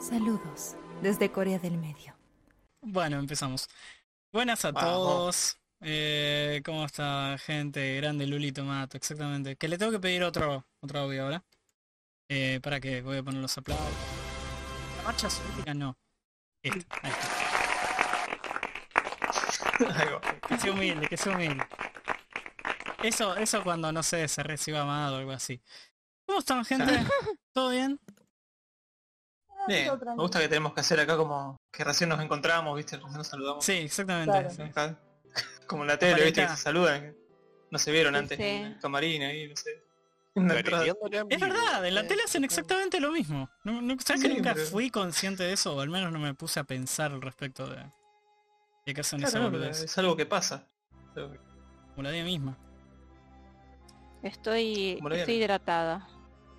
Saludos desde Corea del Medio. Bueno, empezamos. Buenas a Wow. todos. Eh, ¿cómo está, gente? Grande Luli Tomato, exactamente. Que le tengo que pedir otro, otro audio ahora. Eh, para que voy a poner los aplausos. La marcha soviética no. Este, ahí está. Ahí va. Que sea humilde, que sea humilde. Eso, eso cuando, no sé, se reciba amado o algo así. ¿Cómo están, gente? ¿Todo bien? Bien, me gusta que tenemos que hacer acá como que recién nos encontramos, viste, recién nos saludamos. Sí, exactamente. Claro. sí. Acá, Como en la tele, viste, que Camarita. se saludan. No se vieron Sí, antes. sí. en Camarina ahí, no sé. En la entrada. Es verdad, en la tele hacen exactamente lo mismo. No, no- ¿Sabes que eh, Sí, nunca pero- fui consciente de eso? O al menos no me puse a pensar al respecto de, de que hacen esa Claro, no, pero boludez. es algo que pasa. Algo que- Como la día misma. Estoy, Como la estoy diaria. hidratada.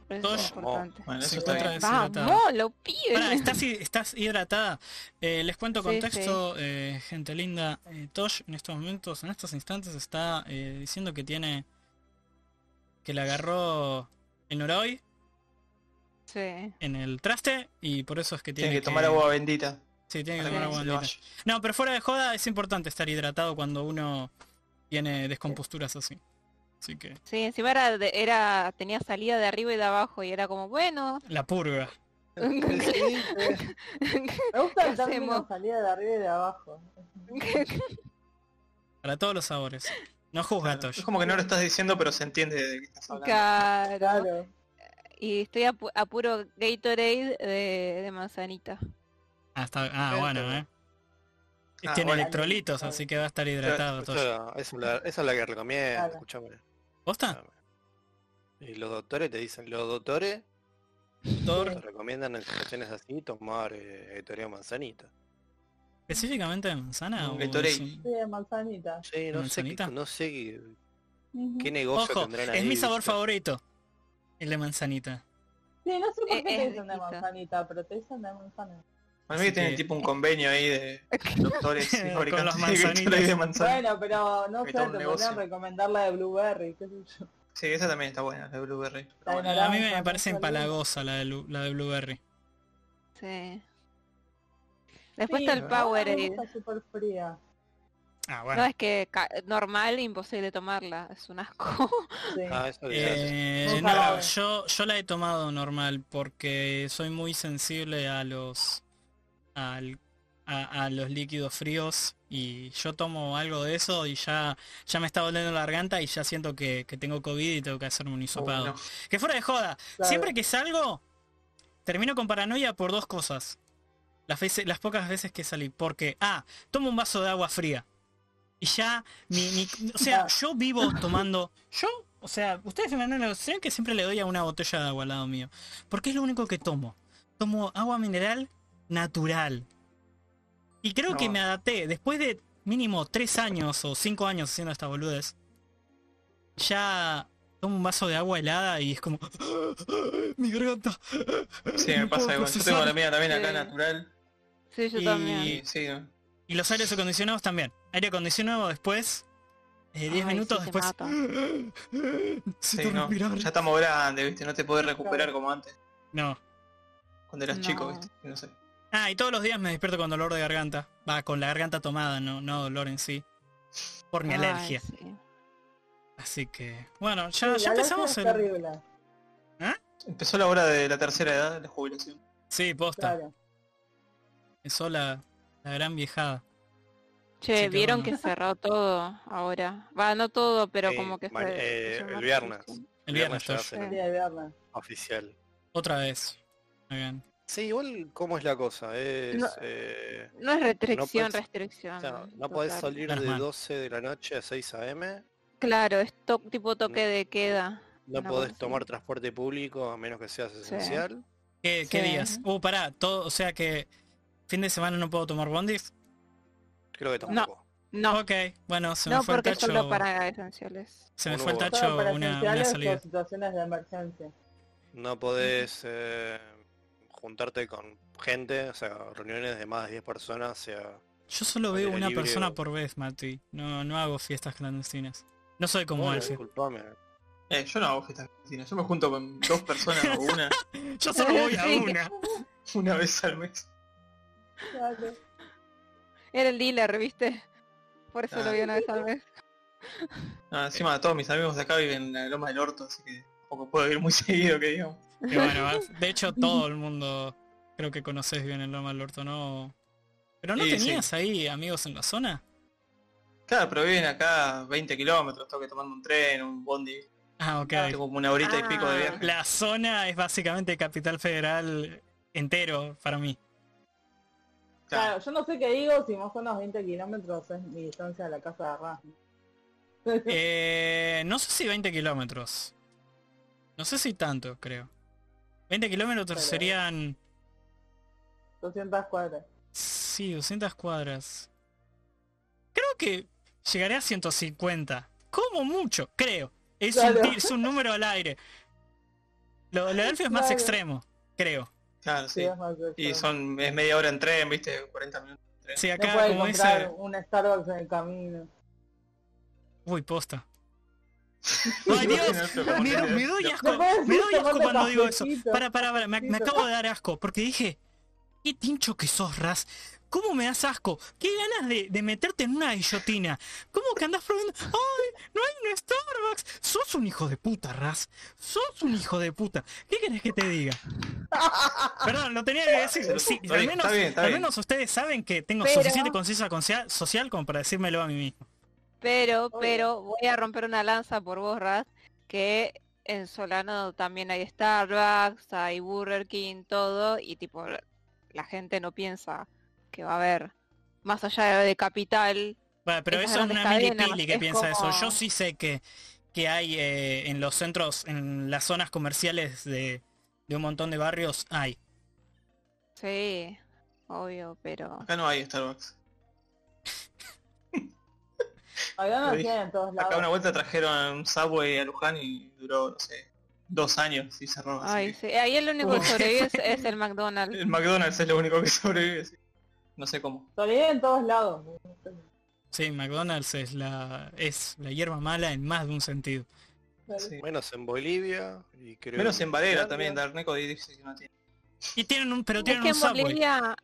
Por eso es Tosh. importante. Bueno, Se eso está encuentra bien. deshidratada. Vamos, lo Oh, Pará, piden. estás, hi- estás hidratada. Eh, les cuento Sí, contexto, eh, gente linda. Eh, Tosh en estos momentos, en estos instantes, está eh, diciendo que tiene... Que le agarró el Noroi Sí. en el traste y por eso es que tiene Tiene que tomar agua bendita. Sí, tiene que para que tomar no agua se le bendita. vaya. No, pero fuera de joda es importante estar hidratado cuando uno tiene descomposturas así. Así que Sí, encima era, de- era, tenía salida de arriba y de abajo y era como, bueno, la purga. Me gusta ¿Qué el término hacemos? salida de arriba y de abajo. Para todos los sabores. No juzga, Claro, Tosh. Es como que no lo estás diciendo, pero se entiende de qué estás hablando. caro. Claro. Y estoy a, pu- a puro Gatorade de, de manzanita. Ah, está- ah, bueno, eh. Ah, tiene bueno. electrolitos, así que va a estar hidratado, Tosh. Eso, eso es la- esa es la que recomiendo, Claro. escuchame. ¿Posta? Y los doctores te dicen, los doctores te Doctor, recomiendan en situaciones así tomar eh, Gatorade o manzanita. específicamente de manzana o Gatorade. sin- Sí, de manzanita. Sí, no sé, ¿Manzanita? qué, no sé qué, Ujú. qué negocio Ojo, tendrán ahí. es mi sabor ¿viste? favorito. El de manzanita. Sí, no sé por Eh, qué te es dicen de riquito. manzanita, pero te dicen de manzana. Para mí que Así tienen que- tipo un convenio ahí de doctores Con y los fabricantes de manzanitas. Gatorade de manzana. Bueno, pero no Hay sé, todo un te negocio. podrían recomendar la de Blueberry, qué sé yo. Sí, esa también está buena, la de Blueberry. Pero La de bueno, A mí me naranja, parece ¿no? empalagosa la de, lu- la de Blueberry. Sí. Después Sí, está el ¿verdad? Powerade. Está súper fría. Ah, No, bueno. es que ca- normal, imposible tomarla. Es un asco. Sí. Ah, eso que- Eh, Muy no, salado. yo, yo la he tomado normal porque soy muy sensible a los al- a, a los líquidos fríos y yo tomo algo de eso y ya, ya me está doliendo la garganta y ya siento que, que tengo COVID y tengo que hacerme un hisopado. bueno, Que fuera de joda, Claro. siempre que salgo termino con paranoia por dos cosas. Las, veces- las pocas veces que salí, porque, ah, tomo un vaso de agua fría. Y ya, mi, mi- o sea, yo vivo tomando, yo, o sea, ustedes se me dan la opción que siempre le doy a una botella de agua al lado mío. Porque es lo único que tomo. Tomo agua mineral natural. Y creo que No. me adapté, después de mínimo tres años o cinco años haciendo esta boludez, ya tomo un vaso de agua helada y es como mi garganta Sí, me no pasa puedo igual. Yo tengo procesar. la mía también acá Sí. natural. Sí, yo Y- también. Y sí, ¿no? y los aires acondicionados también aire acondicionado después eh, 10 Ay, minutos sí, te después mata. Sí, Necesito no, respirar. Ya estamos grandes, viste, no te podés recuperar como antes, no cuando eras No. chico, viste. No sé. Ah, y todos los días me despierto con dolor de garganta. Va, con la garganta tomada, no, no dolor en sí. Por mi Ay, alergia. sí. Así que, bueno, ya, Sí, ya la leche empezamos es el... terrible, Empezó la hora de la tercera edad, de la jubilación. Sí, posta. claro. Empezó la, la gran viejada. Así Che, que vieron bueno. que cerró todo ahora. Va, no todo, pero Sí, como que se- ma- eh, se llama el viernes. así. El Viernes viernes, pues, ya Tosh. se- El día de viernes. oficial. Otra vez. Muy bien. Sí, igual cómo es la cosa, es... No. eh, No es restricción, podés- restricción. o sea, es no podés total. salir Menos de mal. 12 de la noche a 6 a.m. Claro, es to- tipo toque de queda. No Una podés bolsa. tomar transporte público a menos que seas esencial. ¿Qué, qué Sí. días? Uh, pará, todo, o sea que fin de semana no puedo tomar bondis. Ah, Creo que tampoco. No, Ok, bueno, se me no fue el porque tacho. solo para esenciales. Se me fue el Solo tacho Solo para una, una esenciales o salida. situaciones de emergencia. No podés eh, juntarte con gente, o sea, reuniones de más de 10 personas, o sea, Yo solo al veo aire una libre persona o- por vez, Mati. No, no hago fiestas clandestinas. No soy como bueno, Alfie. disculpame. Eh, yo no hago fiestas clandestinas, yo me junto con dos personas o una. Yo solo voy a Sí. una. una vez al mes. Claro. Era el dealer, ¿viste? Por eso lo Ah. vi una vez al mes. No, encima todos mis amigos de acá viven en la loma del orto, así que tampoco puedo ir muy seguido, que digamos. Y bueno, vas- de hecho todo el mundo creo que conoces bien el Loma del Orto, ¿no? Pero no Sí, tenías ahí amigos en la zona. Claro, pero viven acá 20 kilómetros, tengo que tomarme un tren, un bondi. Ah, ok. Tengo como una horita y pico de Ah. viaje. La zona es básicamente Capital Federal entero para mí. Claro, yo no sé qué digo si más o menos 20 kilómetros es mi distancia de la casa de Rasmus. Eh, no sé si 20 kilómetros. No sé si tanto, creo. 20 kilómetros Pero- serían... 200 cuadras. Sí, 200 cuadras. Creo que llegaré a 150. Como mucho, creo. Es, un, Claro. ti- es un número al aire. Lo, lo de Alfio es más Claro. extremo, creo. Claro, Sí, sí. es más de eso. Y son, es media hora en tren, viste, 40 minutos. Sí, no acá puedes como comprar dice... un Starbucks en el camino. Uy, posta. ¡Ay, Dios! Me, do- me doy asco, No puedes me ir doy asco tomando cuando digo eso. cafecito. Para, para, para, me, me acabo de dar asco, porque dije, qué tincho que sos, Raz. ¿Cómo me das asco? ¿Qué ganas de, de meterte en una guillotina? ¿Cómo que andás probando? ¡Ay! ¡No hay un Starbucks! ¡Sos un hijo de puta, Raz! ¡Sos un hijo de puta! ¿Qué querés que te diga? Perdón, lo tenía que decir. Pero, Sí, está al bien, menos, está bien, está al bien. menos ustedes saben que tengo Pero- suficiente conciencia concia- social como para decírmelo a mí mismo. Pero, Obvio. pero voy a romper una lanza por vos, Raz, que en Solano también hay Starbucks, hay Burger King, todo, y tipo, la gente no piensa que va a haber, más allá de Capital, Bueno, pero Esas eso es grandes una mini cadenas, pili que es piensa eso. como- Yo sí sé que, que hay eh, en los centros, en las zonas comerciales de, de un montón de barrios, hay. sí, obvio, pero... Acá no hay Starbucks. Acá no Lo lo dije. tienen en todos lados. Acá una vuelta trajeron un subway a Luján y duró, no sé, dos años y cerró. así Ay, que sí, ahí el único Como que que sobrevive es, es el McDonald's. El McDonald's es lo único que sobrevive. sí. No sé cómo. Solía en todos lados. Sí, McDonald's es la, es la hierba mala en más de un sentido. sí. Menos en Bolivia y creo Menos que en Valera Colombia. también, Darneco dice que no tiene. Y tienen un, pero Es tienen que un en subway. Bolivia,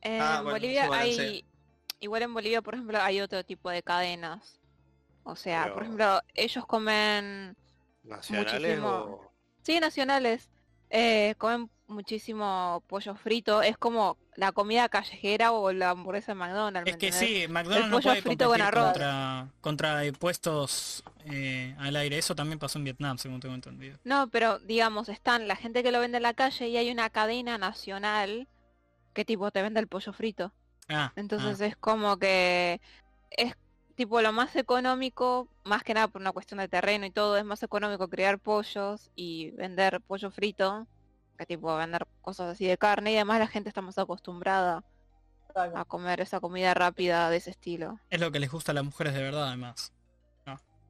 en Ah, bueno, Bolivia se balancea. hay, igual en Bolivia, por ejemplo, hay otro tipo de cadenas. O sea, por Pero- ejemplo, ellos comen Nacionales Muchísimo. o... Sí, nacionales. Eh, comen muchísimo pollo frito. Es como la comida callejera o la hamburguesa de McDonald's. Es ¿me que entendés? sí, McDonald's no pollo puede frito con competir arroz. contra, contra eh, puestos eh, al aire. Eso también pasó en Vietnam, según tengo entendido. No, pero digamos, están la gente que lo vende en la calle y hay una cadena nacional que tipo te vende el pollo frito. Ah, Entonces es como que es tipo lo más económico, más que nada por una cuestión de terreno y todo, es más económico crear pollos y vender pollo frito que tipo vender cosas así de carne y además la gente está más acostumbrada a comer esa comida rápida de ese estilo. ah. es lo que les gusta a las mujeres de verdad, además.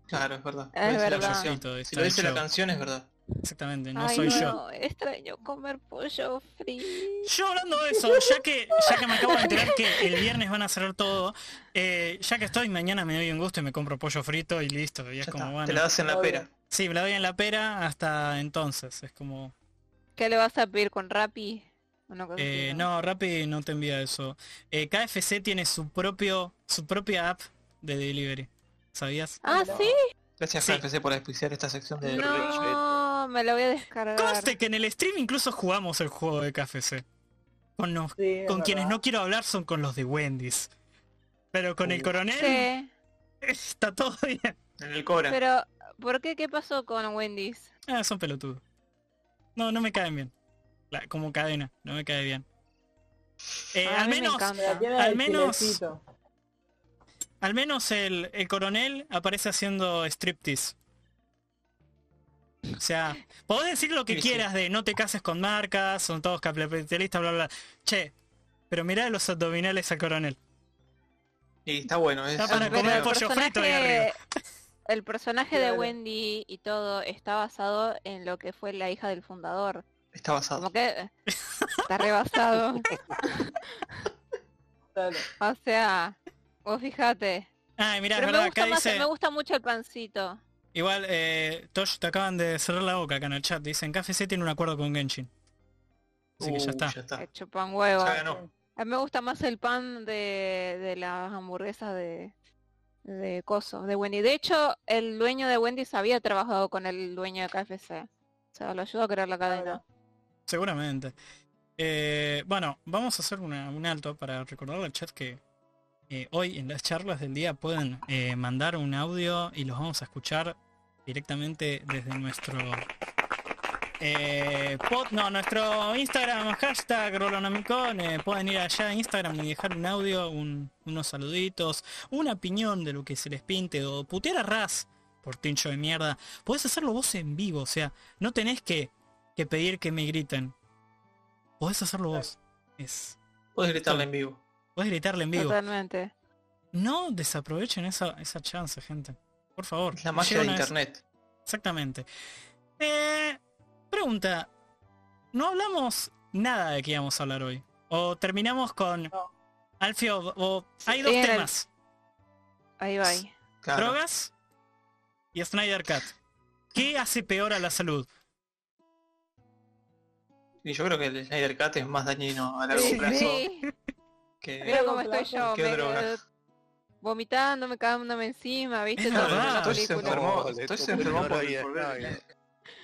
Claro, es verdad. Es Lo dice la verdad. canción. Todo Si está lo dice la hecho. canción es verdad. Exactamente, no Ay, soy yo. no, extraño comer pollo frito. Yo hablando de eso, ya que, ya que me acabo de enterar que el viernes van a cerrar todo, eh, ya que estoy, mañana me doy un gusto y me compro pollo frito y listo. Y es Ya como, está, bueno. Te la das en la Obvio. pera. Sí, me la doy en la pera hasta entonces. Es como, ¿Qué le vas a pedir con Rappi? Una cosa así, eh, no, Rappi no te envía eso. Eh, KFC tiene su propio, su propia app de delivery. ¿Sabías? Ah, No. sí. Gracias Sí. KFC por auspiciar esta sección de No, me lo voy a descargar. Conste que en el stream incluso jugamos el juego de KFC. Con, los- Sí, es con quienes verdad. no quiero hablar son con los de Wendy's. Pero con el Uh. coronel Sí. está todo bien. en el Cobra. Pero, ¿por qué? ¿Qué pasó con Wendy's? Ah, son pelotudos. No, no me caen bien. La- como cadena, no me cae bien. Eh, Ah, a al mí me menos, encanta. Pero tiene Al el menos- filetito. al menos el, el coronel aparece haciendo striptease. O sea, podés decir lo que Sí, sí. quieras de no te cases con marcas, son todos capitalistas, bla, bla, bla. Che, pero mirá los abdominales al coronel. Y está bueno, es Está para es Pero comer el pollo frito ahí personaje, el personaje de Claro. Wendy y todo está basado en lo que fue la hija del fundador. Está basado. Ah. Como que está rebasado. Claro. O sea, vos fijate. Ay, mirá, es Pero verdad, me gusta, acá más, dice... me gusta mucho el pancito. Igual, eh, Tosh, te acaban de cerrar la boca acá en el chat. Dicen, KFC tiene un acuerdo con Genshin. Así que ya Uh, está. Ya está. Eh, chupan huevo. Ya ganó. A mí Eh, me gusta más el pan de, de las hamburguesas de, de Coso, de Wendy. De hecho, el dueño de Wendy's había trabajado con el dueño de KFC. O sea, lo ayudó a crear la cadena. Seguramente. Eh, bueno, vamos a hacer una- un alto para recordarle al chat que eh, hoy en las charlas del día pueden eh, mandar un audio y los vamos a escuchar directamente desde nuestro eh, pod- no, nuestro Instagram, hashtag Rolonomicon. eh, pueden ir allá a Instagram y dejar un audio, un- unos saluditos, una opinión de lo que se les pinte o putear a Raz por tincho de mierda. Podés hacerlo vos en vivo, o sea, no tenés que, que pedir que me griten. Podés hacerlo vos. Es, Puedes gritarla en vivo. podés gritarle en vivo. Totalmente. No desaprovechen esa, esa chance, gente. Por favor. Es la magia Llega de una vez- internet. Exactamente. Eh, pregunta. No hablamos nada de qué íbamos a hablar hoy. O terminamos con... No. Alfio, o- o- hay dos Sí, era el- temas. Ahí va. ahí. Claro. Drogas y Snyder Cat. ¿Qué hace peor a la salud? Y yo creo que el Snyder Cut es más dañino a largo Sí, plazo sí. que... Mira cómo estoy yo. ¿Qué me- drogas? vomitándome, cagándome encima, ¿viste? Es Todo en verdad. una Entonces se película. enfermó, Vale, entonces se tu enfermó por, vida por está ver- bien.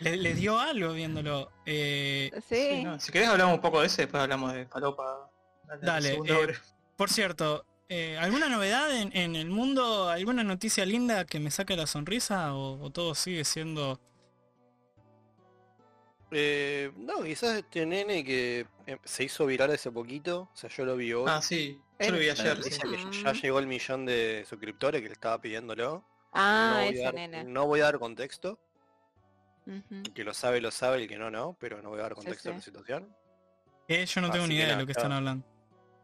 Le, le dio algo viéndolo. Eh, Sí, Sí. no, Si querés hablamos un poco de ese, después hablamos de Palopa. la- la Dale, segunda eh, hora. por cierto, eh, ¿alguna novedad en, en el mundo? ¿Alguna noticia linda que me saque la sonrisa? ¿O, o todo sigue siendo... Eh, no, quizás este nene que eh, se hizo viral hace poquito, o sea, yo lo vi hoy. Ah, sí. Yo Eh, lo vi ayer. sí. Dice que ya- ya Mm. llegó el millón de suscriptores que le estaba pidiéndolo. Ah, no, voy a ese dar, nene. no voy a dar contexto. Ujú. El que lo sabe, lo sabe, el que no, no, pero no voy a dar contexto de la sí. situación. Eh, yo no Ah, tengo sí, ni idea de nada, lo que están claro. hablando.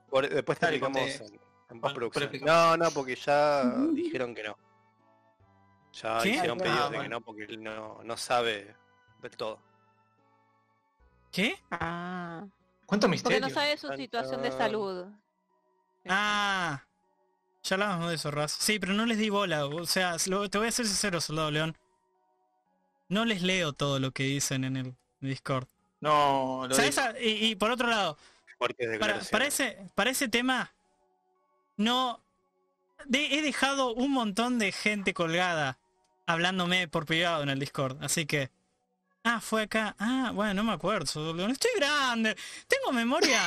Por- después te Dale, explicamos conté. en, en postproducción. después No, no, porque ya dijeron que no. Ya ¿Qué? hicieron Ah, pedidos de bueno. que no, porque él no, no sabe del todo. ¿Qué? Ah. ¿Cuánto Porque misterio? no sabe su Tan, situación de tan. salud. Ah, ya hablábamos de eso, Raz. Sí, pero no les di bola. O sea, lo- te voy a ser sincero, Soldado León. No les leo todo lo que dicen en el Discord. No, lo ¿Sabes? digo. a- Y, y por otro lado, Fuertes para, declaraciones. para ese, para ese tema, no... de- he dejado un montón de gente colgada hablándome por privado en el Discord. Así que... Ah, fue acá. Ah, bueno, no me acuerdo. Soldado León. Estoy grande. Tengo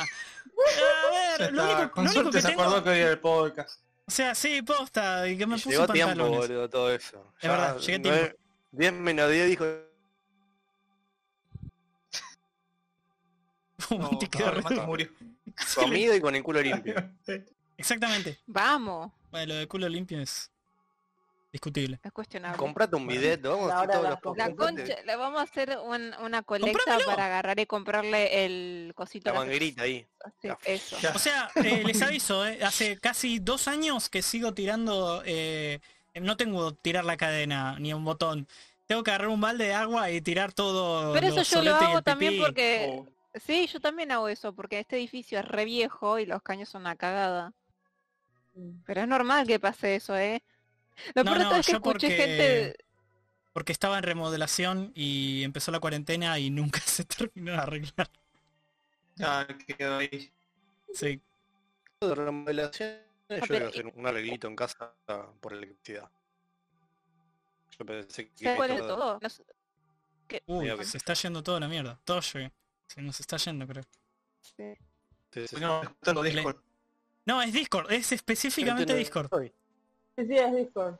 memoria. A Ya ver, lo está, único, Con lo único suerte que se tengo... acordó que hoy era el podcast. O sea, sí, posta, y que me Y puse Llegó a tiempo, pantalones. boludo, todo eso. Es verdad, llegué a tiempo. nueve- 10 menos 10 dijo... Pum, No, te no, quedó re- el Mati Ah, murió. Comida y con el culo limpio. Exactamente. Vamos, Bueno, lo de culo limpio es discutible. es cuestionable. Comprate un bidet, vamos La a hora todos los de la la podcasts. concha, le vamos a hacer un- una colecta ¡Cómpramelo! para agarrar y comprarle el cosito. La que hace- manguerita ahí. sí, Ya. eso. Ya. O sea, eh, les aviso, eh, hace casi dos años que sigo tirando... eh, no tengo que tirar la cadena ni un botón. Tengo que agarrar un balde de agua y tirar todo... Pero eso los yo lo soletes y hago el también pipí. porque... Oh, Sí, yo también hago eso, porque este edificio es re viejo y los caños son una cagada. Pero es normal que pase eso, ¿eh? Lo No, peor de todo no, es que yo escuché porque- gente... Porque estaba en remodelación y empezó la cuarentena y nunca se terminó de arreglar. ya quedó ahí. Sí. De remodelación, yo pero- quiero hacer un arreglito en casa por electricidad. Yo pensé que... ¿Sabes cuál es todo- todo? No sé- Uy, Mira, se está yendo toda la mierda. Todo llegue. Se nos está yendo, creo. sí. Sí, sí, sí. Podríamos escucharlo en Discord. No, es Discord, es específicamente Gente, Discord. no- Sí, sí, es Discord.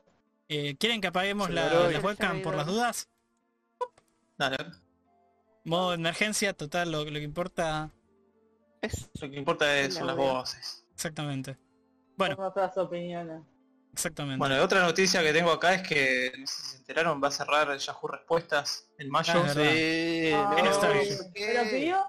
Eh, ¿Quieren que apaguemos Se la, logró la el webcam por servidor. las dudas? Dale, Modo emergencia, total, lo, lo que importa Es- lo que importa es, La son las audio. voces. exactamente. Bueno. Bueno, Nuestras opiniones. exactamente. Bueno, y otra noticia que tengo acá es que, no sé si se enteraron, va a cerrar el Yahoo Respuestas en mayo. Ah, es verdad. Sí, Ah, en esta no, vez. pero pidió,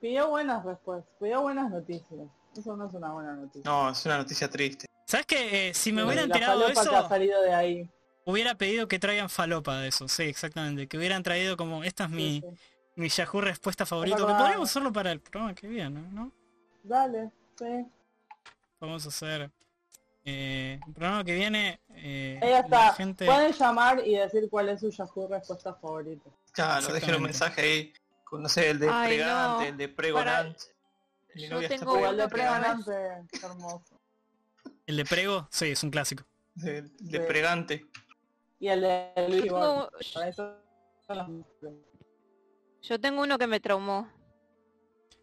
pidió buenas respuestas, pidió buenas noticias. Eso no es una buena noticia. No, es una noticia triste. ¿Sabes qué? Eh, si me Sí, hubieran la tirado falopa que ha eso, salido de ahí. hubiera pedido que traigan falopa de eso. Sí, exactamente. Que hubieran traído como, esta es mi, Sí, sí. mi Yahoo respuesta favorito. Que verdad. podríamos usarlo para el programa que viene, ¿no? Dale, sí. Eh, Vamos a hacer... Eh, el programa que viene... Eh, Ahí la está. gente... Pueden llamar y decir cuál es su Yahoo respuesta favorita. Claro, dejen Exactamente. un mensaje ahí Con, no sé, el de Ay, pregante, no. el de pregonant. Mi Yo novia está tengo pregando Igual de uno, pregonant. pregonant. pregonante, hermoso. El de prego, sí, es un clásico. El de Sí. pregante. Y el de Luis Yo Bond. tengo, Para eso son los- yo tengo uno que me traumó.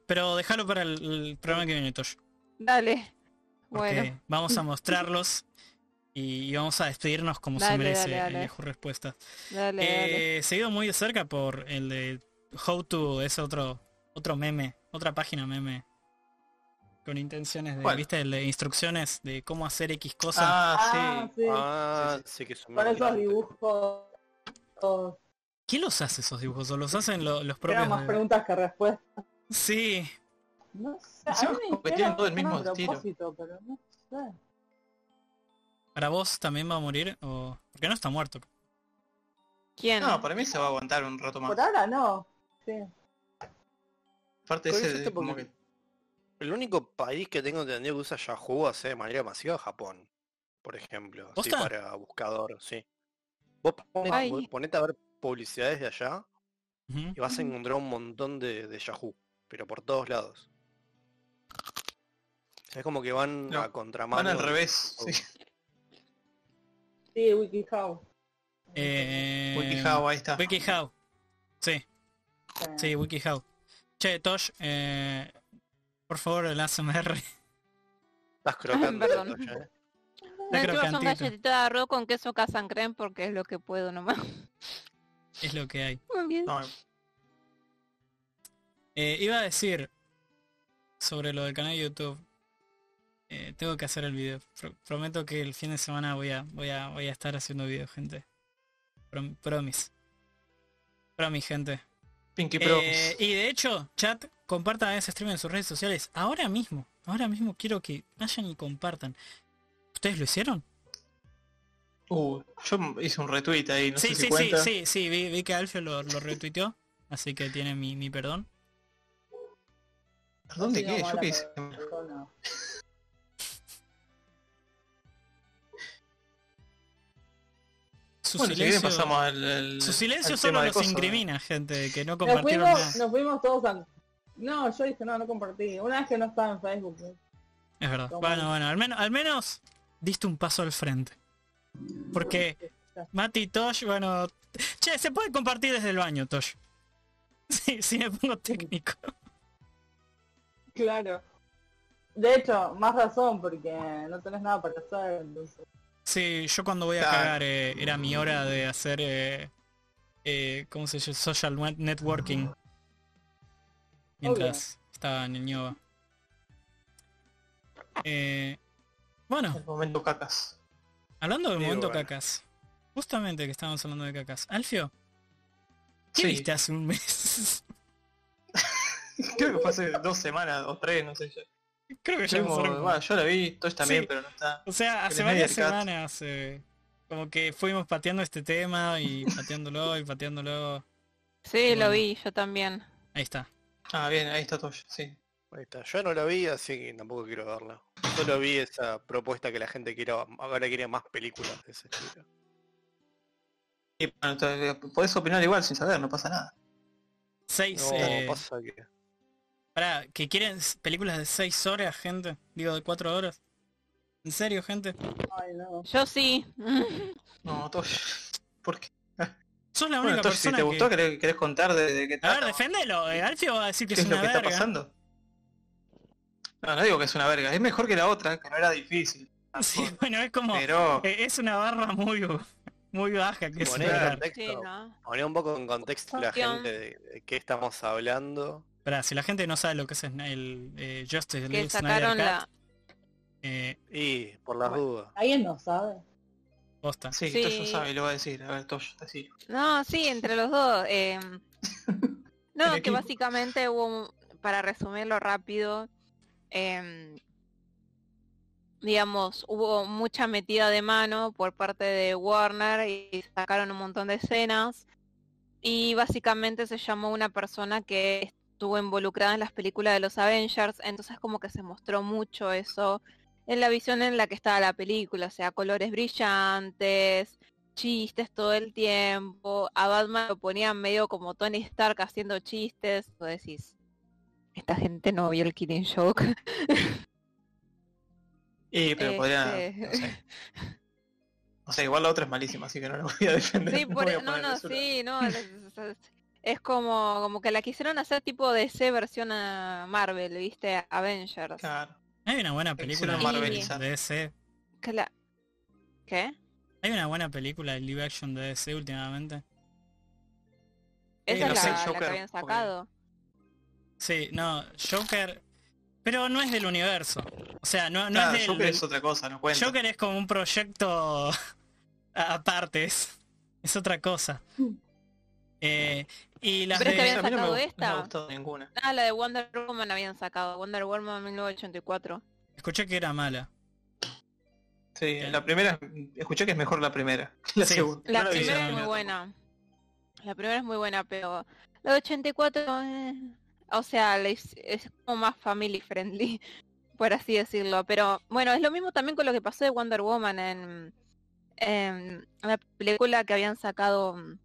Pero déjalo para el, el programa que viene, Tosh. Dale. Porque Bueno, vamos a mostrarlos y vamos a despedirnos como se Dale, merece dale, en dale. Yahoo Respuestas. dale, dale. Eh, seguido muy de cerca por el de How to, es otro otro meme, otra página meme con intenciones de, ¿Cuál? ¿viste? El de instrucciones de cómo hacer X cosa. Ah, Ah, sí. Ah, sí que son Con esos memorizantes. dibujos. todos. ¿Quién los hace esos dibujos? ¿O los hacen lo- los propios? Eran más de- preguntas que respuestas. Sí, No sé, a Encima mí me como que hicieron tienen todo el mismo a estilo. propósito, pero no sé. ¿para vos también va a morir? ¿O... Porque no está muerto. ¿Quién? No, para mí se va a aguantar un rato más. Por ahora no. Sí. Aparte Por ese eso de- te pongo- como que... El único país que tengo entendido que usa Yahoo hace de manera masiva es Japón, por ejemplo. Así ¿Posta? para buscador, sí. Vos ponés- Ay. vos ponete a ver publicidades de allá Ujú. y vas a encontrar un montón de, de Yahoo, pero por todos lados. Es como que van No, a contramano. Van al de- revés. Oh. de- sí. Sí, WikiHow. Eh, WikiHow, ahí está. WikiHow. Sí, Sí. sí, WikiHow. Che, Tosh, eh, por favor, el ASMR. Estás crocando. Perdón. Tocha, ¿eh? creo Me encima que son antito. galletitas de arroz con queso casancrem porque es lo que puedo nomás. Es lo que hay. Muy bien. No, Eh, iba a decir sobre lo del canal de YouTube. Eh, tengo que hacer el video. Pro- prometo que el fin de semana voy a, voy a, voy a estar haciendo video, gente. Prom- promise. Promise, gente. Pinky Eh, Pro. y de hecho, chat, compartan ese stream en sus redes sociales. Ahora mismo, ahora mismo quiero que vayan y compartan. ¿Ustedes lo hicieron? Uh, yo hice un retweet ahí, no sí, sé si sí, sí, cuenta. sí, sí, vi, vi que Alfio lo, lo retuiteó. Así que tiene mi, mi perdón. ¿Perdón de qué? Digamos, ¿Yo la qué hice? persona. Su Bueno, si quieren silencio- pasamos al, al- Su silencio al solo tema de los cosas. incrimina, gente, de que no Nos compartieron fuimos, nada. nos fuimos todos a... No, yo dije, no, no compartí. Una vez que no estaba en Facebook. ¿no? Es verdad. Toma. Bueno, bueno, al menos, al menos diste un paso al frente. Porque Mati y Tosh, bueno... Che, se puede compartir desde el baño, Tosh. Sí, sí me pongo técnico. Claro. De hecho, más razón, porque no tenés nada para hacer. Entonces. Sí, yo cuando voy a Claro. cagar eh, era mi hora de hacer... Eh, eh, ¿Cómo se dice? Social net- networking. Mientras estaba en el ñoba. Eh, bueno. El momento cacas. Hablando del Digo, momento bueno. cacas. Justamente que estábamos hablando de cacas. Alfio, ¿qué Sí. viste hace un mes? Creo que fue hace dos semanas o tres, no sé. Ya. Creo que ya Fuimos- pasaron- bueno, yo la vi, Tosh también, Sí. pero no está. O sea, hace el medio varias del cat. semanas eh, como que fuimos pateando este tema y pateándolo y pateándolo. Sí, Bueno. lo vi, yo también. Ahí está. Ah, bien, ahí está Tosh, sí. Ahí está. Yo no la vi, así que tampoco quiero verla. Solo vi esa propuesta que la gente quiere, ahora quiere más películas de ese estilo. Y bueno, te- podés opinar igual sin saber, no pasa nada. Seis. No, eh, pasa que... pará, que quieren s- películas de seis horas, gente. Digo, de cuatro horas. ¿En serio, gente? Ay, no. Yo sí. No, Tosh. ¿Por qué? Sos la Mm. única Bueno, Tosh, si persona te gustó, que... querés, querés contar de, de qué A ver, trata, deféndelo. eh, Alfio va a decir que qué es, es una lo que está verga. pasando. No, no digo que es una verga, es mejor que la otra, que no era difícil. Sí, bueno, es como... Pero Eh, es una barra muy, muy baja que es Poner en superar. contexto- Sí, ¿no? poner un poco en contexto a la Cuestión. gente de, de qué estamos hablando. Pará, si la gente no sabe lo que es Sna- el eh, Justice Que League Snyder sacaron la... Cut, eh, Y por las Bueno. dudas. ¿Alguien no sabe? posta. sí, Sí. Tosh lo sabe, lo va a decir. A ver, Tosh, decilo. No, sí, entre los dos. eh, El No, que equipo. básicamente hubo, un- para resumirlo rápido, em, digamos, hubo mucha metida de mano por parte de Warner y sacaron un montón de escenas. Y básicamente se llamó una persona que estuvo involucrada en las películas de los Avengers, entonces como que se mostró mucho eso en la visión en la que estaba la película, o sea, colores brillantes, chistes todo el tiempo. A Batman lo ponían medio como Tony Stark haciendo chistes. Tú decís, esta gente no vio el Killing Joke. Y, pero podría... Este. No sé. O sea, igual la otra es malísima, así que no la voy a defender. Sí, por- voy e-, a no, poner no, eso. sí, no. es- es- Es es como, como que la quisieron hacer tipo DC versión a Marvel, ¿viste? Avengers. Claro. Hay una buena Hicieron película de Marvelizar. DC. Cla- ¿Qué? Hay una buena película de live action de DC últimamente. Esa no es sé, la, la que Joker, habían porque- sacado. Sí, no, Joker. Pero no es del universo. O sea, no, no Claro, es del. Joker es otra cosa, no cuenta. Joker es como un proyecto a- aparte, es, es otra cosa. Eh, y las Pero de- es que habían A mí no me gu- sacado No esta. me ha gustado ninguna. Ah, la de Wonder Woman habían sacado, Wonder Woman 1984. escuché que era mala. Sí, la primera, escuché que es mejor la primera. La Sí. segunda. La no vi, primera la es muy primera buena. La primera es muy buena, pero la de 84, eh, o sea, la hic- es como más family friendly, por así decirlo. Pero bueno, es lo mismo también con lo que pasó de Wonder Woman en, en la película que habían sacado en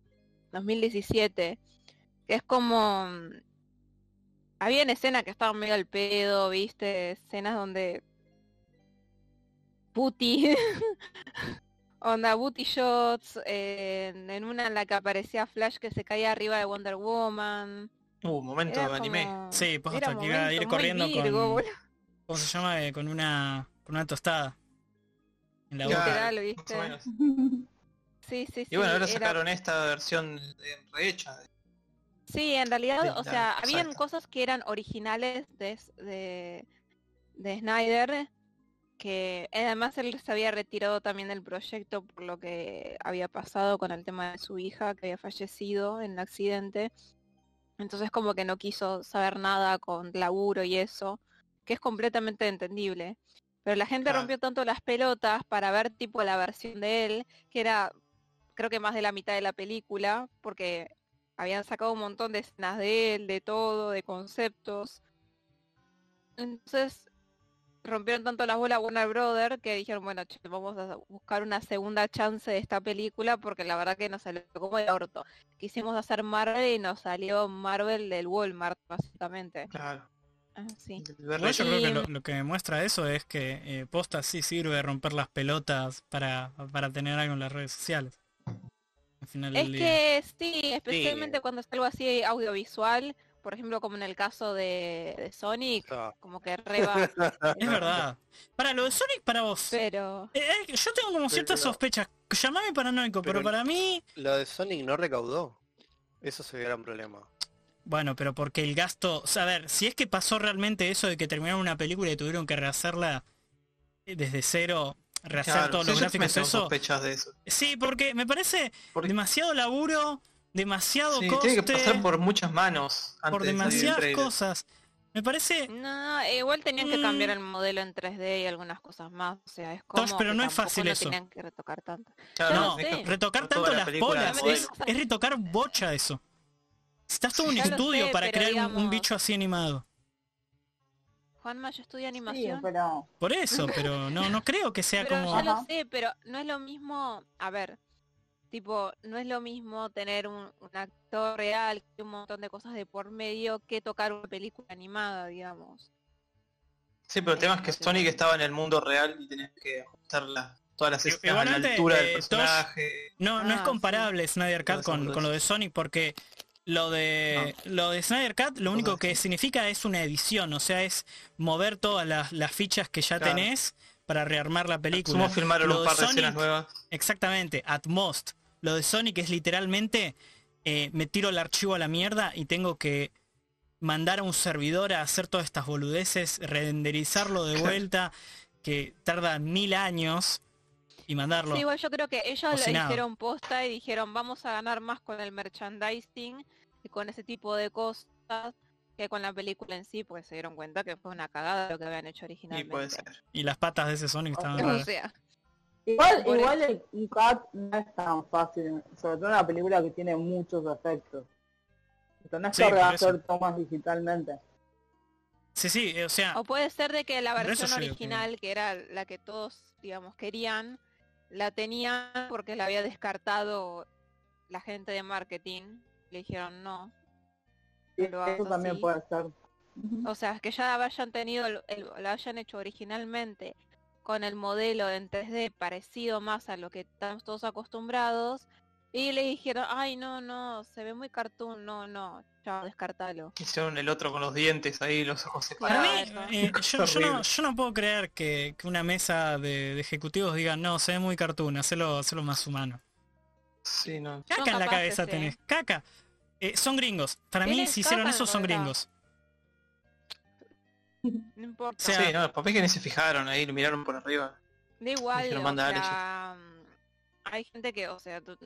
2017. Que es como... mm, Habían escenas que estaban medio al pedo, viste, escenas donde... Puti. Onda booty shots, eh, en- en una en la que aparecía Flash que se caía arriba de Wonder Woman. Uh, momento Era de anime. como- Sí, pues era hasta que iba a momento ir muy corriendo virgo, con. boludo, ¿Cómo se llama? Eh, con una. con una tostada. En la Claro, boca. literal, más ¿viste? o menos. Sí, sí, sí. Y bueno, ahora era- sacaron esta versión de- rehecha. Sí, en realidad, Sí, o la- sea, habían exacto. cosas que eran originales de, de, de Snyder, que además él se había retirado también del proyecto por lo que había pasado con el tema de su hija, que había fallecido en el accidente. Entonces como que no quiso saber nada con laburo y eso, que es completamente entendible. Pero la gente Claro. rompió tanto las pelotas para ver tipo la versión de él, que era creo que más de la mitad de la película, porque habían sacado un montón de escenas de él, de todo, de conceptos. Entonces rompieron tanto las bolas Warner Brother que dijeron, bueno, che, vamos a buscar una segunda chance de esta película porque la verdad que nos salió como el orto. Quisimos hacer Marvel y nos salió Marvel del Walmart, básicamente. Claro. Ah, sí. Igual yo creo que Y- lo, lo que demuestra eso es que eh, posta sí sirve romper las pelotas para, para tener algo en las redes sociales. Al final Es del día. que sí, especialmente cuando es algo así audiovisual, por ejemplo como en el caso de, de Sonic, Ah. como que reba, Es verdad. Para lo de Sonic, para vos. pero Eh, eh, yo tengo como ciertas Pero- sospechas. Llamame paranoico, pero, Pero- para mí. La de Sonic no recaudó. Eso es el gran problema. Bueno, pero porque el gasto. o sea, A ver, si es que pasó realmente eso de que terminaron una película y tuvieron que rehacerla eh, desde cero, rehacer Claro, todos sí, los yo también gráficos, tengo eso. sospechas de eso. Sí, porque me parece Porque- demasiado laburo, demasiado Sí, coste, tiene que pasar por muchas manos antes por de salir el demasiadas trailer. cosas. Me parece. No, igual tenían que cambiar Mm. el modelo en 3D y algunas cosas más. O sea, es como. pero que no es tampoco fácil no eso. tenían que retocar tanto. Claro, No, tenés que sí. poner Retocar toda tanto la las película bolas modelo. es, es retocar bocha eso. Estás todo un Ya lo estudio sé, para pero crear un- un digamos- bicho así animado. Juanma, yo estudié Sí, animación. pero Por eso, pero no, no creo que sea pero como. ya lo Ajá. sé, pero no es lo mismo. A ver, tipo, no es lo mismo tener un, un actor real que un montón de cosas de por medio que tocar una película animada, digamos. Sí, pero el tema es que Sonic estaba en el mundo real y tenés que ajustar la- todas las escenas a la Igualmente, altura eh, del personaje. No, no Ah, es sí. comparable Snyder Cut Todas con, esas con lo de Sonic porque lo de lo de Snyder Cut lo único Cosas que así. significa es una edición, o sea, es mover todas las, las fichas que ya Claro. tenés para rearmar la Sumo película. filmaron Lo un de par de Sonic- escenas nuevas. Exactamente, at most. Lo de Sonic es literalmente eh, me tiro el archivo a la mierda y tengo que mandar a un servidor a hacer todas estas boludeces, renderizarlo de Claro. vuelta, que tarda mil años y mandarlo. Sí, igual yo creo que ellos Cocinado. lo hicieron posta y dijeron vamos a ganar más con el merchandising y con ese tipo de cosas que con la película en sí, porque se dieron cuenta que fue una cagada lo que habían hecho Y pues, originalmente. puede ser. Y las patas de ese Sonic estaban Ojo. O raras. sea, igual, Por igual el ICAT no es tan fácil, sobre todo una película que tiene muchos efectos. Entonces no es Sí, que por eso. hacer tomas digitalmente. Sí, sí, eh, o sea, o puede ser de que la Por eso versión yo digo que- original, que era la que todos, digamos, querían, la tenía porque la había descartado la gente de marketing. Le dijeron no. Sí, Lo hago eso también así. puede ser. O sea, que ya hayan tenido, el- el- lo hayan hecho originalmente con el modelo en 3D parecido más a lo que estamos todos acostumbrados. Y le dijeron, ay, no, no, se ve muy cartoon, no, no, ya descartalo. Hicieron el otro con los dientes ahí, los ojos Para separados. mí, Claro. eh, yo, yo no, Horrible. yo no puedo creer que, que una mesa de, de ejecutivos diga, no, se ve muy cartoon, hacelo, hacelo más humano. Sí, no. Caca No, en la capaz que cabeza sí. tenés, caca. Eh, son gringos. Para mí, Tienen si hicieron caca en eso, la son cabeza. gringos. No importa. O sea- Sí, no, papel que ni se fijaron ahí, lo miraron por arriba. Da igual, Dijeron, o "Manda dale, sea, hay gente que, o sea, tú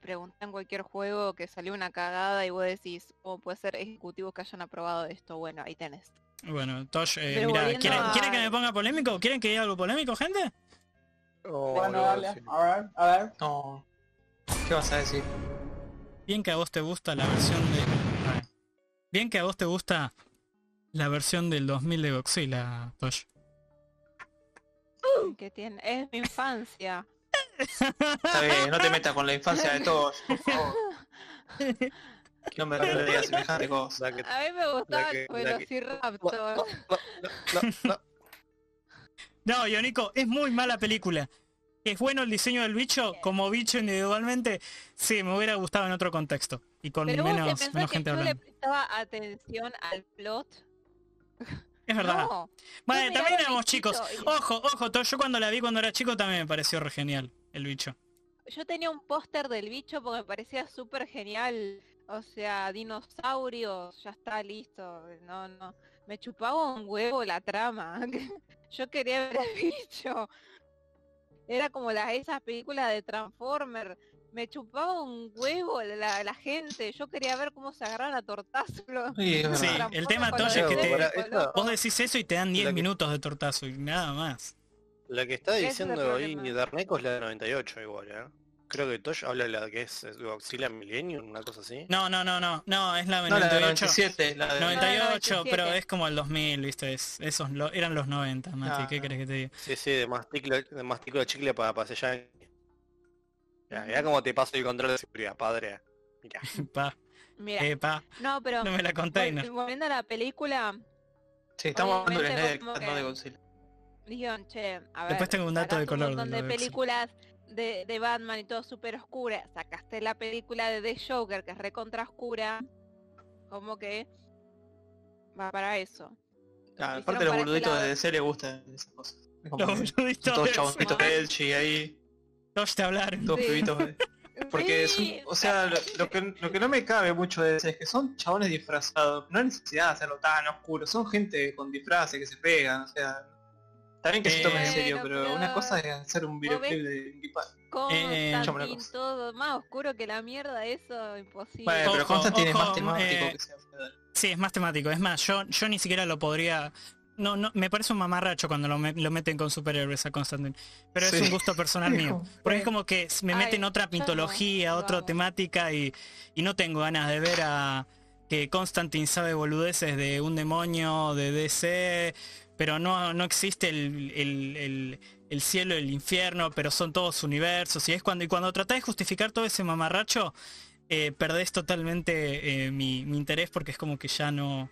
preguntan cualquier juego que salió una cagada y vos decís, ¿cómo puede ser ejecutivos que hayan aprobado esto? Bueno, ahí tenés. Bueno, Tosh, eh, Pero mira, volviendo ¿quieren, a- quieren que me ponga polémico? ¿Quieren que diga algo polémico, gente? Oh, Bueno, no, dale, Ah, sí. a ver, a ver. No. ¿Qué vas a decir? Bien que a vos te gusta la versión de... Ay. Bien que a vos te gusta la versión del 2000 de Godzilla, Tosh. Que tiene, es mi infancia. Está bien, no te metas con la infancia de todos, por favor. No me no le digas semejante cosa. La que- A mí me gustaba que- el la que- Velociraptor. no, no. No, Ionico, es muy mala película. Es bueno el diseño del bicho, como bicho individualmente, sí, me hubiera gustado en otro contexto. Y con Pero vos te menos, pensás menos que gente yo le hablando. prestaba atención al plot. Es verdad. No, Bueno, también Yo miraba éramos al bichito chicos. y- Ojo, ojo, to- yo cuando la vi cuando era chico también me pareció re genial el bicho. yo tenía un póster del bicho porque me parecía súper genial. O sea, dinosaurios, ya está listo. No, no. Me chupaba un huevo la trama. yo quería ver al bicho. Era como las esas películas de Transformer. Me chupaba un huevo la, la gente. Yo quería ver cómo se agarran a tortazo. los- Sí, es los Sí, verdad. Transformers el tema, con los Toya, es que te- dedos Ahora, color. Vos decís eso y te dan 10 La que- minutos de tortazo y nada más. La que está Ese es el diciendo ahí problema. Darneco es la de 98 igual, ¿eh? Creo que Tosh habla de la que es, es Godzilla Millennium, una cosa así. No, no, no, no, no, es la No, la de 98. 97, la de 98, 97. pero es como el 2000, ¿viste? Es, esos lo- eran los 90, Mati, Ah. ¿qué crees que te diga? Sí, sí, de mastico de, mastico de chicle para pasear. Ya, Mm. ya como te paso el control de seguridad, padre. Mira, Pa, Mira, eh, pa, no, pero no me la vol- container. volviendo a la película, Sí, estamos hablando de Obviamente, Snyder, como Cut, no de Godzilla. Dijeron, che, a ver. Después tengo un dato de sacaste color Un montón de de, lo de Godzilla. películas de, de Batman y todo súper oscura. Sacaste la película de The Joker, que es recontra oscura. Como que va para eso. Ah, aparte Lo los hicieron para ese boluditos lado. de DC les gustan esas cosas. Es como Los que son boluditos todos de- chaboncitos Bueno. Elchi ahí, Tosh te hablaron. todos Sí. pibitos. eh. Porque es un- Sí, o sea, lo, lo que, lo que no me cabe mucho de DC es que son chabones disfrazados. No hay necesidad de hacerlo tan oscuro. Son gente con disfraces que se pegan, o sea. Está bien que se tomen en Eh, serio, Bueno, pero pero- una cosa es hacer un videoclip de Linkin Park. Eh, Constantine, escuchame una cosa. todo más oscuro que la mierda, eso imposible. Bueno, pero Ojo, Constantine ojo, es más temático eh, que sea. Sí, es más temático. Es más, yo, yo ni siquiera lo podría... No, no, me parece un mamarracho cuando lo, me- lo meten con superhéroes a Constantine. Pero es Sí. un gusto personal mío. Porque es como que s- me Ay, meten otra yo no, mitología, lo otra amo. temática y, y no tengo ganas de ver a que Constantine sabe boludeces de un demonio, de DC, pero no, no existe el, el- el- el cielo, el infierno, pero son todos universos. Y es cuando, y cuando tratás de justificar todo ese mamarracho, eh, perdés totalmente eh, mi, mi interés porque es como que ya no.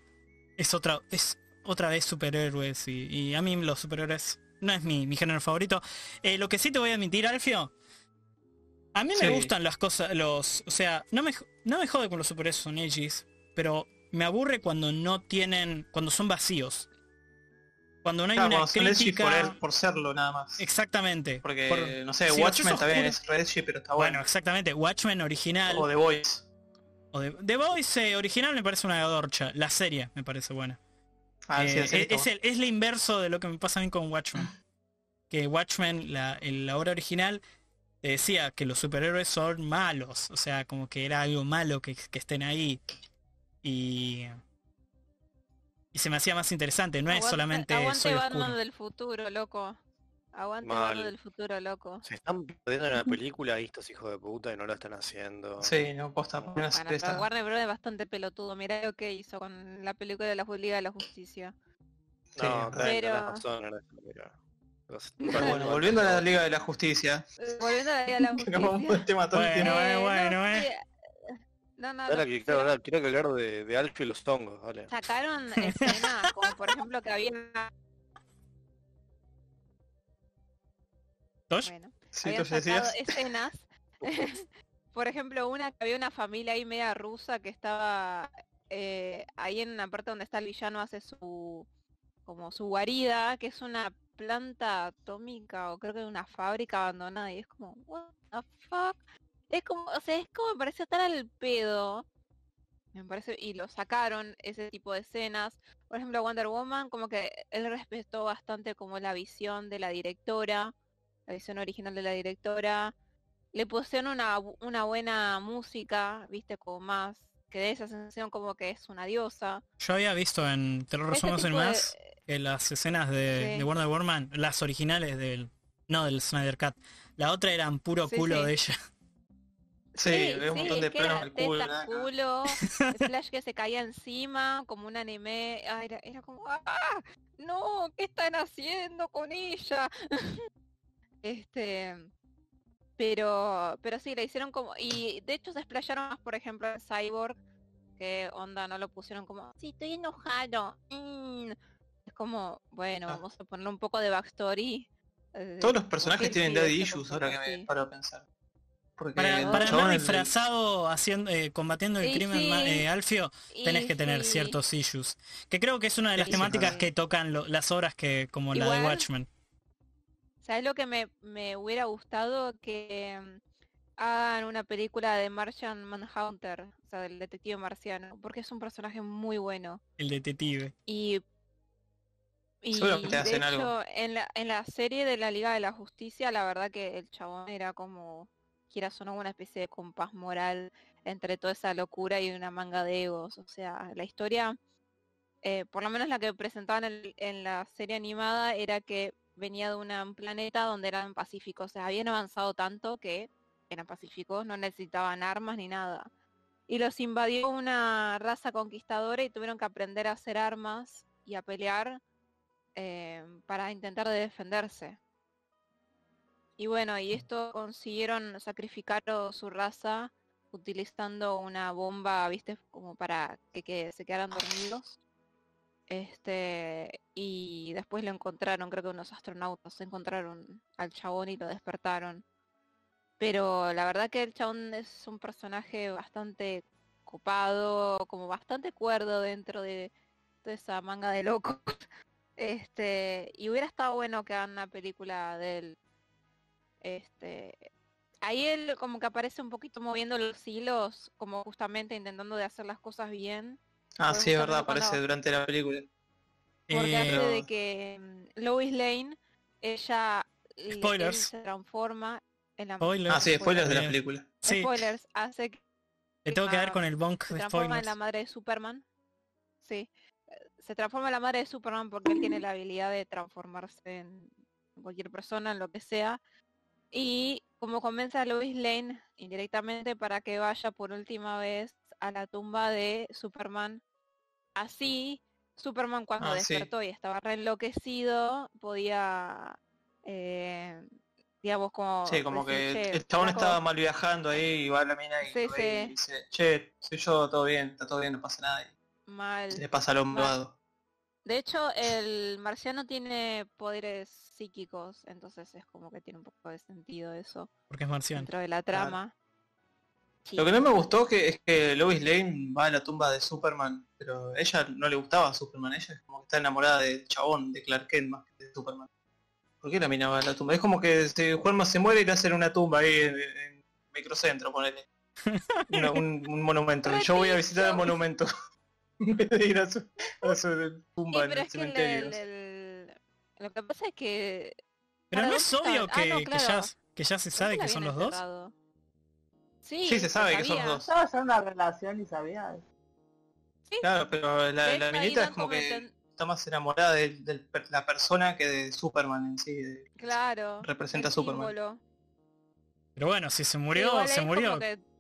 Es otra. Es otra vez superhéroes. Y, y a mí los superhéroes no es mi, mi género favorito. Eh, lo que sí te voy a admitir, Alfio. A mí me Sí. gustan las cosas, los. O sea, no me, jo- no me jode con los superhéroes son edgys, pero me aburre cuando no tienen. cuando son vacíos. Cuando no hay Claro, una cuando son edgy crítica. por, el- por serlo nada más. Exactamente. Porque, por- no sé, si los Watchmen sos está bien, oscuro- es re edgy, pero está Bueno, bueno. exactamente. Watchmen original. o The Voice. O de- The Voice eh, original me parece una dorcha. La serie me parece buena. Ah, sí, Eh, así es, está es el, es la inverso de lo que me pasa a mí con Watchmen. Que Watchmen, la, en la obra original, te decía que los superhéroes son malos. O sea, como que era algo malo que, que estén ahí. Y. Y se me hacía más interesante. No es Aguante- solamente aguante soy Batman oscuro. del futuro, loco. Aguante Mal. Batman del futuro, loco. se están perdiendo en la película ahí estos hijos de puta y no lo están haciendo. bueno. Sí, no, posta, por una Bueno, serie pero está- Warner Bros. es bastante pelotudo. Mirá lo que hizo con la película de la Liga de la Justicia. sí, verdad. No, tenés Pero- razón, no lo están, pero- Los- Bueno, volviendo a la Liga de la Justicia, Eh, Volviendo a la Liga de la que nos vamos justicia. del tema todo el Bueno. tiempo. eh, no, bueno, sí, eh. No, no, Ahora no, que- claro, ahora quiero que hablar de, de Alfio y los tongos, dale. Sacaron escenas como por ejemplo que había ¿Tosh? bueno, Sí, habían tú sacado este decías. escenas. por ejemplo, una que había una familia ahí media rusa que estaba eh, ahí en una parte donde está el villano hace su como su guarida, que es una planta atómica o creo que una fábrica abandonada y es como what the fuck. Es como, o sea, es como me pareció tan al pedo. Me parece y lo sacaron ese tipo de escenas. Por ejemplo, Wonder Woman como que él respetó bastante como la visión de la directora, la visión original de la directora le pusieron una, bu- una buena música, viste, como más, que de esa sensación como que es una diosa. Yo había visto en Terror Ese Somos en este tipo de- Más que las escenas de, Sí. de Wonder Woman, las originales del... No, del Snyder Cut. La otra eran puro Sí, culo sí. de ella. Sí, había un montón de es que era planos al culo. teta, nada. culo, el flash que se caía encima, como un anime, ah, era, era como, ¡ah! No, ¿qué están haciendo con ella? este, pero, pero sí, le hicieron como, y de hecho se explayaron más, por ejemplo, en Cyborg, que onda, no lo pusieron como, sí, estoy enojado, mm". es como, bueno, Ah. vamos a ponerle un poco de backstory. eh, Todos los ¿por personajes qué tienen hizo daddy esta issues, persona ahora que me así? paro a pensar. Porque Para, los para andar chabones- disfrazado haciendo, eh, combatiendo el Sí, crimen, ma- sí. eh, Alfio, tenés Y que tener sí. ciertos issues. Que creo que es una de las Sí, temáticas sí. que tocan lo- las obras que como la de Igual, Watchmen. ¿Sabes lo que me, me hubiera gustado? Que mm, hagan una película de Martian Manhunter, o sea, del detective marciano, porque es un personaje muy bueno. El detective. Y, y Seguro que te de hacen algo. hecho, en la, en la serie de la Liga de la Justicia, la verdad que el chabón era como, quieras o no, una especie de compás moral entre toda esa locura y una manga de egos. O sea, la historia, eh, por lo menos la que presentaban en, en la serie animada, era que venía de una- un planeta donde eran pacíficos. O sea, habían avanzado tanto que eran pacíficos, no necesitaban armas ni nada. Y los invadió una raza conquistadora y tuvieron que aprender a hacer armas y a pelear eh, para intentar de defenderse. Y bueno, y esto consiguieron sacrificar o- su raza utilizando una bomba, viste, como para que, que se quedaran dormidos. Este, y después lo encontraron, creo que unos astronautas encontraron al chabón y lo despertaron. Pero la verdad que el chabón es un personaje bastante copado, como bastante cuerdo dentro de toda esa manga de locos. Este, y hubiera estado bueno que hagan una película de él. Este, ahí él como que aparece un poquito moviendo los hilos, como justamente intentando de hacer las cosas bien. Ah, Porque sí, es verdad, justamente cuando- aparece durante la película. Porque Eh, hace de Pero- que mm, Lois Lane, ella le- él Spoilers. se transforma en la Spoilers. Ah, sí, spoilers de la Bien. película. sí, spoilers, hace que le tengo que dar con el bonk se de transforma en spoilers. la madre Ah, de Superman. Sí. eh, Se transforma en la madre de Superman porque él tiene la habilidad de transformarse en cualquier persona, en lo que sea. Y como convence a Lois Lane indirectamente para que vaya por última vez a la tumba de Superman. Así, Superman cuando Ah, sí. despertó y estaba reenloquecido, podía, eh, digamos, como... Sí, como que decir, Oh, "Che, el chabón flaco, estaba mal viajando ahí y va a la mina y, Sí, lo ve y sí. dice, che, soy yo, todo bien, está todo bien, no pasa nada. mal". Y le pasa al hombro. dado. De hecho, el marciano tiene poderes psíquicos, entonces es como que tiene un poco de sentido eso Porque es marciano. dentro de la Claro. trama. Sí. Lo que no me gustó que, es que Lois Lane va a la tumba de Superman, pero a ella no le gustaba Superman, ella es como que está enamorada del chabón, de Clark Kent más que de Superman. ¿Por qué la mina va a la tumba? Es como que este, Juanma se muere y le hacen una tumba ahí en, en microcentro, ponele. Una- un, un monumento. Y Yo voy a visitar el Ratito. monumento. En vez de ir a su, a su Sí, tumba en pero el es que el- cementerio. el- el- lo que pasa es que... Pero ¿Para no dónde es obvio estaban? Ah, que, no, que claro. ya, que ya se ¿por qué sabe la que son los habían dos. enterrado? Sí, Sí, se sabe que son sabía. los dos. Estaba ya en una relación y sabía. Sí, Claro, pero de la, hecho, la ahí minita es dan como que enten- está más enamorada de, del per- la persona que de Superman en sí. de- Claro. representa el a Superman. símbolo. Pero bueno, si se murió, Igual se es como murió. que- Ah,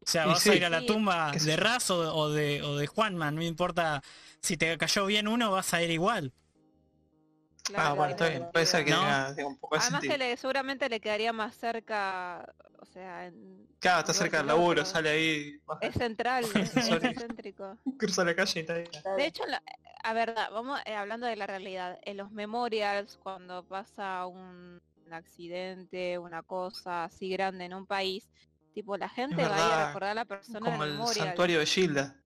O sea, Y vas a sí. ir a la Sí. tumba Qué sé de yo. Raz o, o de, o de Juanman, no importa si te cayó bien uno, vas a ir igual. Ah, Claro, bueno, está bien. Puede ser que No. tenga, tenga un poco de Además que sentido. le, seguramente le quedaría más cerca, o sea, en- Claro, está cerca del Igual que laburo, otro. sale ahí, baja, es central, es, es Sorry. céntrico. cruza la calle y está ahí. De hecho, en la- a ver, da- vamos eh, hablando de la realidad. En los memorials, cuando pasa un, un accidente, una cosa así grande en un país, tipo la gente va a ir verdad, a recordar a la persona del Como el memorial. santuario de Gilda.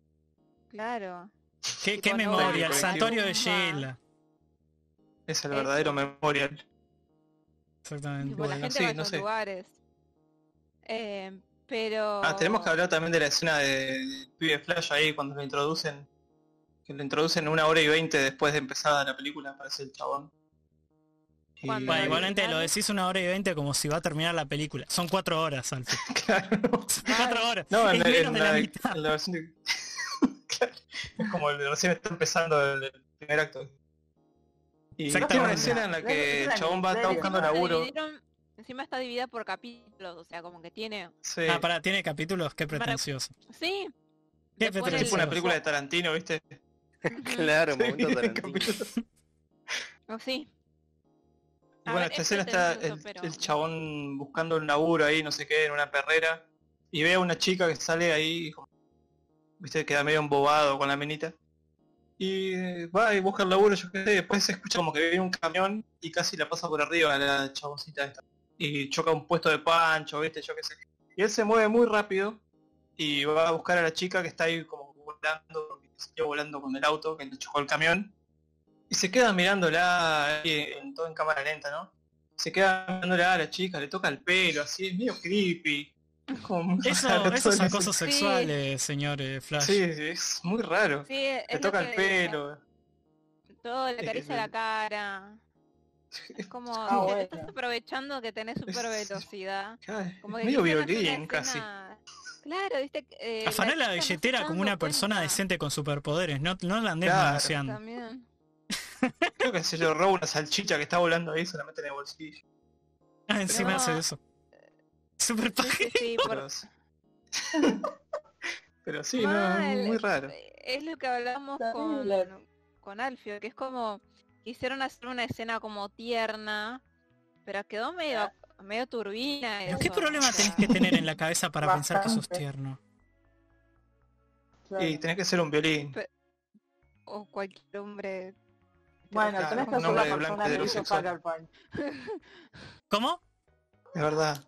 Claro. ¿Qué, Y qué con memoria? El Oda, santuario de con Uma. Sheila. Es el Eso. verdadero memorial. Exactamente. Tipo, la Bueno, gente sí, va a no esos sé. lugares. Eh, pero. Ah, tenemos que hablar también de la escena de, del pibe Flash ahí cuando lo introducen. Que lo introducen una hora y veinte después de empezada la película, parece el chabón. Y- Cuando Bueno, Pero igualmente lo original- decís una hora y veinte como si va a terminar la película. Son cuatro horas, Alfie. Claro. cuatro horas. No, en, es la- menos en de la, la en mitad. la versión de- Claro, Es como el, recién está empezando el, el primer acto. Y Exactamente. tiene una escena en la que el chabón va, está buscando Encima se laburo. dividieron- Encima está dividida por capítulos, o sea, como que tiene. Sí, Ah, pará, tiene capítulos, qué pretencioso. Sí. Qué le ponen para- es tipo el- una película de Tarantino, ¿viste? Ujú. Claro, Este momento Sí, Tarantino. capítulo. Oh, sí. Y A bueno, ver, esta es escena está pretencioso, el, pero- el chabón buscando un laburo ahí, no sé qué, en una perrera. Y ve a una chica que sale ahí, y como- viste, queda medio embobado con la menita. Y eh, va y busca el laburo, yo qué sé, después se escucha como que viene un camión y casi la pasa por arriba a la chaboncita esta. Y choca un puesto de pancho, viste, yo qué sé. Y él se mueve muy rápido y va a buscar a la chica que está ahí como volando, porque salió volando con el auto, que le chocó el camión. Y se queda mirándola ahí en, todo en cámara lenta, ¿no? Se queda mirándola a la chica, le toca el pelo, así, es medio creepy. Es como muy raro Eso, todo esos eso. acosos Sí. sexuales, señor eh, Flash. Sí, es muy raro. Sí, es Le lo toca el que- pelo. Todo, le acaricia la el- cara. Es como, Ah, que bueno. te estás aprovechando que tenés super velocidad. Ay, Como que medio quisieron hacer una violín casi. escena- Claro, viste que... eh, Afaná la chica no se billetera está como una dando persona cuenta. decente con superpoderes, no, no la andes Claro. manoseando. También. Creo que se le roba una salchicha que está volando ahí, se la mete en el bolsillo. Ah, encima No. hace eso. Super Sí, sí, sí, por- Pero, pero sí, no, es Mal. muy raro. es lo que hablamos Terrible. con, con Alfio, que es como... Quisieron hacer una escena como tierna, pero quedó medio, medio turbina. ¿Pero ¿Qué eso, o problema sea, tenés que tener en la cabeza para pensar que sos Bastante. tierno? Claro. Y tenés que ser un violín. Pe- O cualquier hombre... Bueno, Claro, tenés que un hacer la hombre blanco persona que hizo heterosexual. Hacker Punch, ¿Cómo? Es verdad.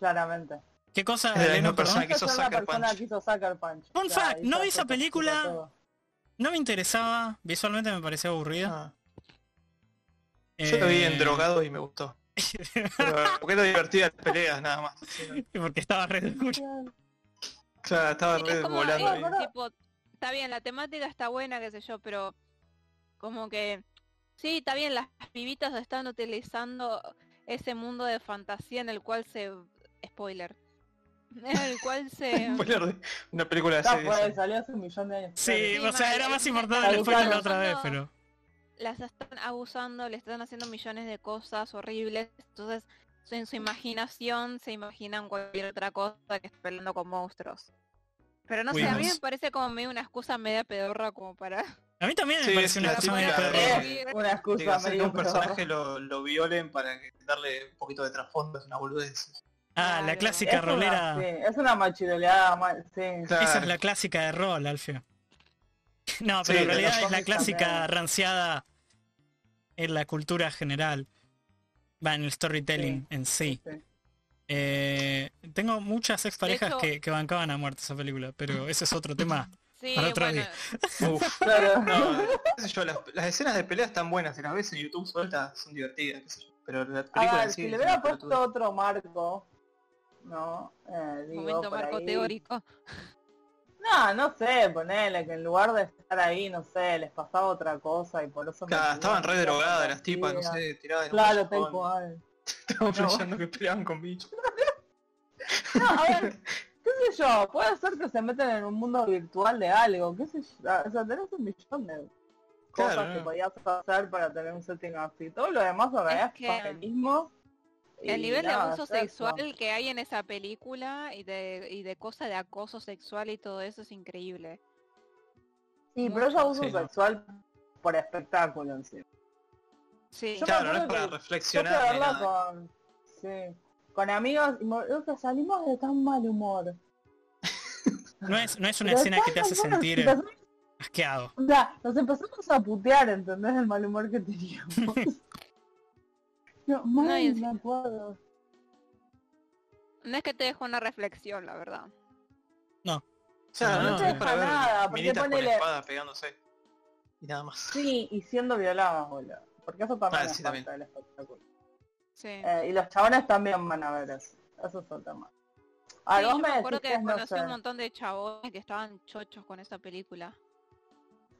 claramente. ¿Qué cosa? Es de la Elena, perdón? misma persona Tenés que hizo hacer la Sucker persona Punch. que hizo Sucker Punch. Fun Claro, fact, no vi esa hizo película. todo. No me interesaba, visualmente me parecía aburrida. Ah, Yo lo vi en Eh, drogado y me gustó. Pero, porque era divertida las peleas nada más. Sí, no. Porque estaba re duro. Claro, estaba Sí, es re como, volando eh, ahí. ¿verdad? tipo, está bien, la temática está buena, qué sé yo, pero como que sí, está bien, las pibitas están utilizando ese mundo de fantasía en el cual se spoiler, en el cual se Spoiler de Una película de Ya serie. fue, salió hace un millón de años. Sí, Sí, o sea, mal, era eh, más me importante estaba el spoiler la buscando. otra vez, pero. las están abusando, le están haciendo millones de cosas horribles, entonces en su imaginación se imaginan cualquier otra cosa que esté peleando con monstruos. Pero no sé, a mí me Cuidados. parece como medio una excusa media pedorra como para... A mí también me Sí, pareció es una la excusa de típica perro. de- Eh, Una Digo, excusa hacer que medio un personaje lo, lo violen para que- darle un poquito de trasfondo es una boludez. Ah, la Claro. clásica rolera. Una, sí, es una machiroleada mal, sí. Esa es la clásica de rol, Alfio. No, pero Sí, en de realidad los es la zombies clásica también. ranciada en la cultura general. Va, en el storytelling en sí. sí. Eh, tengo muchas exparejas hecho- que, que bancaban a muerte esa película, pero ese es otro tema. Sí, Para otro bueno, día. Uf, Claro. no, qué sé yo, las, las escenas de pelea están buenas, si las ves en YouTube sueltas son divertidas, qué sé yo, pero la A película ver, en sí Ah, si es una le hubiera puesto pelotudez. otro marco, ¿no? Eh, digo, momento por marco ahí- teórico. No, no sé, ponele que en lugar de estar ahí, no sé, les pasaba otra cosa y por eso... me Claro, olvidé estaban re de la drogadas las tipas, no fantasía. sé, tiradas en un Claro, tal callejón. cual. Estaban flasheando que peleaban con bichos. No, a ver, qué sé yo, puede ser que se meten en un mundo virtual de algo, qué sé yo, o sea, tenés un millón de cosas Claro, que no. podías hacer para tener un setting así, todo lo demás en realidad que- es papelismo. El y nivel de nada, abuso sexo. sexual que hay en esa película y de, y de cosa de acoso sexual y todo eso es increíble. Sí, pero es abuso Sí, no. sexual por espectáculo en sí. Sí. Yo me Claro, no es acuerdo para que- Yo fui reflexionar. a ni verla nada. con, sí, con amigos y me acuerdo que salimos de tan mal humor. No es, no es una Pero escena tan que te hace mal humor, sentir eh, nos empezamos- asqueado. o sea, nos empezamos a putear, ¿entendés? El mal humor que teníamos. no, mal, No, y me encima- acuerdo. No es que te dejo una reflexión, la verdad. Claro, No no, te es deja para ver nada, porque minitas con ponele- espada pegándose. Y nada más. Sí, y siendo violadas, boludo. Porque eso también Ah, es sí, parte también. del espectáculo. Sí. Eh, y los chabones también van a ver eso. Eso es otro tema. A Sí, vos yo me me acuerdo decís que no conocí sé. un montón de chabones que estaban chochos con esa película.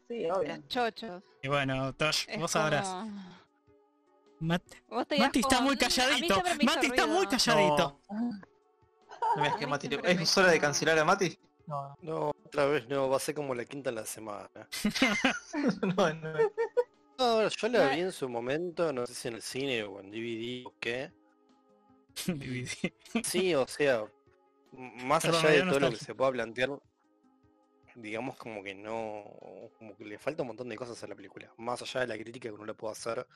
Sí, obvio. Eran chochos. Y bueno, Tosh, Es vos sabrás. como- Mat- Vos te Mati digas está como, muy "Mm, a mí calladito. siempre me hizo Mati está ruido". muy calladito. ¿No ves que A mí Mati le- siempre me ¿Es hora de hizo- cancelar a Mati? No, No, otra vez no, va a ser como la quinta en la semana. no, no. No, yo la No. vi en su momento, no sé si en el cine o en DVD o qué. Dividí. Sí, o sea, m- más Perdón, allá me de dio todo lo que nostalgia. se pueda plantear, digamos como que no, como que le falta un montón de cosas a la película, más allá de la crítica que uno le puede hacer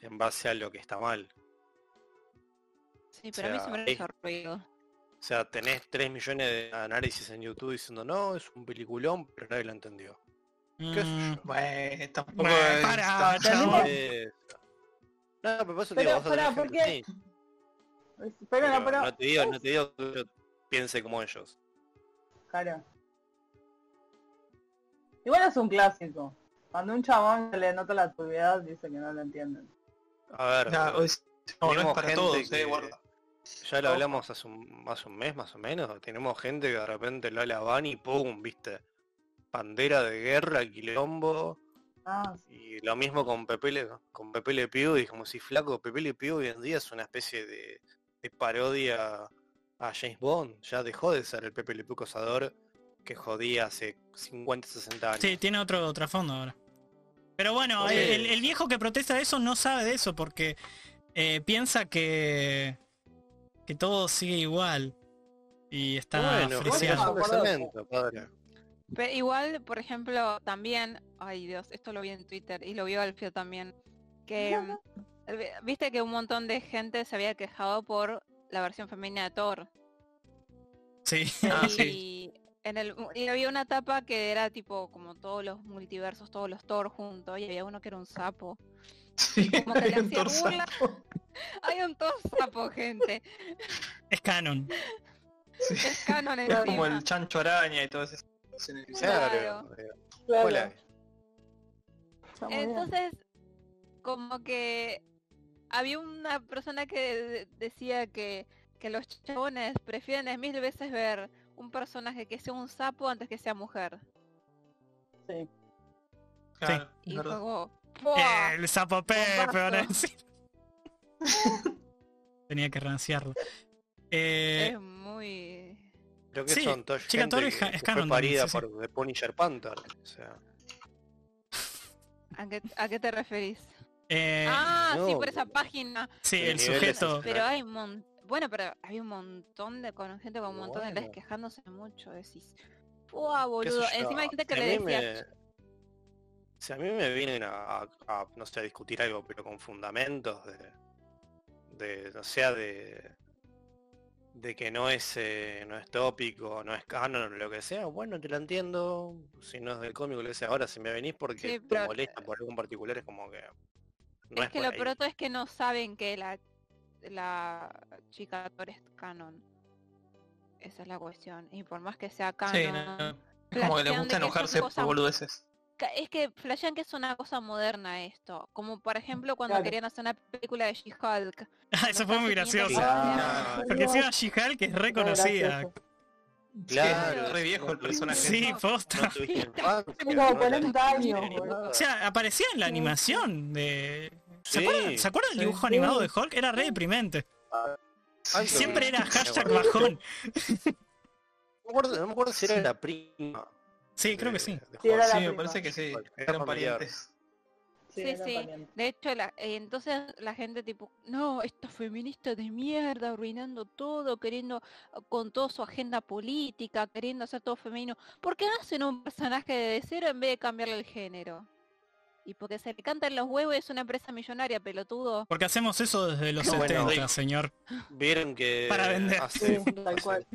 en base a lo que está mal. Sí, pero a mí sea, siempre me ahí- hizo ruido. O sea, tenés 3 millones de análisis en YouTube diciendo, no, es un peliculón, pero nadie lo entendió. ¿Qué sé Mm, yo? Bueno, tampoco Bueno, es pará, tan- chabón. Eh, No, pero por eso te Pero, digo, vos a tener pará, ¿por gente qué? así, Es- pero Pero, no, pero... no te digo, no te digo que yo piense como ellos. Claro. Igual es un clásico. Cuando un chabón se le nota la turbidez dice que no lo entienden. A ver, No, es- no, no es Tenemos para gente todos, eh, que- guarda. Ya lo hablamos hace un, hace un mes más o menos. Tenemos gente que de repente lo alaban y ¡pum! ¿Viste? Bandera de guerra, quilombo. Ah, sí. Y lo mismo con Pepe Le, con Pepe Le Pew. Y como si flaco, Pepe Le Pew hoy en día es una especie de, de parodia a James Bond. Ya dejó de ser el Pepe Le Pew cosador que jodía hace 50, 60 años. Sí, tiene otro trasfondo ahora. Pero bueno, Sí. el, el viejo que protesta de eso no sabe de eso porque eh, piensa que que todo sigue igual y está bueno, vos friseado. es un me acuerdo de- testamento, padre. Pero igual, por ejemplo, también, ay Dios, esto lo vi en Twitter y lo vio Alfio también, que mm, vi- viste que un montón de gente se había quejado por la versión femenina de Thor. Sí. Ah, y sí. en el y había una etapa que era tipo como todos los multiversos, todos los Thor juntos, y había uno que era un sapo. Sí, como que hay le un hacía torso. burla. Hay un Thor sapo, gente. Es canon. Sí. Es canon Era como encima. el chancho araña y todo eso. Claro. Claro. eh, Claro, ¿cuál hay? está muy bien. Entonces, como que había una persona que de- decía que, que los chabones prefieren mil veces ver un personaje que sea un sapo antes que sea mujer. Sí. Claro, es Y verdad. fue como, ¡buah! el sapo Pepe, bombazo. van a decir. Tenía que ranciarlo. Eh, es muy... Creo que Sí, son toda Chica gente Torre es que, ca- es que canon fue también, parida sí, sí. por The Punisher Panther. O sea, ¿A qué, a qué te referís? eh, ah, sí, no, por esa boludo. página. sí, el el nivel es sujeto. ese. Pero Claro. hay un mon- Bueno, pero había un montón de con gente con un montón de les Bueno. quejándose mucho. Decís, ¡buah, qué sé boludo! yo, Encima hay gente que si a le mí decía, me- Si a mí me vienen a, a- a, no sé, a discutir algo, pero con fundamentos de... de o sea, de... De que no es, eh, no es tópico, no es canon, lo que sea, bueno, te lo entiendo. Si no es del cómic, lo que sea. Ahora, si me venís porque te Sí, pero- molesta por algo en particular, es como que... No es, es, que por lo ahí. pronto es que no saben que la, la chica Thor es canon. Esa es la cuestión. Y por más que sea canon, Sí, no, no. Es como que les plantean gusta de que es una enojarse por cosa- boludeces. ca- es que flashean que es una cosa moderna esto. Como por ejemplo cuando Claro. querían hacer una película de She-Hulk. Ah, eso fue muy Mostrarse 500 gracioso. Ah, Claro. Porque encima She-Hulk es qué reconocida. gracioso. Sí, Claro, es re viejo el personaje. Sí, pues. No posta. tuviste infancia, Como no 40 tenés años, ni boludo. nada. O sea, aparecía en la animación de... ¿Se Sí. acuerdan, ¿se acuerdan del Sí. dibujo animado de Hulk? Era re deprimente. Ay, lo Siempre vi. era Me hashtag acuerdo. bajón. No me acuerdo, no me acuerdo si era la prima. Sí, de- creo que sí. de Sí, era Hulk. la Sí, prima. me parece que sí. Porque era Eran familiar. parientes. Sí, Sí, era sí. pariente. De hecho, la- eh, entonces la gente tipo, no, estos feministas de mierda, arruinando todo, queriendo eh, con toda su agenda política, queriendo hacer todo femenino. ¿Por qué no hacen un personaje de cero en vez de cambiarle el género? Y porque se le cantan los huevos es una empresa millonaria, pelotudo. Porque hacemos eso desde los Bueno. 70, señor. Vieron que Para vender. hace, Sí, tal hace cual.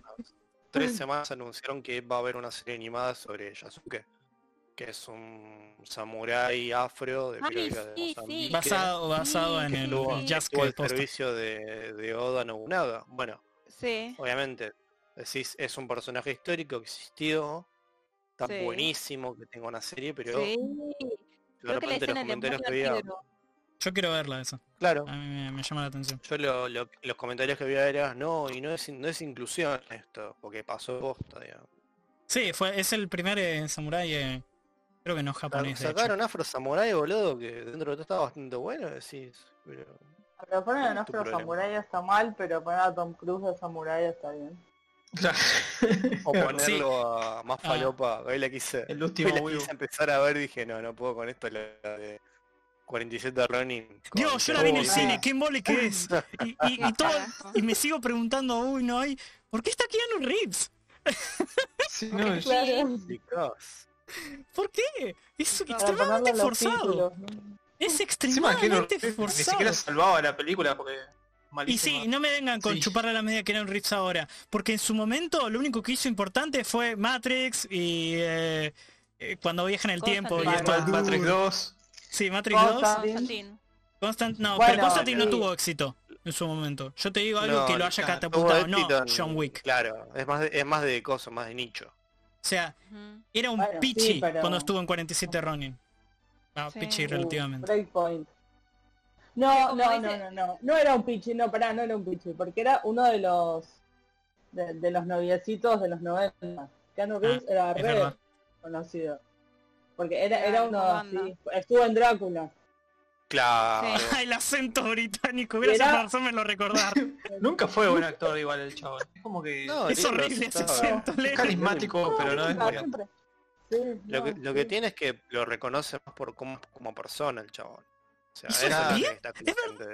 tres semanas anunciaron que va a haber una serie animada sobre Yasuke, que es un samurái afro de Ay, República de sí, sí. Mozambique, Basado, basado en que el estuvo, jazz estuvo que al posta. servicio de, de Oda Nobunaga. Bueno, Sí. obviamente, decís, es un personaje histórico que existió, está Sí. buenísimo que tenga una serie, pero sí. de Creo que repente la los escena del comentarios que emporio veía, negro. Yo quiero verla esa. claro, A mí me, me llama la atención. Yo lo- lo- los comentarios que había era, no, y no es, in- no es inclusión esto, porque pasó posta, digamos. Sí, fue, es el primer eh, samurái, eh, creo que no japonés. de hecho. Sacaron Afro Samurai, boludo, que dentro de todo estaba bastante bueno, decís, pero... Pero poner a Es tu nuestro problema. samurái está mal, pero poner a Tom Cruise de samurái está bien. O ponerlo Sí. Ah. a más falopa, ahí la quise, El ahí último la Wibu. quise empezar a ver, dije, no, no puedo con esto, la de 47 Ronin. con Dios, yo la vi en el Terry Uy, cine, no. qué mole que es. Y, y- y todo, y me sigo preguntando, uy, no hay. ¿Por qué está Keanu Reeves? Sí, Porque no, es yo- Wilson, chicos. ¿Por qué? Es Para ponerle extremadamente los forzado. títulos, ¿no? Es encima que no- extremadamente ni forzado. siquiera salvaba la película porque Y malísima. sí, no me vengan con Sí. chupar a la medida que eran Reeves ahora, porque en su momento lo único que hizo importante fue Matrix y eh, eh, cuando viajan el Cosas tiempo y de Ma- esto- Batman. Matrix 2. Sí, Matrix 2. Ah, Constantine. Constantín. Constant- no, Bueno, pero Constantine no sí. tuvo éxito en su momento. Yo te digo algo No, que lo haya no, catapultado, tuvo éxito no, en- John Wick. Claro, es más de, es más de coso, más de nicho. O sea, Ujú. era un Bueno, sí, pichi pero- cuando estuvo en 47 Ronin. Ah, Sí. pichi Uh, relativamente. Breakpoint. Pero No, como no, no, dice- no, no. No era un pichi, no, pará, no era un pichi, porque era uno de los de, de los noviecitos de los 90. Keanu Reeves era Ah, es re verdad. conocido. Porque era, Era era de uno esa así. banda. Estuvo en Drácula. Claro. Sí. Ah, el acento británico, gracias Era- por hacerme lo recordar. Nunca fue buen actor igual el chaval. Es como que No, es sí, lo horrible ese aceptaba. acento, es Leo. carismático, pero no es Nunca, bueno. siempre. Sí, Lo, no, que, lo que sí. tiene es que lo reconoce más por como, como persona el chabón. O sea, ¿Y eso sos es lo bien? que está crujiente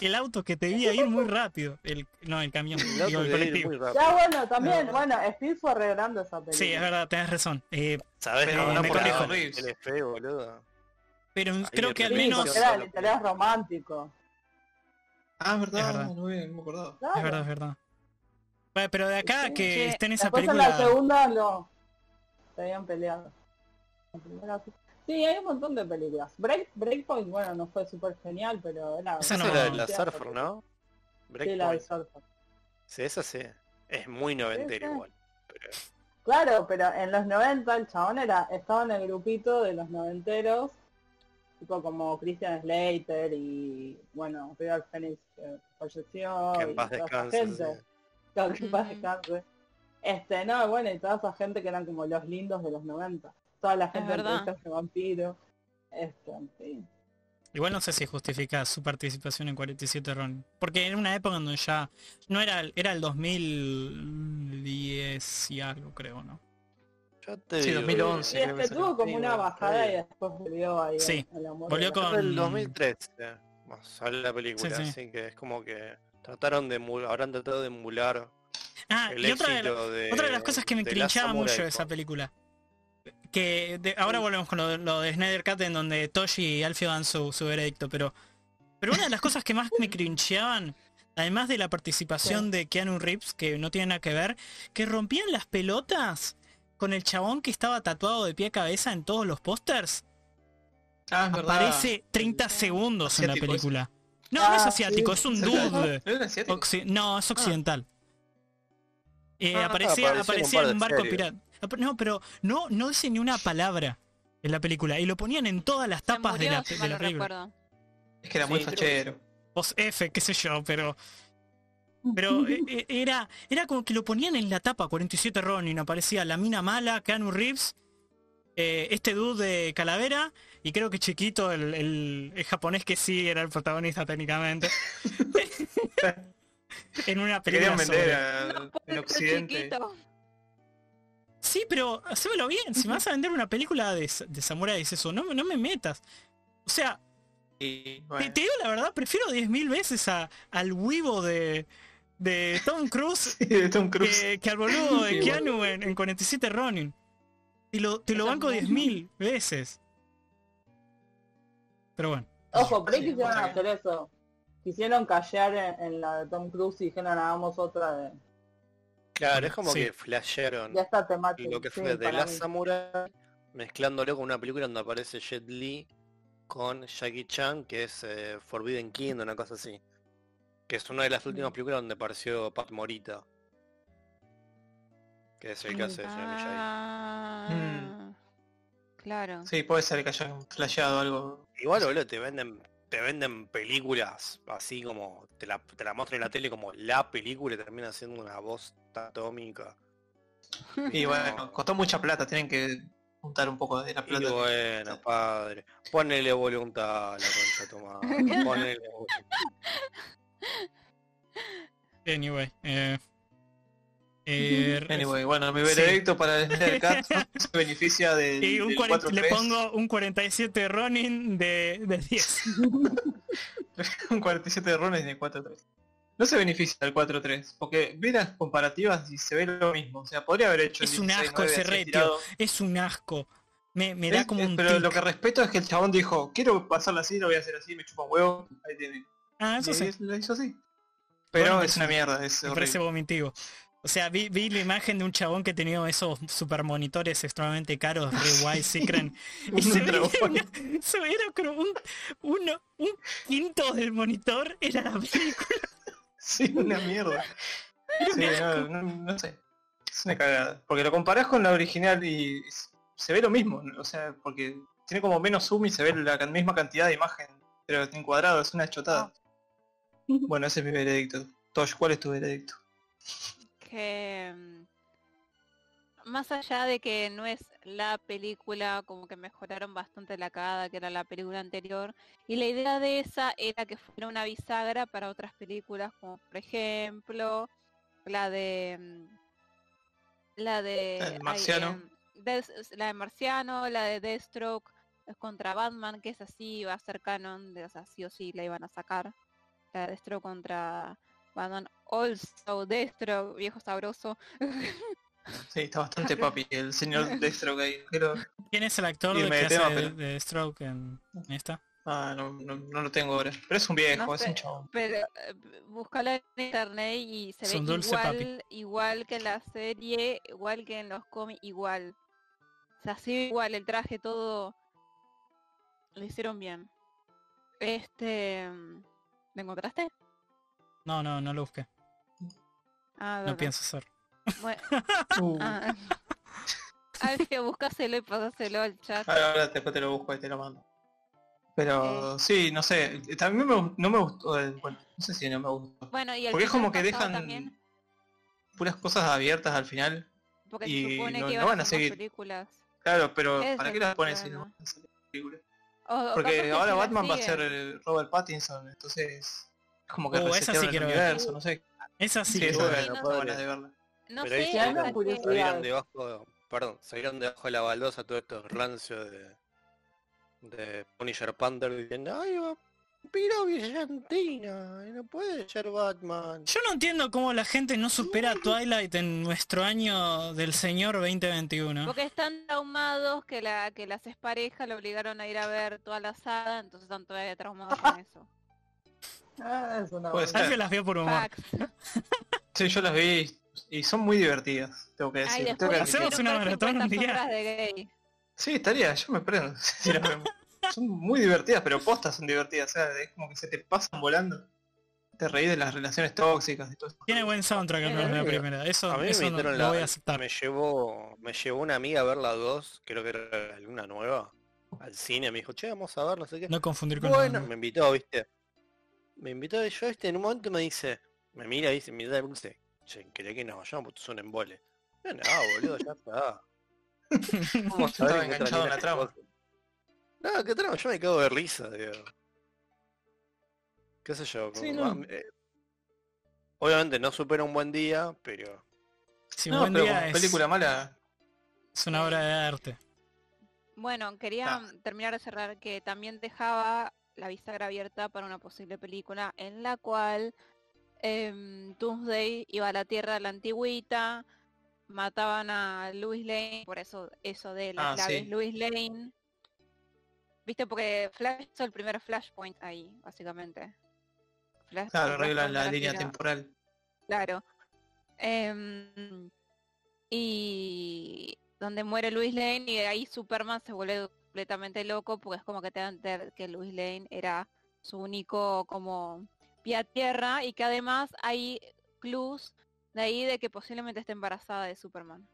de- El auto que te vi a ir muy rápido. El, no, el camión. El digo, otro el que viene colectivo. muy rápido. Ya bueno, también, No. bueno, Steve fue arreglando esa película. Sí, es verdad, tenés razón. Eh, ¿Sabes? Pero no, me por corrijo. nada, Él es feo, boludo. pero creo que al Sí, menos... porque Es era el interés romántico. Ah, es verdad, Es verdad. no me no me acordaba. Claro. verdad, es verdad. Bueno, pero de acá Sí, que sí. esté en esa Después en película... la segunda lo se habían peleado. La primera sí. Sí, hay un montón de películas. Break, Breakpoint, bueno, no fue súper genial, pero era... Esa no. Esa es la de la Sí, Surfer, ¿no? Sí, la de Breakpoint. Surfer. Sí, esa sí. Es muy noventero sí. igual. Pero Claro, pero en los 90 el chabón era, estaba en el grupito de los noventeros, tipo como Christian Slater y, bueno, River Phoenix que falleció que y en paz toda esa descanse. gente. sí. Claro, que en paz Ujú. descanse. Este, no, bueno, y toda esa gente que eran como los lindos de los 90. Toda la gente verdad. de de vampiro. Este, sí. Igual no sé si justifica su participación en 47 Ron. Porque en una época donde ya... No era, el- era el 2010 y algo, creo, ¿no? Yo te Sí, digo, eh, 2011. Y creo que este tuvo salió. como Sí, una bueno, está bajada y bien. después volvió ahí. Sí, al amor volvió de la- con- Fue el 2013. Más sale la película, Sí, sí. así que es como que trataron de emular, habrán tratado de emular Ah, el y otra de, la- éxito de Otra de las cosas que me de la crinchaba Samurai mucho de esa con- película. Que de- ahora volvemos con lo, de- lo de Snyder Cut en donde Toshi y Alfie dan su, su veredicto, pero. Pero una de las cosas que más me crincheaban, además de la participación de Keanu Reeves, que no tiene nada que ver, que rompían las pelotas con el chabón que estaba tatuado de pie a cabeza en todos los pósters. Ah, es verdad. Aparece 30 segundos en la Asiático, es. película. No, no es Ah, asiático, sí. es un ¿Es verdad? dude. ¿No era asiático? Occi- no, es occidental. Eh, Ah, aparecía, apareció en un aparecía par en de un barco series. pirata. Ap- No, pero no, no dice ni una palabra en la película. Y lo ponían en todas las Se tapas de la, murió, de si la mal no película. recuerdo. Es que era muy Sí, creo que fachero. Post F, qué sé yo, pero. Pero eh, eh, era, era como que lo ponían en la tapa 47 Ronin. Aparecía la mina mala, Keanu Reeves, eh, este dude de Calavera, y creo que chiquito, el, el- el japonés que sí era el protagonista técnicamente. en una película. Querían vender sobre- a- en Pero Occidente. chiquito. Sí, pero hacémelo bien. Si me vas a vender una película de, sa- de samuráis, eso, no, me- no me metas. O sea, Y, bueno, te, te digo la verdad, prefiero 10.000 veces a, al huevo de, de Tom Cruise sí, de Tom Cruise. que, que al boludo de Sí, Keanu en, en 47 Ronin. Te lo, te lo Eso banco es 10.000 veces. pero bueno. Ojo, por ahí quisieron otra hacer eso. Quisieron callar en, en la de Tom Cruise y dijeron hagamos otra de, Claro, es como Sí. que flashearon de esta temática. lo que sí, fue de para la mí. Samurai mezclándolo con una película donde aparece Jet Li con Jackie Chan, que es eh, Forbidden King, una cosa así. Que es una de las Mm. últimas películas donde apareció Pat Morita. Que es el que hace el señor Miyagi. Ah, Mm. Claro. Sí, puede ser que hayan flasheado algo. Igual, boludo, te venden, te venden películas así como te la, te la muestran en la tele como la película y termina siendo una voz atómica. Y bueno, costó mucha plata, tienen que juntar un poco de la Y plata. bueno, padre, ponele voluntad a la concha de tu madre, ponele voluntad. Anyway. eh, eh, Anyway, bueno, mi veredicto para el Snyder Cut se beneficia del, Y un del 40 le 4-3, pongo un 47 running de, de 10. un 47 de runes de 4-3. No se beneficia del 4-3, porque ve las comparativas y se ve lo mismo. O sea, podría haber hecho el Es un 16, asco 9, ese así retio. tirado. Es un asco. Me, me Es- da como es- un pero lo tic. que respeto es que el chabón dijo, quiero pasarla así, lo voy a hacer así, me chupa un huevo, ahí tiene. Ah, y eso sí, es- lo hizo así. Pero me es una mierda, es me horrible. parece vomitivo. O sea, vi, vi la imagen de un chabón que tenía esos super monitores extremadamente caros, re guay, si creen. Y se veía, una- se veía como un, uno- un quinto del monitor era la película. Sí, una mierda. Sí, no, no- no sé. Es una cagada. Porque lo comparás con la original y es- se ve lo mismo. O sea, porque tiene como menos zoom y se ve la can- misma cantidad de imagen. Pero en cuadrado, es una chotada. Ah. Bueno, ese es mi veredicto. Tosh, ¿cuál es tu veredicto? que mm, más allá de que no es la película, como que mejoraron bastante la cagada que era la película anterior, y la idea de esa era que fuera una bisagra para otras películas, como por ejemplo la de mm, la de La del ay, Marciano. em, Death- la de Marciano, la de Deathstroke eh, contra Batman, que es así, va a ser canon, de, o sea, sí o sí la iban a sacar. La de Deathstroke contra Batman Also, Destro, viejo sabroso. Sí, está bastante papi. El señor Destro que ahí. Pero, ¿Quién es el actor Y de me que tema, hace de, pero- de Stroke en, en esta? ah, no, no- no lo tengo ahora. Pero es un viejo, No es sé. un chabón. Pero eh, búscala en internet y se Es un ve dulce papi. igual, igual que en la serie, igual que en los cómics, igual. O sea, sí, igual, el traje, todo. Lo hicieron bien. Este. mm, ¿Lo encontraste? No, no, no lo busqué. Ah, No bueno. pienso hacer. Bueno, Uh, ah. Alfio, buscáselo y pasáselo al chat. Ahora, ahora después te lo busco y te lo mando. Pero sí, no sé. También me gust- no me gustó. eh, Bueno, no sé si no me gustó. Bueno, y el Porque es como episodio que pasado dejan también, puras cosas abiertas al final. porque se y supone no- que no iban van a a hacer más seguir. películas. Claro, pero Ese ¿para es qué el las ponen si no problema. van a salir películas? O- o capaz Porque que ahora sí la Batman va a ser siguen. eh, Robert Pattinson, entonces es como que Oh, esa sí resetearon el quiero ver. universo, no sé. Esa sí Sí, que esa voy a era ver. la no forma sé. de verla. No Pero ahí sé, se hasta hablan que- curiosidades. Salieron debajo, perdón, salieron debajo de la baldosa todos estos rancios de, de Punisher Panther diciendo, ay, va- vampiro brillantina, no puede ser Batman. Yo no entiendo cómo la gente no supera a Twilight en nuestro año del señor 2021. Porque están traumados que la que las exparejas lo obligaron a ir a ver toda la saga, entonces están todavía traumados con eso. Ah, es una Puede buena- ser. Alguien las vio por humor. Facts. Sí, yo las vi y son muy divertidas, tengo que Ay, decir. después tengo que Hacemos admitir. hicieron una ver maratón un 50 día. sombras de Grey. Sí, estaría, yo me prendo. si las vemos. son muy divertidas, pero postas son divertidas, o sea, es como que se te pasan volando. Te reís de las relaciones tóxicas y todo eso. Tiene buen soundtrack al menos la Pero- primera. Eso, A mí me eso no, invitaron lo voy a la- aceptar. Me llevó, me llevó una amiga a ver la 2, creo que era la luna nueva, al cine, me dijo, che, vamos a ver, no sé qué. No confundir con bueno, la- me invitó, viste. Me invitó y yo, este, en un momento me dice, me mira y dice, mira, dice, che, quería que nos vayamos porque son embole. Yo, no, boludo, ya está. ¿Cómo Yo estaba sabés que enganchado en la terminaste trama. vos? No, qué trama, yo me cago de risa, digo. Qué sé yo, Sí, como- no. eh, Obviamente no supera un buen día, pero Si un No, buen pero día como es, película mala, es una obra de arte. Bueno, quería Ah. terminar de cerrar que también dejaba la bisagra abierta para una posible película en la cual em, Doomsday iba a la Tierra de la Antigüita, mataban a Louis Lane, por eso eso de las Ah, claves sí. Louis Lane, Viste, porque Flash hizo el primer Flashpoint ahí, básicamente. Flash- Claro, arreglan la Flashpoint línea era- temporal. Claro. Em, y donde muere Luis Lane y de ahí Superman se vuelve completamente loco porque es como que te dan que Luis Lane era su único como pie a tierra y que además hay clues de ahí de que posiblemente esté embarazada de Superman.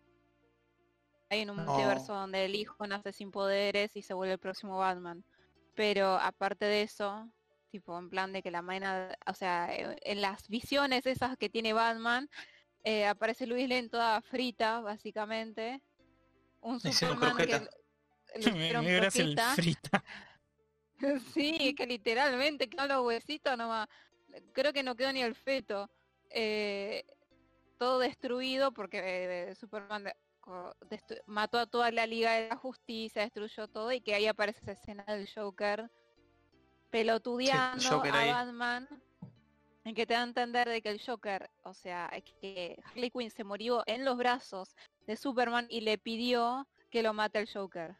Hay en un No. multiverso donde el hijo nace sin poderes y se vuelve el próximo Batman. Pero aparte de eso, tipo en plan de que la mañana, o sea, eh, en las visiones esas que tiene Batman, eh, aparece Luis Lane toda frita, básicamente. Un Le hicieron Superman que croqueta. le le Me, hicieron me gracia el croqueta. frita. Sí, que literalmente quedó los huesitos nomás. Creo que no quedó ni el feto. Eh, todo destruido porque eh, Superman de- co- destru- mató a toda la Liga de la Justicia, destruyó todo y que ahí aparece esa escena del Joker pelotudeando Sí, el Joker a ahí. Batman. En que te da a entender de que el Joker, o sea, es que Harley Quinn se murió en los brazos de Superman y le pidió que lo mate el Joker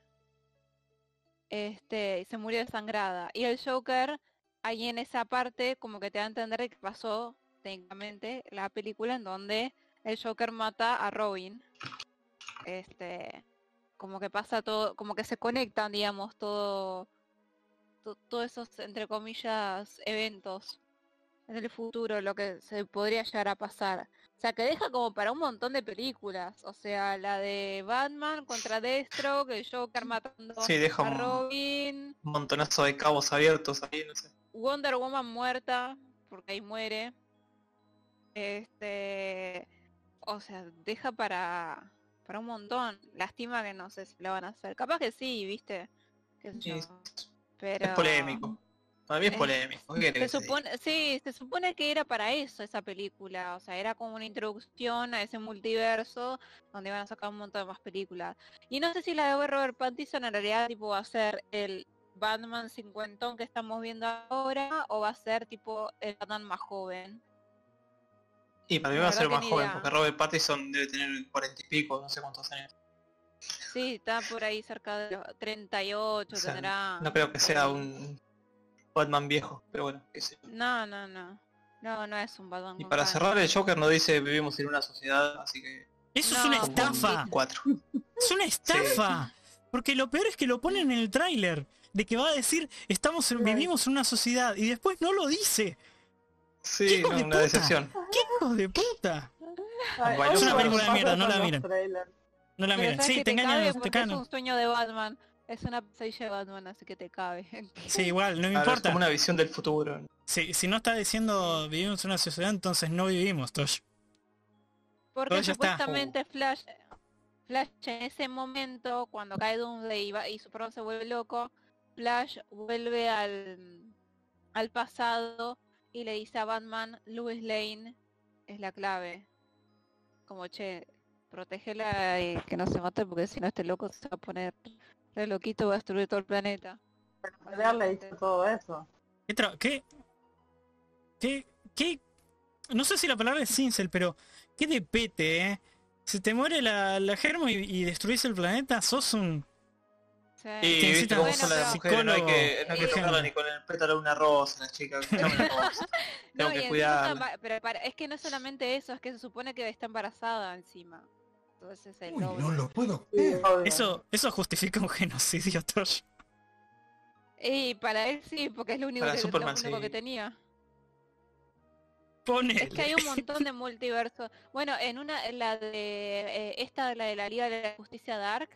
este, y se murió desangrada. Y el Joker, ahí en esa parte, como que te da a entender que pasó técnicamente la película en donde el Joker mata a Robin. Este, como que pasa todo, como que se conectan, digamos, todo, to- todos esos, entre comillas, eventos en el futuro, lo que se podría llegar a pasar. O sea, que deja como para un montón de películas. O sea, la de Batman contra Deathstroke, el Joker matando Sí, deja a un Robin, un montonazo de cabos abiertos ahí, no sé. Wonder Woman muerta, porque ahí muere. Este, o sea, deja para para un montón. Lástima que no sé si la van a hacer. Capaz que sí, ¿viste? Qué sé Sí, yo, es, Pero es polémico. Para mí es Eh, polémico. ¿Qué Se querés que te diga? supone, sí, se supone que era para eso esa película, o sea, era como una introducción a ese multiverso donde iban a sacar un montón de más películas. Y no sé si la de Robert Pattinson en realidad tipo va a ser el Batman cincuentón que estamos viendo ahora o va a ser tipo el Batman más joven. Y para mí la va a ser verdad que más ni joven, idea. porque Robert Pattinson debe tener cuarenta y pico, no sé cuántos años. Sí, está por ahí cerca de los O 38, sea, tendrá. No creo que sea un Batman viejo, pero bueno, qué sé yo. No, no, no. No, no es un Batman. Y con para canas. cerrar, el Joker nos dice vivimos en una sociedad, así que... Eso es No, una como un estafa. Cuatro. Es una estafa. Porque lo peor es que lo ponen en el tráiler. De que va a decir, estamos en- Claro. vivimos en una sociedad. Y después no lo dice. Sí, ¡Hijo no, de una puta! decepción. ¡Qué hijos de puta! Ay, Bueno, odio es una cuando película de pasan mierda, no la los miren. trailers. No la Pero miren. sabes Sí, que te engañan, cabe los- te porque es cagan. un sueño de Batman. Es una pesadilla de Batman, así que te cabe. Sí, igual, no me Claro, es importa. como una visión del futuro. Si, si no está diciendo vivimos en una sociedad, entonces no vivimos, Tosh. Porque ya está. supuestamente Flash, Flash en ese momento, cuando cae Doomsday y, va- y Superman se vuelve loco, Flash vuelve al, al pasado y le dice a Batman, Louis Lane es la clave. Como, che, protégela y que no se mate porque si no este loco se va a poner re loquito, va a destruir todo el planeta. Haberle dicho todo eso. ¿Qué, tra- qué, qué, qué- no sé si la palabra es cincel, pero qué de pete, eh. Se te muere la, la germo y, y destruís el planeta, sos un... Sí. Y Te viste incitan cómo Bueno, son las pero- mujeres, no hay que, no hay que Psicólogo. tocarla ni con el pétalo de una rosa, las chicas. escuchame una cosa. Tengo No, y que encima cuidarla. está embar- pero para- es que no es solamente eso, es que se supone que está embarazada encima. Entonces el Uy, doble. no lo puedo Sí, creer. obvio. Eso, eso justifica un genocidio, Tosh. Y para él sí, porque es lo único, Para que, lo Superman, único sí. que tenía. Ponele. Es que hay un montón de multiversos. Bueno, en una, en la de eh, esta, la de la Liga de la Justicia Dark,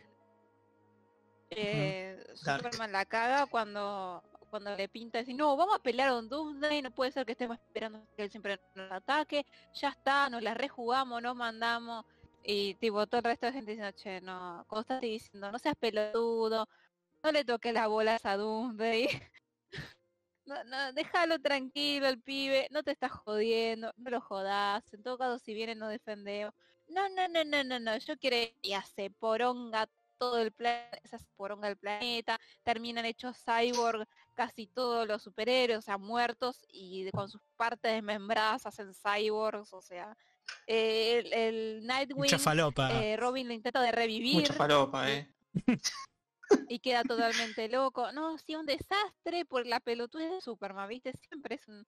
eh, Dark. Superman la caga cuando cuando le pinta decir, no, vamos a pelear con Doomsday, no puede ser que estemos esperando que él siempre nos ataque, ya está, nos la rejugamos, nos mandamos, y tipo todo el resto de gente diciendo, che, no, Constante diciendo, no seas pelotudo, no le toques las bolas a Doomsday. No, no, déjalo tranquilo el pibe, no te estás jodiendo, no lo jodas, en todo caso si viene no defendemos. No, no, no, no, no, no, yo quiero y hace poronga todo el planeta, se hace poronga el planeta, terminan hechos cyborg casi todos los superhéroes, o sea, muertos y de- con sus partes desmembradas hacen cyborgs, o sea, eh, el, el Nightwing, Mucha falopa. eh, Robin lo intenta de revivir, Mucha falopa, eh. y queda totalmente loco. No, sí, un desastre por la pelotudez de Superman, ¿viste? Siempre es un...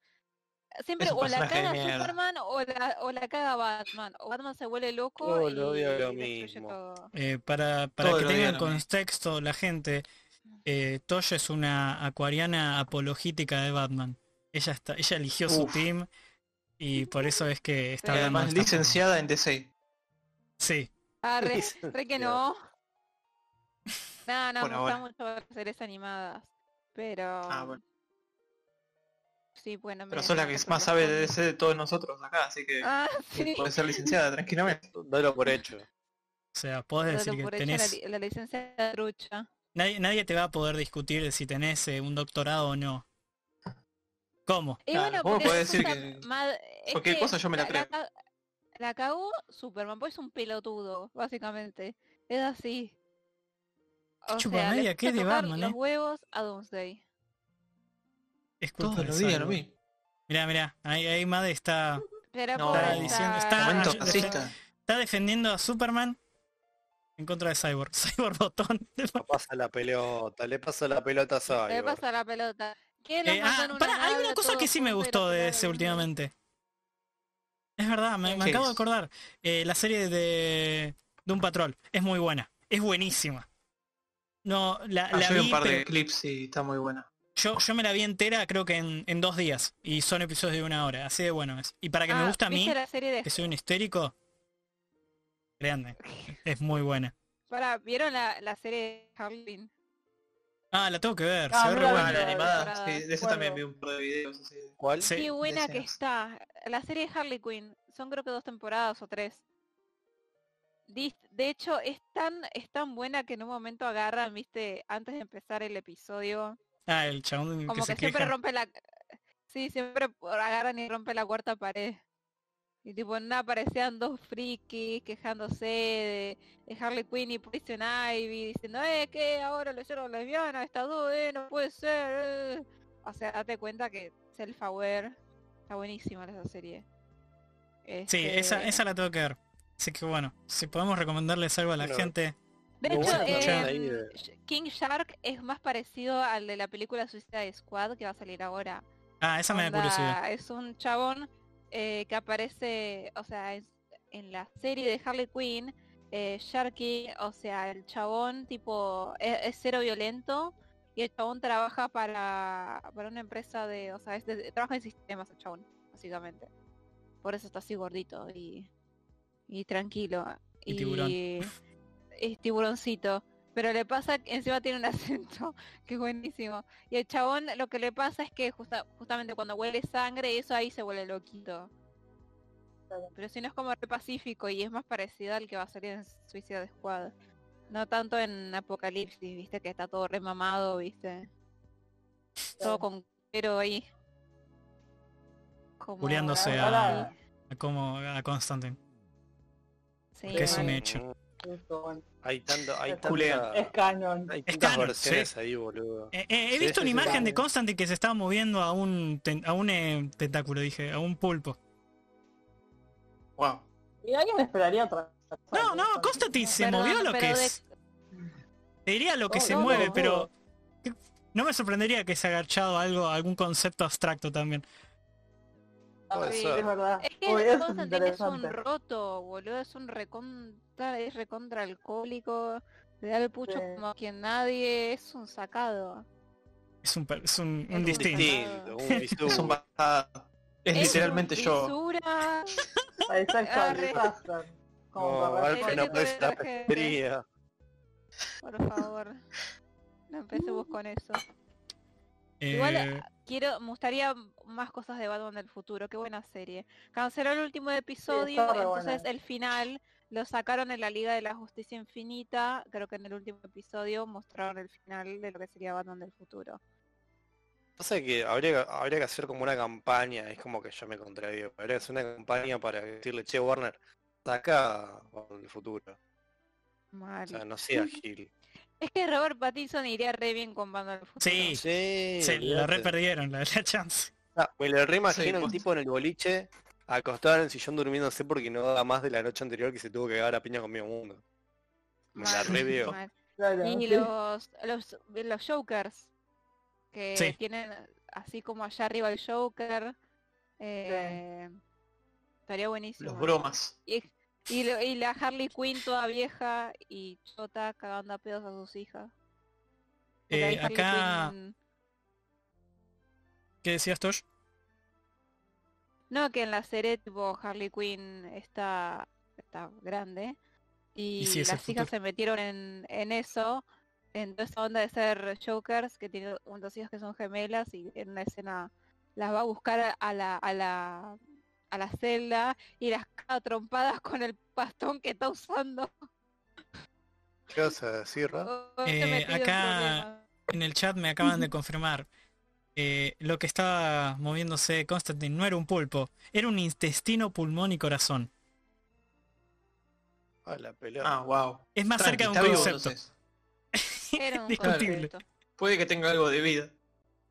Siempre Es un o la personaje de caga mierda. Superman o la, o la caga Batman. O Batman se vuelve loco Oh, y lo odio lo destruye mismo. todo. Eh, para para Todo que lo tengan odiaron. contexto la gente, eh, Toya es una acuariana apologítica de Batman. Ella está, ella eligió su Uf. team y por eso es que está Pero hablando. de esta Además, forma. Eh, licenciada en DC. Sí, Ah, re, Licenciado. re que no. No, no, Por me ahora. gusta mucho ver series animadas. Pero... Ah, bueno. Sí, bueno. Pero me- sos la me que acuerdo más sabe de bastante. DC de todos nosotros acá, así que Ah, sí. puede ser licenciada tranquilamente. Dalo por hecho. o sea, podés Solo decir que por hecho la tenés li- la, licencia de trucha. nadie, nadie te va a poder discutir si tenés eh, un doctorado o no. ¿Cómo? Y Claro, bueno, ¿cómo porque podés es decir una que mad- es cualquier que cosa yo me la creo? ca- la cagó Superman, pues es un pelotudo, básicamente. Es así. O Chupa sea, le media, ¿qué es gusta de tocar Batman, los eh? huevos a Doomsday. Es culpa Todos de los días lo Cyborg. vi. Mirá, mirá, ahí, ahí Made está, Pero No, pobre, está diciendo- está- Ah, Momento yo- racista. está defendiendo a Superman en contra de Cyborg. Cyborg botón. Le pasa la pelota, le pasa la pelota a le Cyborg. pasa la pelota. ¿Qué lo Eh, mandó ah, en una pará, hay nave una a cosa todo que sí me punto y lo gustó de tiraron ese en- últimamente. Es verdad, me, me ¿Qué acabo de es? acordar. Eh, la serie de, de un patrol es muy buena, es buenísima. No, la, Ah, la yo vi vi, un par de pero clips y está muy buena. yo, yo me la vi entera creo que en, en dos días y son episodios de una hora, así de bueno es. Y para que me Ah, gusta a mí, ¿viste la serie de- que soy un histérico, grande, es muy buena. Pará, ¿vieron la, la serie de Harleen? Ah, la tengo que ver, Ah, se ve no re la vi Ah, buena. la Bueno, animada, para- sí, de esa bueno. también vi un par de videos así. ¿Cuál? Sí. Qué buena que escenas. está. La serie de Harley Quinn. Son creo que dos temporadas o tres. Dis- De hecho, es tan, es tan buena que en un momento agarran, viste, antes de empezar el episodio, Ah, el chabón que como que, se siempre queja. rompe la... Sí, siempre por- agarran y rompe la cuarta pared. Y tipo, nada, aparecían dos frikis quejándose de, de Harley Quinn y Poison Ivy, diciendo, eh, que ahora lo hicieron lesbiana, esta duda, no puede ser. eh". O sea, date cuenta que self-aware está buenísima esa serie. Sí, esa, Este, esa la tengo que ver. Así que bueno, si podemos recomendarles algo a la Bueno. gente. De Lo hecho, bueno que escuché ahí em, de- Sh- King Shark es más parecido al de la película Suicide Squad que va a salir ahora. Ah, esa me da Onda, curiosidad. Es un chabón eh, que aparece, o sea, es- en la serie de Harley Quinn, eh, Sharky, o sea, el chabón tipo es, es cero violento y el chabón trabaja para, para una empresa de, o sea, es de- trabaja en sistemas el chabón, básicamente. Por eso está así gordito y, y tranquilo. Y tiburón. es tiburoncito. Pero le pasa, que encima tiene un acento, que es buenísimo. Y el chabón lo que le pasa es que justa- justamente cuando huele sangre, eso ahí se vuelve loquito. Claro. Pero si no es como re pacífico y es más parecido al que va a salir en Suicide Squad. No tanto en Apocalipsis, viste, que está todo remamado, viste. Todo con pero ahí. Como- Culeándose Sí, a- A Como a Constantine. sí, que es un mal. hecho. Justo, bueno. Mm, Hay tanto, hay Culea. Es tanta, canon. hay Es tantas canon, versiones sí. ahí, boludo. Eh, eh, he Sí, visto sí, una sí, imagen sí. de Constantine que se estaba moviendo a un ten- a un eh, tentáculo, dije, a un pulpo. Wow. Y alguien esperaría otra cosa. No, no, Constantine se Perdón, movió lo que pero de- es. Te diría lo que Oh, se no, mueve, no, pero no me sorprendería que se haya agachado algo, algún concepto abstracto también. Puede Sí, ser. es verdad. Es que Uy, eso es Constantine es un interesante. roto, boludo, es un recontra, es recontra alcohólico, le da el pucho Sí. como quien nadie, es un sacado. Es un, per- es un, Es un un distinto. distinto. Distinto, un bisú. Es un bajada. Es Es literalmente un yo. fisura, Exacto, Arre. exacto. Como No, para ver Alfe no Tiene que puede ver ser la la gente. pesquería. por favor. No empecemos con eso. Eh, Igual- Quiero, me gustaría más cosas de Batman del futuro, qué buena serie. Canceló el último episodio, está re entonces buena. el final lo sacaron en la Liga de la Justicia Infinita, creo que en el último episodio mostraron el final de lo que sería Batman del futuro. Pasa que habría, habría que hacer como una campaña, es como que yo me contradigo, pero habría que hacer una campaña para decirle, che, Warner, saca Batman del futuro. O Mal. sea, no sea Gil. Es que Robert Pattinson iría re bien con Batman del futuro. sí, Sí, se la olvídate. reperdieron, la, la chance. Ah, me lo Sí, reimagino el posta. tipo en el boliche, acostado en el sillón durmiéndose porque no daba más de la noche anterior que se tuvo que dar a piña con medio mundo. Me la Mal, reveo. mal. Claro, Y sí. los, los, los Jokers, que Sí. tienen así como allá arriba el Joker. eh, Estaría buenísimo. Los bromas. Y, y lo- y la Harley Quinn toda vieja y Chota cagando a pedos a sus hijas. Porque Eh, ahí Harley acá, Quinn- ¿qué decías, Tosh? No, que en la serie tipo Harley Quinn está, está grande. Y, Y sí, es el las hijas futuro. se metieron en, en eso, en toda esa onda de ser jokers, que tiene un- dos hijas que son gemelas y en una escena las va a buscar a- a la, a la, a la celda y las caga a trompadas con el bastón que está usando. ¿Qué vas a decir, Rod? Se Eh, metió en acá- problemas. En el chat me acaban de confirmar. eh, lo que estaba moviéndose Constantine no era un pulpo, era un intestino, pulmón y corazón. A la pelota. Ah, wow. Es más cerca de un concepto. Era un Discutible. concepto. Puede que tenga algo de vida.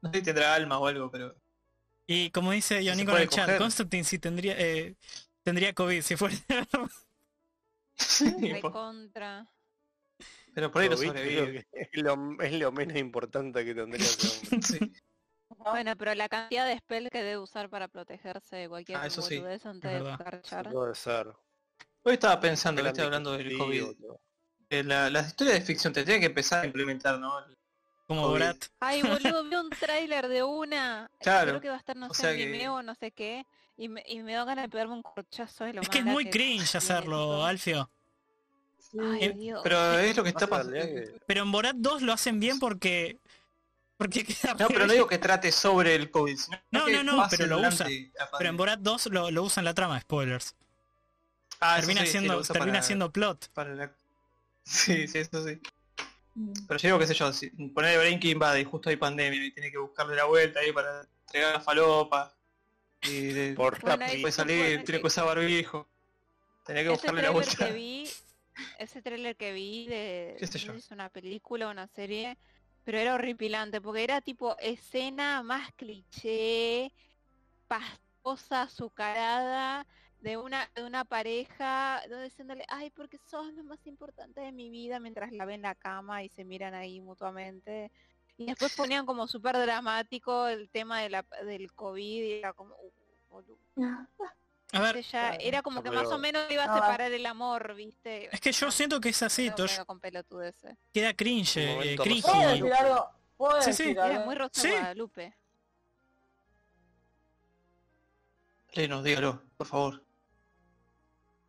No sé si tendrá alma o algo, pero. Y como dice Ionico en puede el chat, coger. Constantine sí tendría, eh, tendría COVID si fuera. Recontra. pero por ahí lo Covid, sobrevive. creo que es lo, es lo menos importante que tendría que hombre. Sí. Bueno, pero la cantidad de spell que debe usar para protegerse de cualquier Ah, eso sí, boludez antes es de verdad. escarchar. Puede ser. Hoy estaba pensando, Gran viste, hablando del dispositivo, COVID. todo. que eh, la- las historias de ficción te tienen que empezar a implementar, ¿no? Como COVID. Borat. Ay, boludo, vi un tráiler de una. Eh, Claro, Creo que va a estar, no o sé, sea en que- Vimeo o no sé qué. Y me, y me da ganas de pegarme un corchazo de lo Es que es mala muy cringe tiene hacerlo, eso. Alfio. Ay, Eh, Dios. Pero es lo que está Más pasando. allá que- Pero en Borat 2 lo hacen bien porque. Porque queda No, pero re- no digo que trate sobre el COVID. sino No, que no, no, pase pero lo usa. delante la pero en pandemia. Borat 2 lo, lo usan la trama, spoilers. Ah, eso Termina sí, sí, siendo, lo usa termina para- siendo plot. para la- Sí, sí, eso sí. Pero yo digo, qué sé yo, si poner Breaking Bad y justo hay pandemia y tiene que buscarle la vuelta ahí para entregar la falopa. Y de... Por Bueno, rápido. ahí- puede salir, supone tiene que que- usar barbijo. Tenía que Ese buscarle la tráiler vuelta. que vi, ese tráiler que vi de Qué sé no yo. sé si es una película o una serie, pero era horripilante porque era tipo escena más cliché, pastosa, azucarada de una de una pareja ¿no? diciéndole, "Ay, porque sos lo más importante de mi vida" mientras la ven en la cama y se miran ahí mutuamente. Y después ponían como súper dramático el tema de la, del COVID y era como, "Uh, boludo". A ver, Entonces ya era como que más o Pero- menos iba a Ah. separar el amor, ¿viste? es que yo siento que es así, Medio- Tosh. medio con pelotudeces. Queda cringe, Un eh, momento cringy. más ¿Puedo Sí. decir algo? ¿Puedo Sí, sí. decir Era algo? muy Rosa Sí. Guadalupe. Lenos, dígalo, por favor.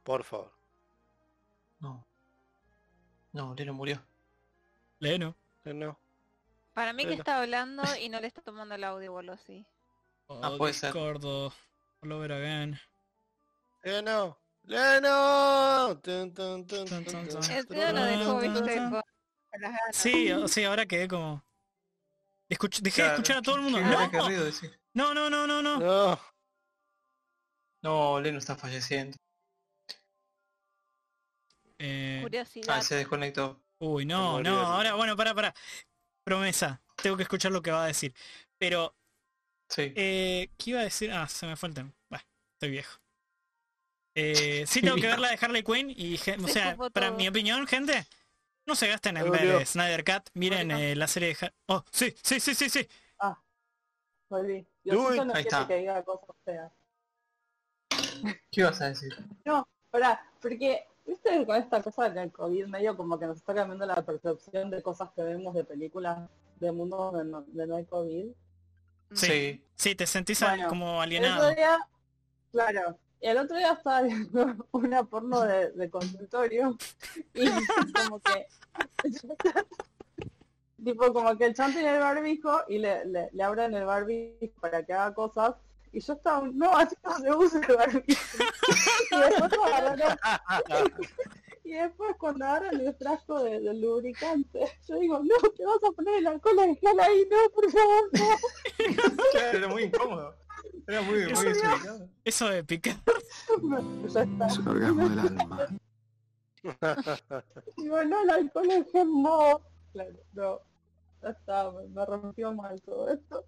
Por favor. No. No, Leno murió. Leno. No. Para mí que Bueno. está hablando y no le está tomando el audio, boludo, así. Ah, Oh, puede ser. Discordo. All over again. Leno. Leno. Tun, tun, tun, Tun, tun, tun, tun, tun. El tun, tío Eh, lo tun, dejó, tun, viste, tun. con con las ganas. Sí, o sí, ahora quedé como. Escuch- dejé de Claro, escuchar a todo el mundo. ¿Qué Ah, hubiera No, querido decir? no, no, no, no, no. No. No, Leno está falleciendo. Eh, Curiosidad. Ah, se desconectó. uy, no, Me no. morí de- Ahora, bueno, para, para. Promesa. Tengo que escuchar lo que va a decir. Pero, Sí. eh, ¿qué iba a decir? Ah, se me fue el tema. Bueno, estoy viejo. Eh, sí tengo que ver la de Harley Quinn y, gen- o Se sea, copó para todo. mi opinión, gente, no se gasten en Me ver dolió. eh, Snyder Cat. Miren Bueno. eh, la serie de Har- Oh, sí, sí, sí, sí, sí. Volví. Yo Dude, justo no ahí quiero está. que diga cosas feas. ¿Qué ibas a decir? Ahora, porque, viste, con esta cosa del COVID medio como que nos está cambiando la percepción de cosas que vemos de películas de mundos donde no, donde no hay COVID. Mm, Sí. Sí, te sentís Bueno, al- como El otro alienado. día, claro, el otro día estaba viendo una porno de, de consultorio y como que tipo como que el chan tiene el barbijo y le, le, le abren el barbijo para que haga cosas y yo estaba, no, así no se usa el barbijo. y después cuando agarraron- y después cuando agarran el frasco de- del lubricante, yo digo, no, te vas a poner el alcohol gel ahí, no, por favor, no. Claro, era muy incómodo. Era muy, muy Eso no. desubicado. Eso de picar. Ya está. Es un orgasmo del alma. Digo, no, el alcohol es gel, no. Claro, no. Ya está, me, me rompió mal todo esto.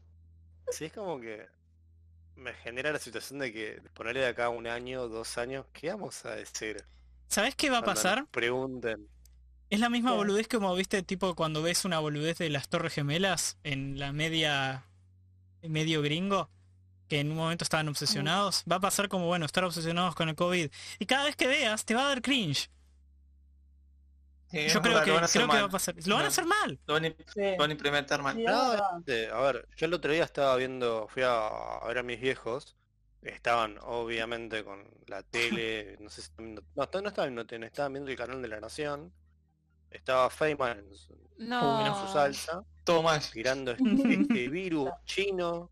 Sí, es como que me genera la situación de que ponerle de acá a un año, dos años, ¿qué vamos a decir? ¿Sabés qué va a Cuando nos pasar? Pregunten. Es la misma Bien. boludez como viste, tipo cuando ves una boludez de las Torres Gemelas en la media medio gringo, que en un momento estaban obsesionados. Va a pasar como bueno, estar obsesionados con el COVID. Y cada vez que veas, te va a dar cringe. Sí, Yo es creo verdad, que, lo van a hacer creo que va a mal. pasar. Lo van a No. hacer mal. Lo van a, imp- Sí. lo van a implementar mal. Sí, es No, verdad. este, a ver, yo el otro día estaba viendo, fui a, a ver a mis viejos, estaban obviamente con la tele, no sé si estaban viendo- no, estaban- no estaban viendo tele, estaban viendo el canal de la Nación, estaba Feynman en su, en su No. salsa, Todo mal. tirando este, este virus chino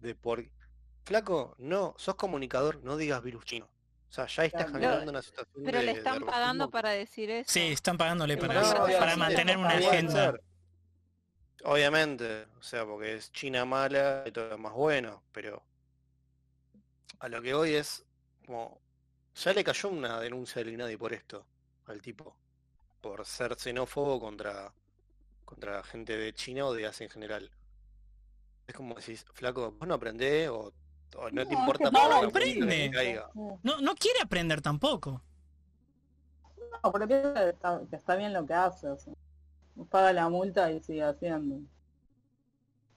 de por... Flaco, no, sos comunicador, no digas virus chino. O sea, ya estás Claro. generando una situación Pero de- le de están racismo pagando que- para decir eso. Sí, están pagándole Sí, para, no, eso, obviamente, para mantener una puede agenda. ser. Obviamente, o sea, porque es China mala y todo lo más bueno, pero a lo que hoy es como ya le cayó una denuncia del INADI por esto al tipo por ser xenófobo contra contra gente de China o de Asia en general. Es como decís, flaco, vos no aprendés o, o no, No, es te que importa no por la aprende. multa que te caiga. Sí. No, no quiere aprender tampoco. No, pero piensa que está, que está bien lo que hace. o sea. Paga la multa y sigue haciendo.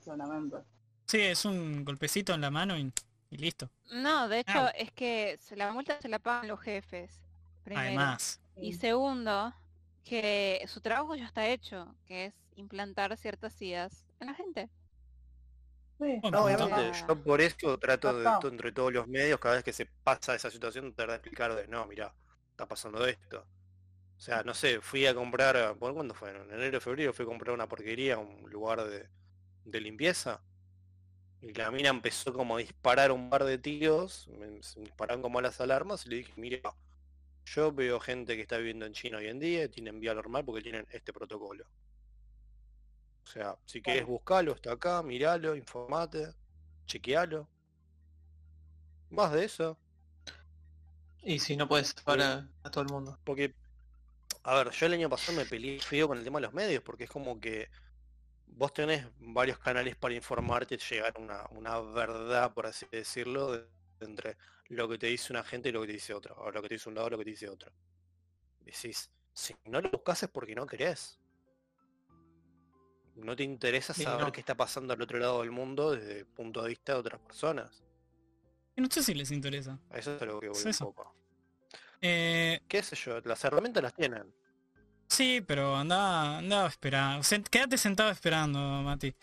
Solamente. Sí, es un golpecito en la mano y, y listo. No, de hecho Ah. es que se- la multa se la pagan los jefes. Primero. Además. Y segundo, que su trabajo ya está hecho, que es implantar ciertas ideas en la gente. Sí. buen No, punto. obviamente. obviamente, yo por eso trato de Ajá. esto entre todos los medios, cada vez que se pasa esa situación, tratar de explicar de no, mira, está pasando esto. O sea, no sé, fui a comprar, eh, ¿por cuándo fue? En enero, febrero fui a comprar una porquería a un lugar de, de limpieza. Y la mina empezó como a disparar un par de tiros, me- se me dispararon como las alarmas y le dije, mira, yo veo gente que está viviendo en China hoy en día y tienen vía normal porque tienen este protocolo. O sea, si querés buscarlo, está acá, miralo, informate, chequealo. Más de eso. Y si no puedes para a todo el mundo. Porque, a ver, yo el año pasado me peleé feo con el tema de los medios, porque es como que vos tenés varios canales para informarte, llegar a una, una verdad, por así decirlo, de- entre lo que te dice una gente y lo que te dice otra, o lo que te dice un lado o lo que te dice otro. Decís, si no lo buscas es porque no querés. No te interesa Sí, saber no. qué está pasando al otro lado del mundo desde el punto de vista de otras personas. No sé si les interesa. A Eso es a lo que voy Es un eso. poco. Eh, ¿Qué sé yo? Las herramientas las tienen. Sí, pero andaba, andaba esperando. quédate sentado esperando, Mati.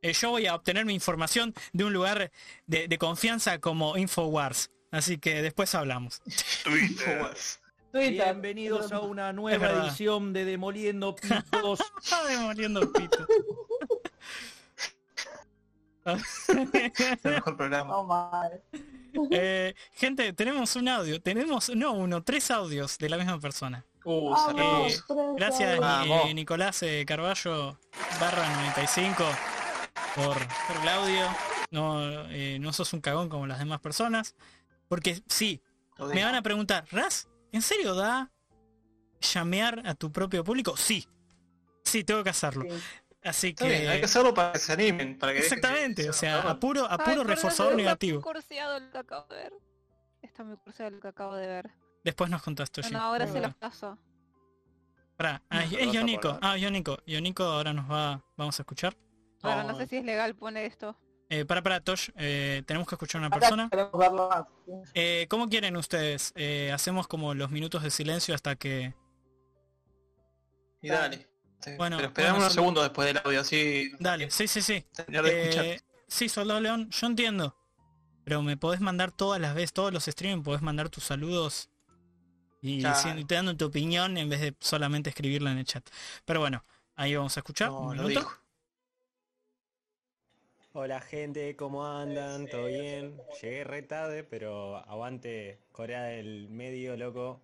Eh, yo voy a obtener mi información de un lugar de, de confianza como Infowars. Así que después hablamos. Twitter. Bienvenidos a una nueva verdad. edición de Demoliendo Pitos. Ay, muriendo pito. Es el mejor programa. No mal. Eh, gente, tenemos un audio. Tenemos, no uno, tres audios de la misma persona. Uh, Ah, saludos. eh, no, Gracias, presa. eh, Vamos. Nicolás eh, Carballo, barra 95, por, por el audio. No, eh, no sos un cagón como las demás personas. Porque sí, Lo Me digo. van a preguntar, Raz, ¿en serio da llamear a tu propio público? Sí. Sí, tengo que hacerlo. Sí. Así Está bien, hay que que... hacerlo para que se animen, para que dejen que- Exactamente, o sea, a puro, a Ay, puro perdón, reforzador está negativo. cursiado lo que acabo de ver. Está muy cursiado lo que acabo de ver. Después nos contaste, Bueno, Oye. ahora es se los Pará, paso. pará. Ah, es Lo vas a Ionico. pagar. Ah, Ionico. Ionico ahora nos va... Vamos a escuchar. Bueno, No, no sé si es legal poner esto. Eh, para, para, Tosh. eh, tenemos que escuchar a una Acá persona. queremos verlo más. Eh, ¿Cómo quieren ustedes? Eh, hacemos como los minutos de silencio hasta que... Y dale. Sí, ah, Bueno, pero esperamos bueno, unos son- segundos después del audio, así Dale, sí, sí, sí. terminar de escuchar. Eh, sí, Soldado León, yo entiendo. Pero me podés mandar todas las veces, todos los streams, podés mandar tus saludos y, Claro. diciendo- te dando tu opinión en vez de solamente escribirla en el chat. Pero bueno, ahí vamos a escuchar. No, un lo minuto. dijo. Hola gente, ¿cómo andan? ¿Todo bien? Llegué re tarde, pero aguante Corea del Medio, loco.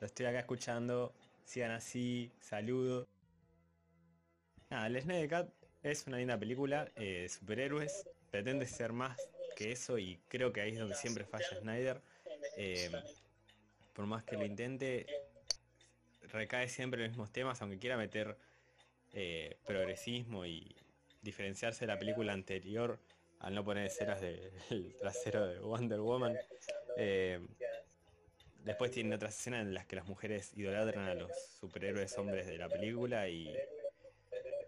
Lo estoy acá escuchando. Sigan así, saludo. Nada, El Snyder Cat es una linda película, eh, de superhéroes. Pretende ser más que eso y creo que ahí es donde siempre falla Snyder. Eh, por más que lo intente, recae siempre en los mismos temas, aunque quiera meter eh, progresismo y, diferenciarse de la película anterior al no poner escenas del trasero de Wonder Woman. Eh, Después tienen otras escenas en las que las mujeres idolatran a los superhéroes hombres de la película y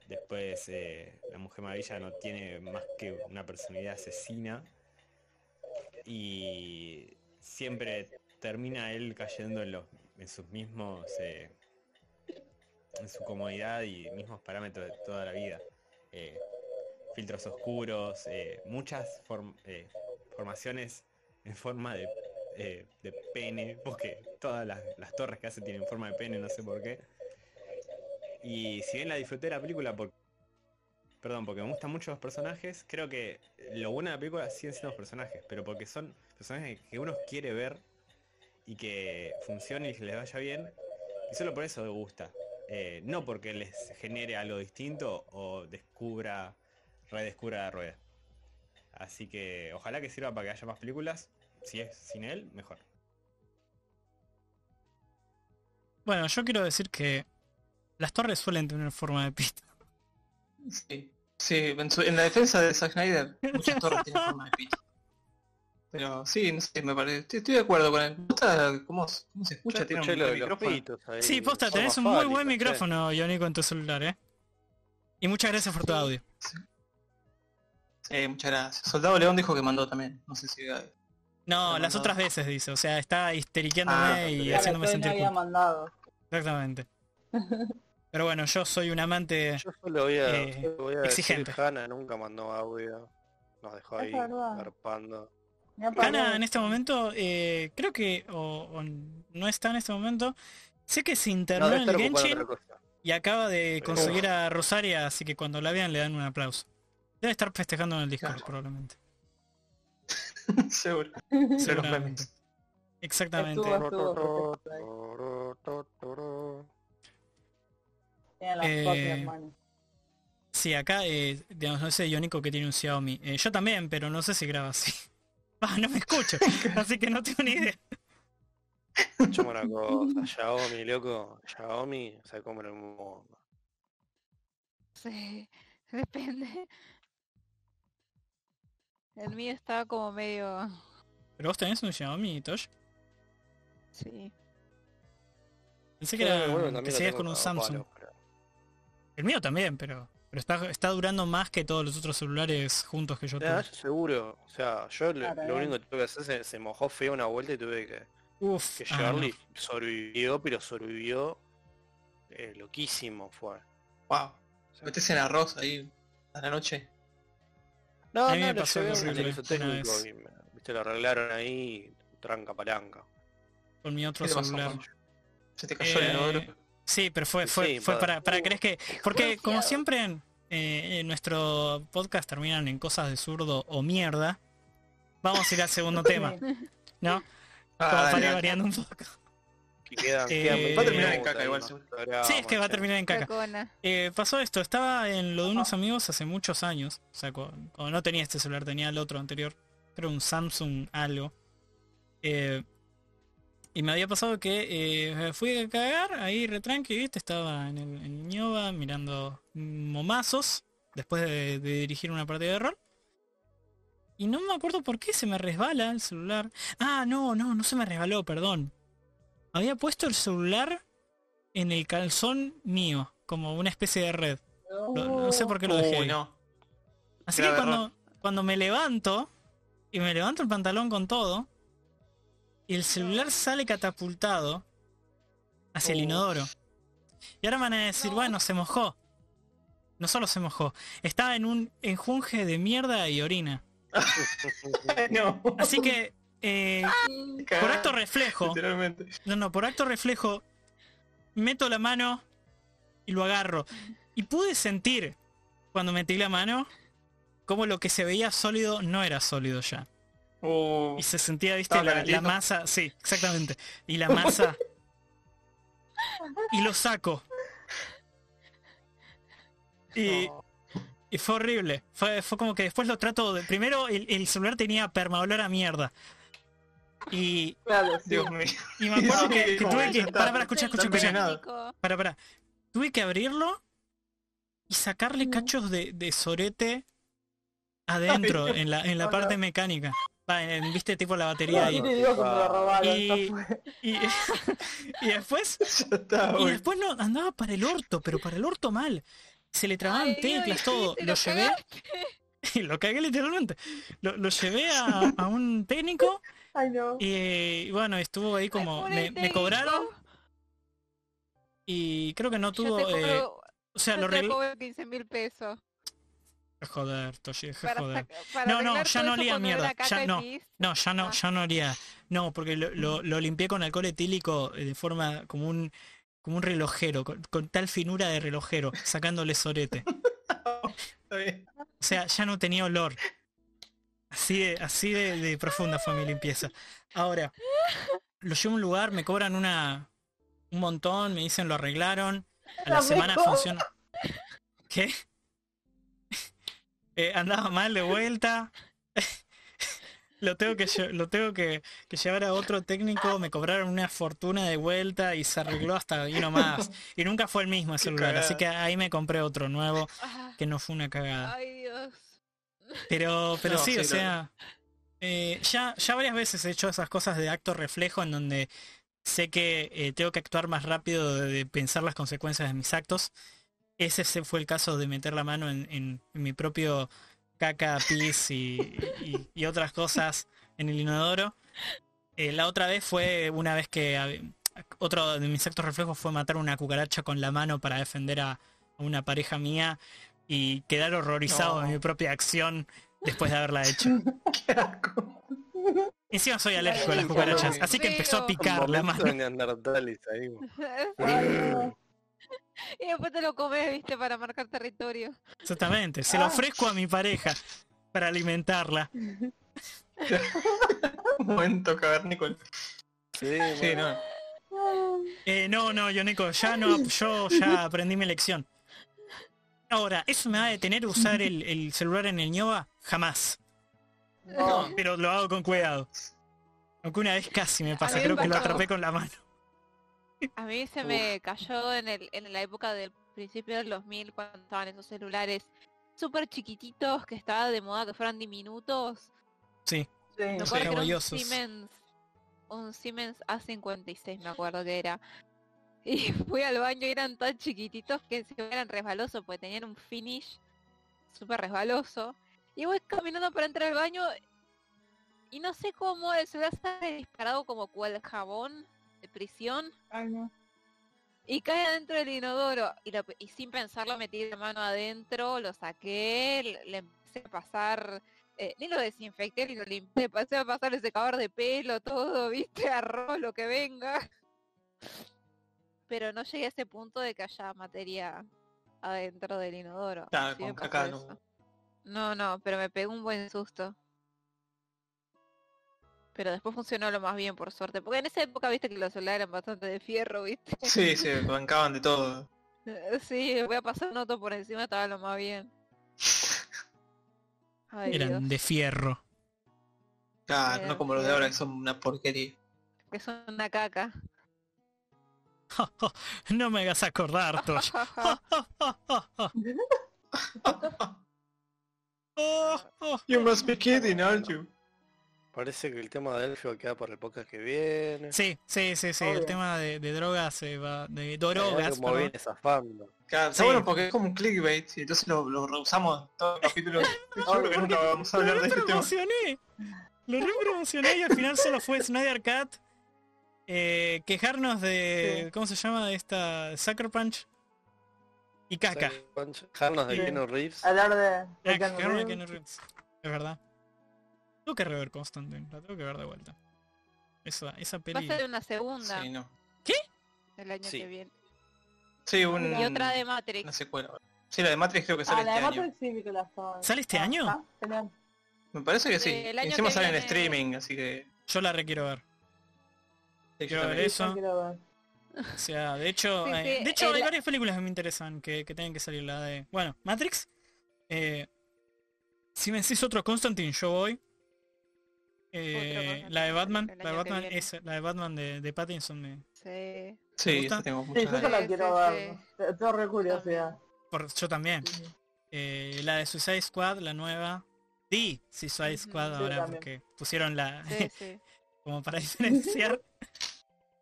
después eh, la Mujer Maravilla no tiene más que una personalidad asesina y siempre termina él cayendo en, los, en sus mismos... eh, en su comodidad y mismos parámetros de toda la vida. Eh, filtros oscuros, eh, muchas form- eh, formaciones en forma de, eh, de pene, porque todas las, las torres que hace tienen forma de pene, no sé por qué. Y si bien la disfruté de la película, por... perdón, porque me gustan mucho los personajes, creo que lo bueno de la película siguen siendo los personajes, pero porque son personajes que uno quiere ver y que funcione y que les vaya bien, y solo por eso me gusta. Eh, no porque les genere algo distinto o descubra, redescubra la rueda. Así que ojalá que sirva para que haya más películas. Si es sin él, mejor. Bueno, yo quiero decir que las torres suelen tener forma de pito. Sí, sí en, su- en la defensa de Zack Snyder, muchas torres tienen forma de pito. Pero sí, no sé, me parece. Estoy, estoy de acuerdo con él. Me gusta ¿Cómo, s- cómo se escucha? Tiene un Escuché lo buen de los micrófono. pitos ahí, Sí, posta, forma tenés un muy fálica, buen sí. micrófono, Ionico, en tu celular, ¿eh? Y muchas gracias por tu audio. Sí, muchas gracias. Soldado León dijo que mandó también. No sé si... No, Te las mandó. otras veces, dice. O sea, está Ah, histeriqueándome y claro, haciéndome todavía no sentir había culpa. mandado. Exactamente. Pero bueno, yo soy un amante... Yo solo voy a, Eh, solo voy a decir, exigente. Hanna nunca mandó audio. Nos dejó Es ahí verdad. garpando. Me han Ana parado. en este momento, eh, creo que... O, o no está en este momento. Sé que se internó No, debe en el estar ocupada en Genshin otra cosa. y acaba de Pero- conseguir a Rosaria, así que cuando la vean le dan un aplauso. Debe estar festejando en el Discord, Claro. probablemente. Seguro. Pero los Seguramente. memes. Exactamente. Estuvo- estuvo, Tiene las Eh, propias manos. Sí, acá, eh, digamos, no sé, Ionico que tiene un Xiaomi. Eh, yo también, pero no sé si graba así. Ah, no me escucho, así que no tengo ni idea. Escuchame una cosa, Xiaomi, loco. Xiaomi se come el mundo. Sí, depende. El mío está como medio... ¿Pero vos tenés un Xiaomi, Tosh? Sí. Pensé que, Yo era, también, bueno, que también lo seguías tengo con un cagado Samsung. palo, pero- El mío también, pero pero está, está durando más que todos los otros celulares juntos que yo Ya, tuve. eso seguro. O sea, yo lo, Claro, lo eh. único que tuve que hacer se, se mojó feo una vuelta y tuve que, Uf, que ah, no. llevarlo y sobrevivió, pero sobrevivió eh, loquísimo fue. Wow. Metes en arroz ahí a la noche. No, A mí Ah, no, me lo pasó llevé a un horrible servicio una técnico vez. y me- viste, lo arreglaron ahí, tranca palanca. con mi otro ¿Qué te pasó, celular. Juancho? Se te cayó Eh, el inodoro. Sí, pero fue, Sí, fue, sí, Uh. fue padre. para, para crees que. Porque como siempre en, eh, en nuestro podcast terminan en cosas de zurdo o mierda. Vamos a ir al segundo tema, Sí. ¿no? Ah, Como dale, para ir dale. variando un poco. Y quedan, Eh, quedan 20 Va a terminar en minutos caca ahí igual, más seguro. programa, Sí, es que va a che. terminar en caca. Cacona. Eh, pasó esto, estaba en lo de unos amigos hace muchos años, o sea, cu- cuando, no tenía este celular, tenía el otro anterior, creo un Samsung algo. Eh, y me había pasado que eh, fui a cagar, ahí retranqui, viste, estaba en el en Ñoba mirando momazos, después de, de dirigir una partida de rol. Y no me acuerdo por qué se me resbala el celular. Ah, no, no, no se me resbaló, perdón. Había puesto el celular en el calzón mío, como una especie de red. Lo- No, sé por qué lo dejé. Uy, ahí. Uh, no. Así que grave cuando, cuando me levanto, y me levanto el pantalón con todo, y el celular sale catapultado hacia el Oh. inodoro. Y ahora van a decir, bueno, se mojó. No solo se mojó, estaba en un enjunje de mierda y orina. No. Así que, eh, por Cagá, acto reflejo, Literalmente. No, no, por acto reflejo meto la mano y lo agarro. Y pude sentir cuando metí la mano como lo que se veía sólido no era sólido ya. Uh, Y se sentía, viste, Estaba la, la calentito. masa, sí, exactamente. Y la masa. Y lo saco. Y, Oh. y fue horrible. Fue, fue como que después lo trato de... Primero el, el celular tenía permaolor a mierda. Y, Claro, sí. Dios mío. y me acuerdo Sí, que, que como tuve ya que... está. Para, para, escucha, escucha, Está escucha. envenenado. Chico, Pará, pará. Tuve que abrirlo y sacarle cachos de, de sorete adentro, en la, en la No, parte no. mecánica. Ah, en- en- viste tipo la batería Y ahí. te digo que me lo robaron. Y- ya fue. Y, y después, Ya está, y güey. después no, andaba para el orto, pero para el orto mal. Se le trababan Ay, Diego, teclas, todo. dijiste, Lo lo llevé, lo cagué literalmente. Lo, lo llevé a, a un técnico Ay, no. y, eh, bueno, estuvo ahí como. pobre Me, me técnico. cobraron y creo que no Yo tuvo. te eh, cobro, o sea, lo yo te arregló. cobro 15 mil pesos Joder, Toshi, para, joder. saca- para No, no, arreglar ya todo no eso olía cuando era mierda, ya caca y no. pis. No, ya no, Ah. ya no haría. No, porque lo, lo- lo limpié con alcohol etílico eh, de forma como un como un relojero, con, con tal finura de relojero, sacándole sorete. O Está bien. sea, ya no tenía olor. Así de, así de, de profunda fue mi limpieza. Ahora, lo llevo a un lugar, me cobran una un montón, me dicen lo arreglaron, a la La semana mejor. funciona. ¿Qué? Eh, andaba mal de vuelta. lo tengo que lle- lo tengo que, que llevar a otro técnico, me cobraron una fortuna de vuelta y se arregló hasta ahí nomás. Y nunca fue el mismo el Qué celular, así cagada. que ahí me compré otro nuevo, Ah, que no fue una cagada. Ay, Dios. Pero, pero No, sí, sí, o lo- sea, eh, ya, ya varias veces he hecho esas cosas de acto reflejo en donde sé que eh, tengo que actuar más rápido de, de pensar las consecuencias de mis actos. Ese se- fue el caso de meter la mano en, en- en mi propio caca, pis y, y- y otras cosas en el inodoro. Eh, la otra vez fue una vez que hab- otro de mis actos reflejos fue matar una cucaracha con la mano para defender a, a una pareja mía y quedar horrorizado de No. mi propia acción después de haberla hecho. Qué asco. Encima soy alérgico a las Vomito, cucarachas, vomito. así que empezó a Feo. picar la mano. Ay, no. y después te lo comes, viste, para marcar territorio. Exactamente, se lo Ah. ofrezco a mi pareja para alimentarla. Un momento cavernícola. Sí, Sí, no. Eh, no, no, Yoneko, ya no, yo ya aprendí mi lección. Ahora, ¿eso me va a detener usar el, el celular en el ñoba? Jamás. No. Pero lo hago con cuidado. Aunque una vez casi me pasa, mí me creo que lo pasó. atrapé con la mano. A mí se me cayó en, el, en la época del principio del 2000 cuando estaban esos celulares súper chiquititos que estaba de moda que fueran diminutos. Sí. Me acuerdo que era un Caballosos. Siemens, un Siemens A56 me acuerdo que era. Y fui al baño y eran tan chiquititos que encima eran resbalosos porque tenían un finish súper resbaloso. Y voy caminando para entrar al baño y no sé cómo el celular sale disparado como cual jabón de prisión Ay, no. y cae adentro del inodoro. Y, lo- y sin pensarlo metí la mano adentro, lo saqué, le- le empecé a pasar, eh, ni lo desinfecté ni lo limpié, le pasé a pasar el secador de pelo, todo, viste, arroz, lo que venga. Pero no llegué a ese punto de que haya materia adentro del inodoro. Claro, Sí me con pasó caca eso. no. No, no, pero me pegó un buen susto. Pero después funcionó lo más bien, por suerte. Porque en esa época viste que los celulares eran bastante de fierro, viste. Sí, se bancaban de todo. Eh, Sí, voy a pasar un auto por encima, estaba lo más bien. Ay, Eran Dios, de fierro. Claro, Era no como los de feo. ahora que son una porquería. que son una caca. No me hagas acordar, Tosh. Oh, oh. You must be kidding, aren't you? Parece que el tema de Elfio queda para el podcast que viene. Sí, sí, sí, sí. El Obvio. tema de, de drogas se va. De Algo drogas, como perdón. viene zafando. Claro, está Sí. bueno porque es como un clickbait y entonces lo, lo rehusamos en todos los capítulos. Yo creo que porque nunca vamos a Lo hablar de este tema. repromocioné. Lo repromocioné y al final solo fue Snyder Cat. eh, quejarnos de. ¿Cómo se llama? De esta. Sucker Punch. Y caca. Saca concha, Jarnos de Sí. Keanu Reeves. Hablar de- Ah, de... Keanu quejarnos de Reeves. Keanu Reeves. Es verdad. Tengo que rever Constantine. La tengo que ver de vuelta. Esa, esa Va peli. a ser una segunda Sí, no. el año Sí. que viene. Sí, un, Y otra de una Matrix. secuela. Sí, la de Matrix creo que sale Ah, la de este año. Matrix sí vi que la estaban. ¿Sale este Ah, año? ah, genial. Me parece que sí. Eh, el año Encima que sale en viene- streaming, así que... Yo la requiero ver. Sí, Quiero ver yo también. eso. Ya quiero ver. O sea, de hecho, Sí, eh, sí, de hecho hay el- varias películas que me interesan que, que tienen que salir. La de. Bueno, Matrix. eh, si me decís otro Constantine, yo voy. Eh, Otro la de Constantine, Batman, el la de año que Batman, viene. esa, la de Batman de, de Pattinson me- Sí. ¿Te Sí, gusta? esa tengo Sí, muchas yo te ganas. la ganas. Sí, quiero sí, ver. Te- Tengo re curiosidad. por- yo también. Sí. Eh, la de Suicide Squad, la nueva. Sí, Suicide Squad Sí, ahora también. porque pusieron la... Sí, sí. como para diferenciar.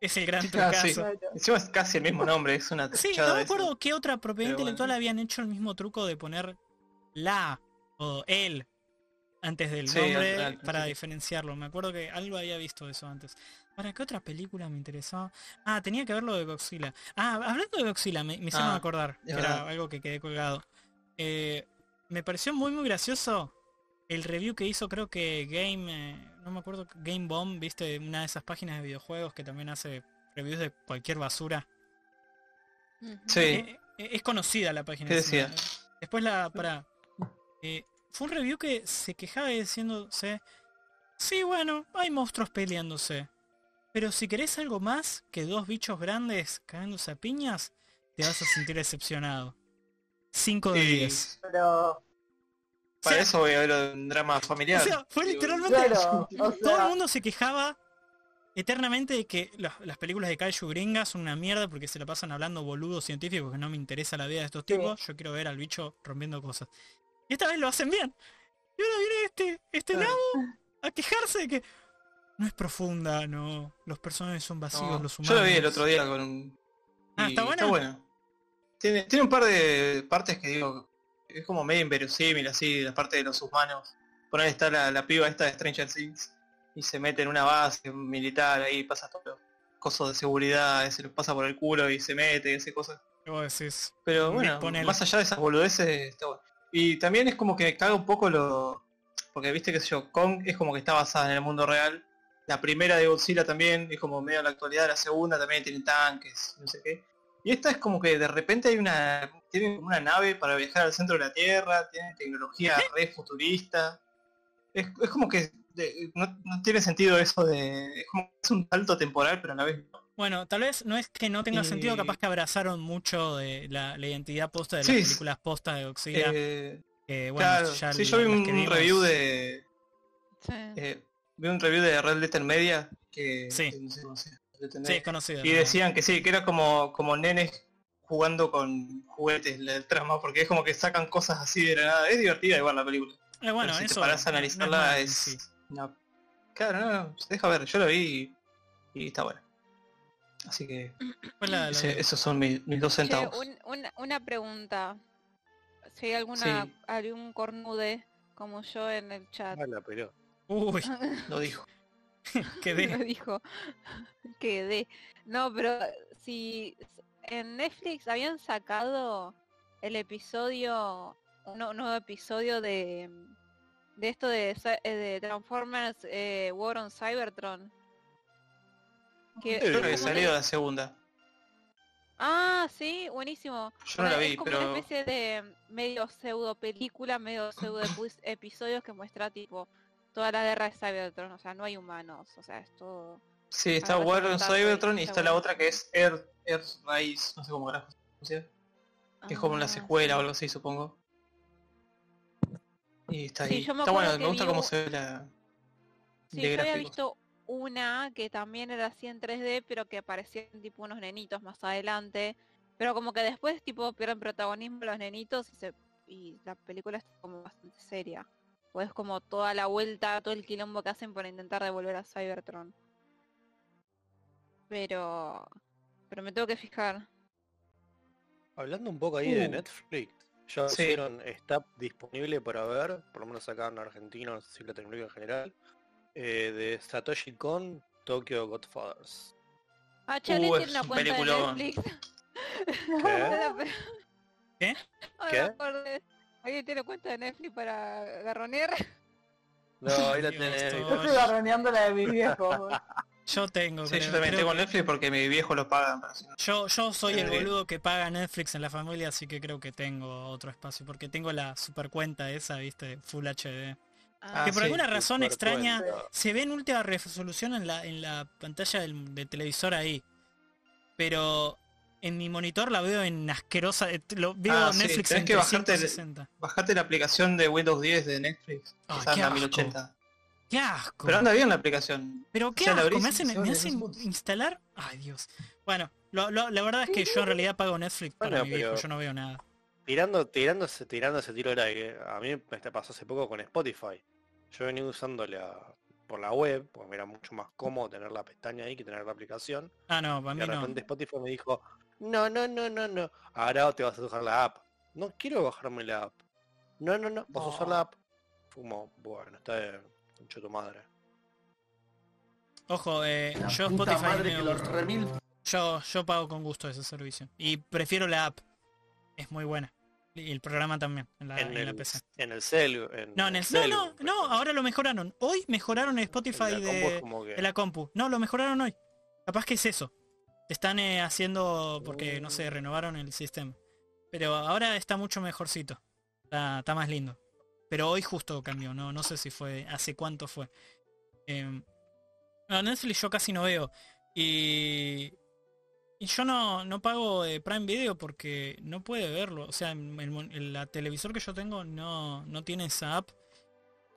es el gran Ah, sí. trucazo. Encima es casi el mismo nombre, es una Sí, truchada no me esa. acuerdo qué otra propiedad Pero bueno. intelectual habían hecho el mismo truco de poner la o el antes del Sí, nombre al- al para principio. diferenciarlo. Me acuerdo que algo había visto de eso antes. ¿Para qué otra película me interesaba? Ah, tenía que ver lo de Godzilla. Ah, hablando de Godzilla, me, me hicieron Ah, acordar. es Que verdad. era algo que quedé colgado. Eh, me pareció muy muy gracioso el review que hizo creo que Game, eh, no me acuerdo, Game Bomb, viste, una de esas páginas de videojuegos que también hace reviews de cualquier basura. Ujú. Sí, Eh, eh, es conocida la página. ¿Qué encima. decía? Después la, para, fue un review que se quejaba diciéndose, sí, bueno, hay monstruos peleándose, pero si querés algo más que dos bichos grandes cagándose a piñas, te vas a sentir decepcionado. 5 de Sí. 10. Pero, para Sí. eso voy a ver un drama O familiar. sea, fue literalmente... claro, o Todo el sea, mundo se quejaba eternamente de que las, las películas de kaiju gringas son una mierda porque se la pasan hablando boludos científicos que no me interesa la vida de estos Sí. tipos. Yo quiero ver al bicho rompiendo cosas. Y esta vez lo hacen bien. Y ahora viene este, este Claro. nabo a quejarse de que no es profunda, no. Los personajes son No, vacíos, los humanos. Yo lo vi el otro día con un... Ah, y ¿está buena? bueno. Tiene, tiene un par de partes que digo, es como medio inverosímil así, la parte de los humanos. Por ahí está la, la piba esta de Stranger Things y se mete en una base militar ahí, pasa todo los cosos de seguridad, se lo pasa por el culo y se mete, y hace cosas. ¿Qué vos decís? Pero bueno, Disponela. más allá de esas boludeces, está bueno. Y también es como que caga un poco lo... Porque viste, qué sé yo, Kong es como que está basada en el mundo real. La primera de Godzilla también es como medio en la actualidad, la segunda también tiene tanques, no sé qué. Y esta es como que de repente hay una... Tienen como una nave para viajar al centro de la Tierra, tienen tecnología re futurista. Es, es como que de- no, no tiene sentido eso de... Es como que es un salto temporal, pero a la vez no. Bueno, tal vez no es que no tenga sentido, Y- capaz que abrazaron mucho de la, la identidad posta de Sí, las es- películas posta de Godzilla. Eh, que, bueno, claro, ya sí, yo vi las un que un vimos- review de... Sí. Eh, vi un review de Red Letter Media que, Sí. que no sé cómo se llama, Red Letter Sí, Media, es conocido. y ¿no? decían que sí, que era como, como nenes jugando con juguetes la- el trama, porque es como que sacan cosas así de la nada. Es divertida igual la película. Eh, bueno, pero si eso te parás a no- no es analizarla malo en es. sí. una- Claro, no, no, se deja ver, yo la vi y, y está buena. Así que Pues la- la- ese- esos son mis, mis dos Che, centavos. un- una, una pregunta. Si hay alguna, Sí. algún cornude como yo en el chat. Ah, la pelota. Uy, Lo dijo. Lo quedé. dijo. Quedé. No, pero si en Netflix habían sacado el episodio, un nu- nuevo episodio de, de esto de, Cy- eh, de Transformers eh, War on Cybertron. Que Yo creo que es como una- salió la segunda. Ah, sí, buenísimo. Yo no la Bueno, vi, es como pero. una especie de medio pseudo película, medio pseudo epi- episodios que muestra tipo toda la guerra de Cybertron, o sea, no hay humanos, o sea, es todo Sí, está Ahora War te on contaba que Cybertron y está está la bueno. otra que es Earth, Earth Rise, no sé cómo carajo se pronuncia, que es como Ah, una secuela o algo así, supongo. Y está Sí, ahí. yo me está bueno, acuerdo me que gusta vi cómo un- se ve la... Sí, de yo había gráficos. visto una que también era así en 3D, pero que aparecían tipo unos nenitos más adelante. Pero como que después tipo pierden protagonismo los nenitos y, se, y la película es como bastante seria. O es como toda la vuelta, todo el quilombo que hacen por intentar devolver a Cybertron. Pero... Pero me tengo que fijar. Hablando un poco ahí de Uh. Netflix, ya Sí. hicieron, está disponible para ver, por lo menos acá en Argentina, no sé si Latinoamérica en general, eh, de Satoshi Kon, Tokyo Godfathers. Ah, che, ¿alguien Uh, tiene es una un cuenta peliculón. de Netflix? ¿Qué? Hola, pe- ¿Qué? Hola, ¿Qué? acordé. ¿Alguien tiene cuenta de Netflix para garronear? No, ahí la Dios, tenés. todo. yo estoy barroneando la de mi viejo. Yo tengo, Sí, yo creo, también creo tengo que- Netflix porque mi viejo lo pagan. pero si Ah, no- Yo, yo soy el Eh. boludo que paga Netflix en la familia, así que creo que tengo otro espacio, porque tengo la super cuenta esa, viste, Full HD. Ah, que por sí, alguna super razón extraña cuenta. se ve en última resolución en la, en la pantalla del, del televisor ahí. Pero en mi monitor la veo en asquerosa, eh, lo veo Ah, sí, Netflix tenés en que bajarte el- 360. Bajate la aplicación de Windows 10 de Netflix. Ay, que está Ah, qué en la asco. 1080. ¡Qué asco! Pero anda bien la aplicación. Pero qué Ya la asco, abrís me y hacen, se me abre, hacen no es instalar. Ay Dios. Bueno, lo- lo- la verdad es que yo en realidad pago Netflix para Bueno, mi viejo, pero- yo no veo nada. Tirando, tirándose, tirándose tiro al aire. A mí me está- pasó hace poco con Spotify. Yo venía usando la por la web, porque me era mucho más cómodo tener la pestaña ahí que tener la aplicación. Ah, no, para Y mí de no. repente Spotify me dijo, no, no, no, no, no. Ahora te vas a usar la app. No quiero bajarme la app. No, no, no. Vas a usar No. Oh. la app. Fumo, bueno, está bien. Concha tu madre. Ojo, eh, La yo puta Spotify madre me que lo gusta. remil. Yo, yo pago con gusto ese servicio. Y prefiero la app. Es muy buena. Y el programa también, en la, en, en Ah, la el, PC. en el celu. En No, en el, no, celu, no, pero no, ahora lo mejoraron. Hoy mejoraron el en Spotify la compu es de, como que- de la compu. No, lo mejoraron hoy. Capaz que es eso. Están eh, haciendo porque, no sé, renovaron el sistema. Pero ahora está mucho mejorcito. Está, está más lindo. Pero hoy justo cambió, no, no sé si fue, hace cuánto fue. Em, no, Netflix yo casi no veo. Y, y yo no, no pago eh, Prime Video porque no puede verlo. O sea, el, mon- el- la televisor que yo tengo no, no tiene esa app.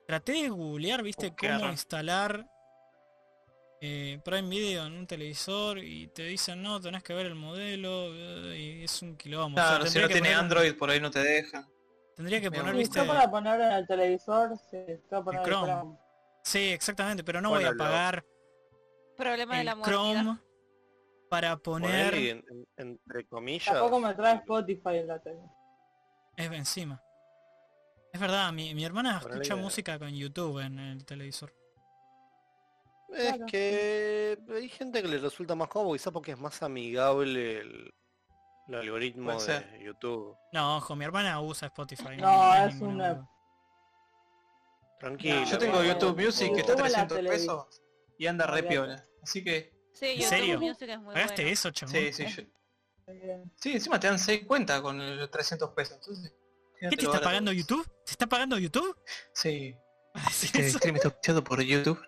Traté de googlear, viste, Buscar. cómo instalar eh, Prime Video en un televisor y te dicen, no, tenés que ver el modelo eh, y es un quilombo. O sea, Claro, si tendría no que tiene poner- Android por ahí no te dejan. Tendría que Me poner, gusta. viste... Está para ponerlo en el televisor, sí, está para El poner Chrome. el Chrome. Sí, exactamente, pero no Bueno, voy a lo- pagar Problema de el la modernidad. Chrome para poner... Ponele, en- en- entre comillas. Tampoco me trae Spotify en la tele. Es encima. Es verdad, mi, mi hermana Ponele escucha que- música con YouTube en el televisor. Es Claro. que hay gente que le resulta más cómodo, quizás porque es más amigable el, el algoritmo Puede ser. de YouTube. No, ojo, mi hermana usa Spotify. No, hay es ninguna una- duda. Tranquilo. Yo tengo bueno, YouTube Music que está YouTube en la 300 tele. pesos y anda re Olvídate. piola. Así que, Sí, ¿En YouTube serio? este Music es muy ¿Pagaste bueno. eso, chabón? sí, sí, yo- Muy bien. sí, encima te dan 6 cuentas con los 300 pesos. Entonces, ¿Qué te está pagando YouTube? ¿Te está pagando YouTube? Sí, ¿Así que eso? me está escuchando por YouTube.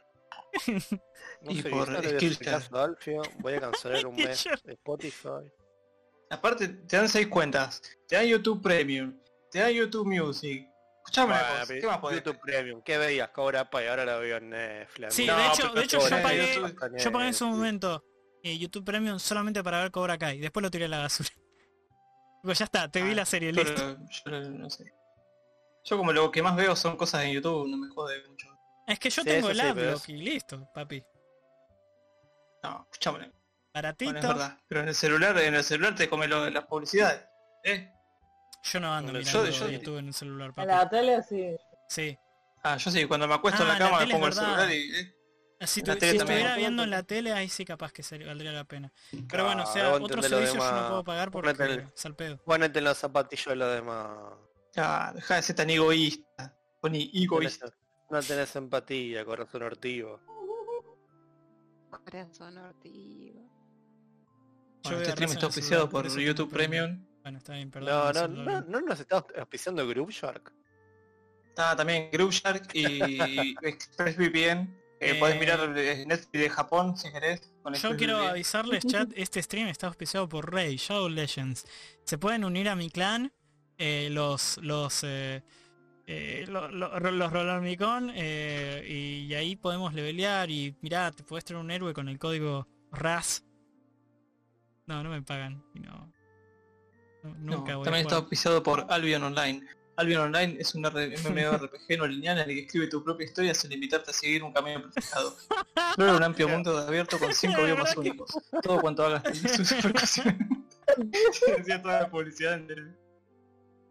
No Y sé, por quizás le voy a hacer Skillshare. caso a Alfio, voy a cancelar un Y mes yo- de Spotify. Aparte, te dan 6 cuentas. Te dan YouTube Premium. Te dan YouTube Music. Escuchame una Bueno, cosa, pero ¿qué más podés? YouTube Premium, ¿qué veías? Cobra y ahora la veo en Netflix. Sí, No, de hecho, pero de hecho yo sobre pagué, YouTube- yo pagué en su momento eh, YouTube Premium solamente para ver Cobra Kai. Después lo tiré a la basura. Digo, ya está, te vi Ah, la serie, Yo, listo. yo no sé. Yo como lo que más veo son cosas en YouTube, no me jode mucho. Es que yo Sí, tengo eso el sí, pero AdBlock es- y listo, papi. No, escuchame. Bueno, es Baratito. verdad. Pero en el celular, en el celular te come lo- las publicidades. ¿Eh? Yo no ando Yo- mirando yo- YouTube en el celular, En papi. la tele sí. Sí. Ah, yo sí, cuando me acuesto en Ah, la la cama tele es pongo el verdad. celular y. eh, Si, En la tu- tele si también. estuviera viendo en la tele, ahí sí capaz que ser- valdría la pena. Pero bueno, o sea, Claro, otro entendé lo servicio yo no demás. puedo pagar Ponete porque el- sal pedo. Ponete en los zapatillos de los demás. Ya, deja de ser tan egoísta. Poni No tenés- egoísta. No tenés empatía, corazón ortivo. Corazón ortivo. Yo Bueno, veo este Razz stream en está el celular, auspiciado por eso no YouTube puedo. Premium. Bueno, está bien, No, perdón. no, el no, celular. no nos está auspiciando Groove Shark. Está también Groove Shark y ExpressVPN. Eh, Eh, Podés mirar eh, Netflix de Japón si querés. Con este Yo quiero ExpressVPN. avisarles, chat, este stream está auspiciado por Rey, Shadow Legends. Se pueden unir a mi clan, eh, los los eh, eh, lo- lo- ro- los Rolormicón, eh, y, y ahí podemos levelear y mirá, te puedes tener un héroe con el código RAS. No, no me pagan, y no. No, No, Nunca voy a también está jugar. auspiciado por Albion Online. Albion Online es un R- MMORPG no lineal en el que escribe tu propia historia sin limitarte a seguir un camino prefijado. Explora un amplio mundo abierto con cinco La biomas verdad que- únicos. Todo cuanto hagas tiene sus repercusiones. Decía toda la publicidad en el-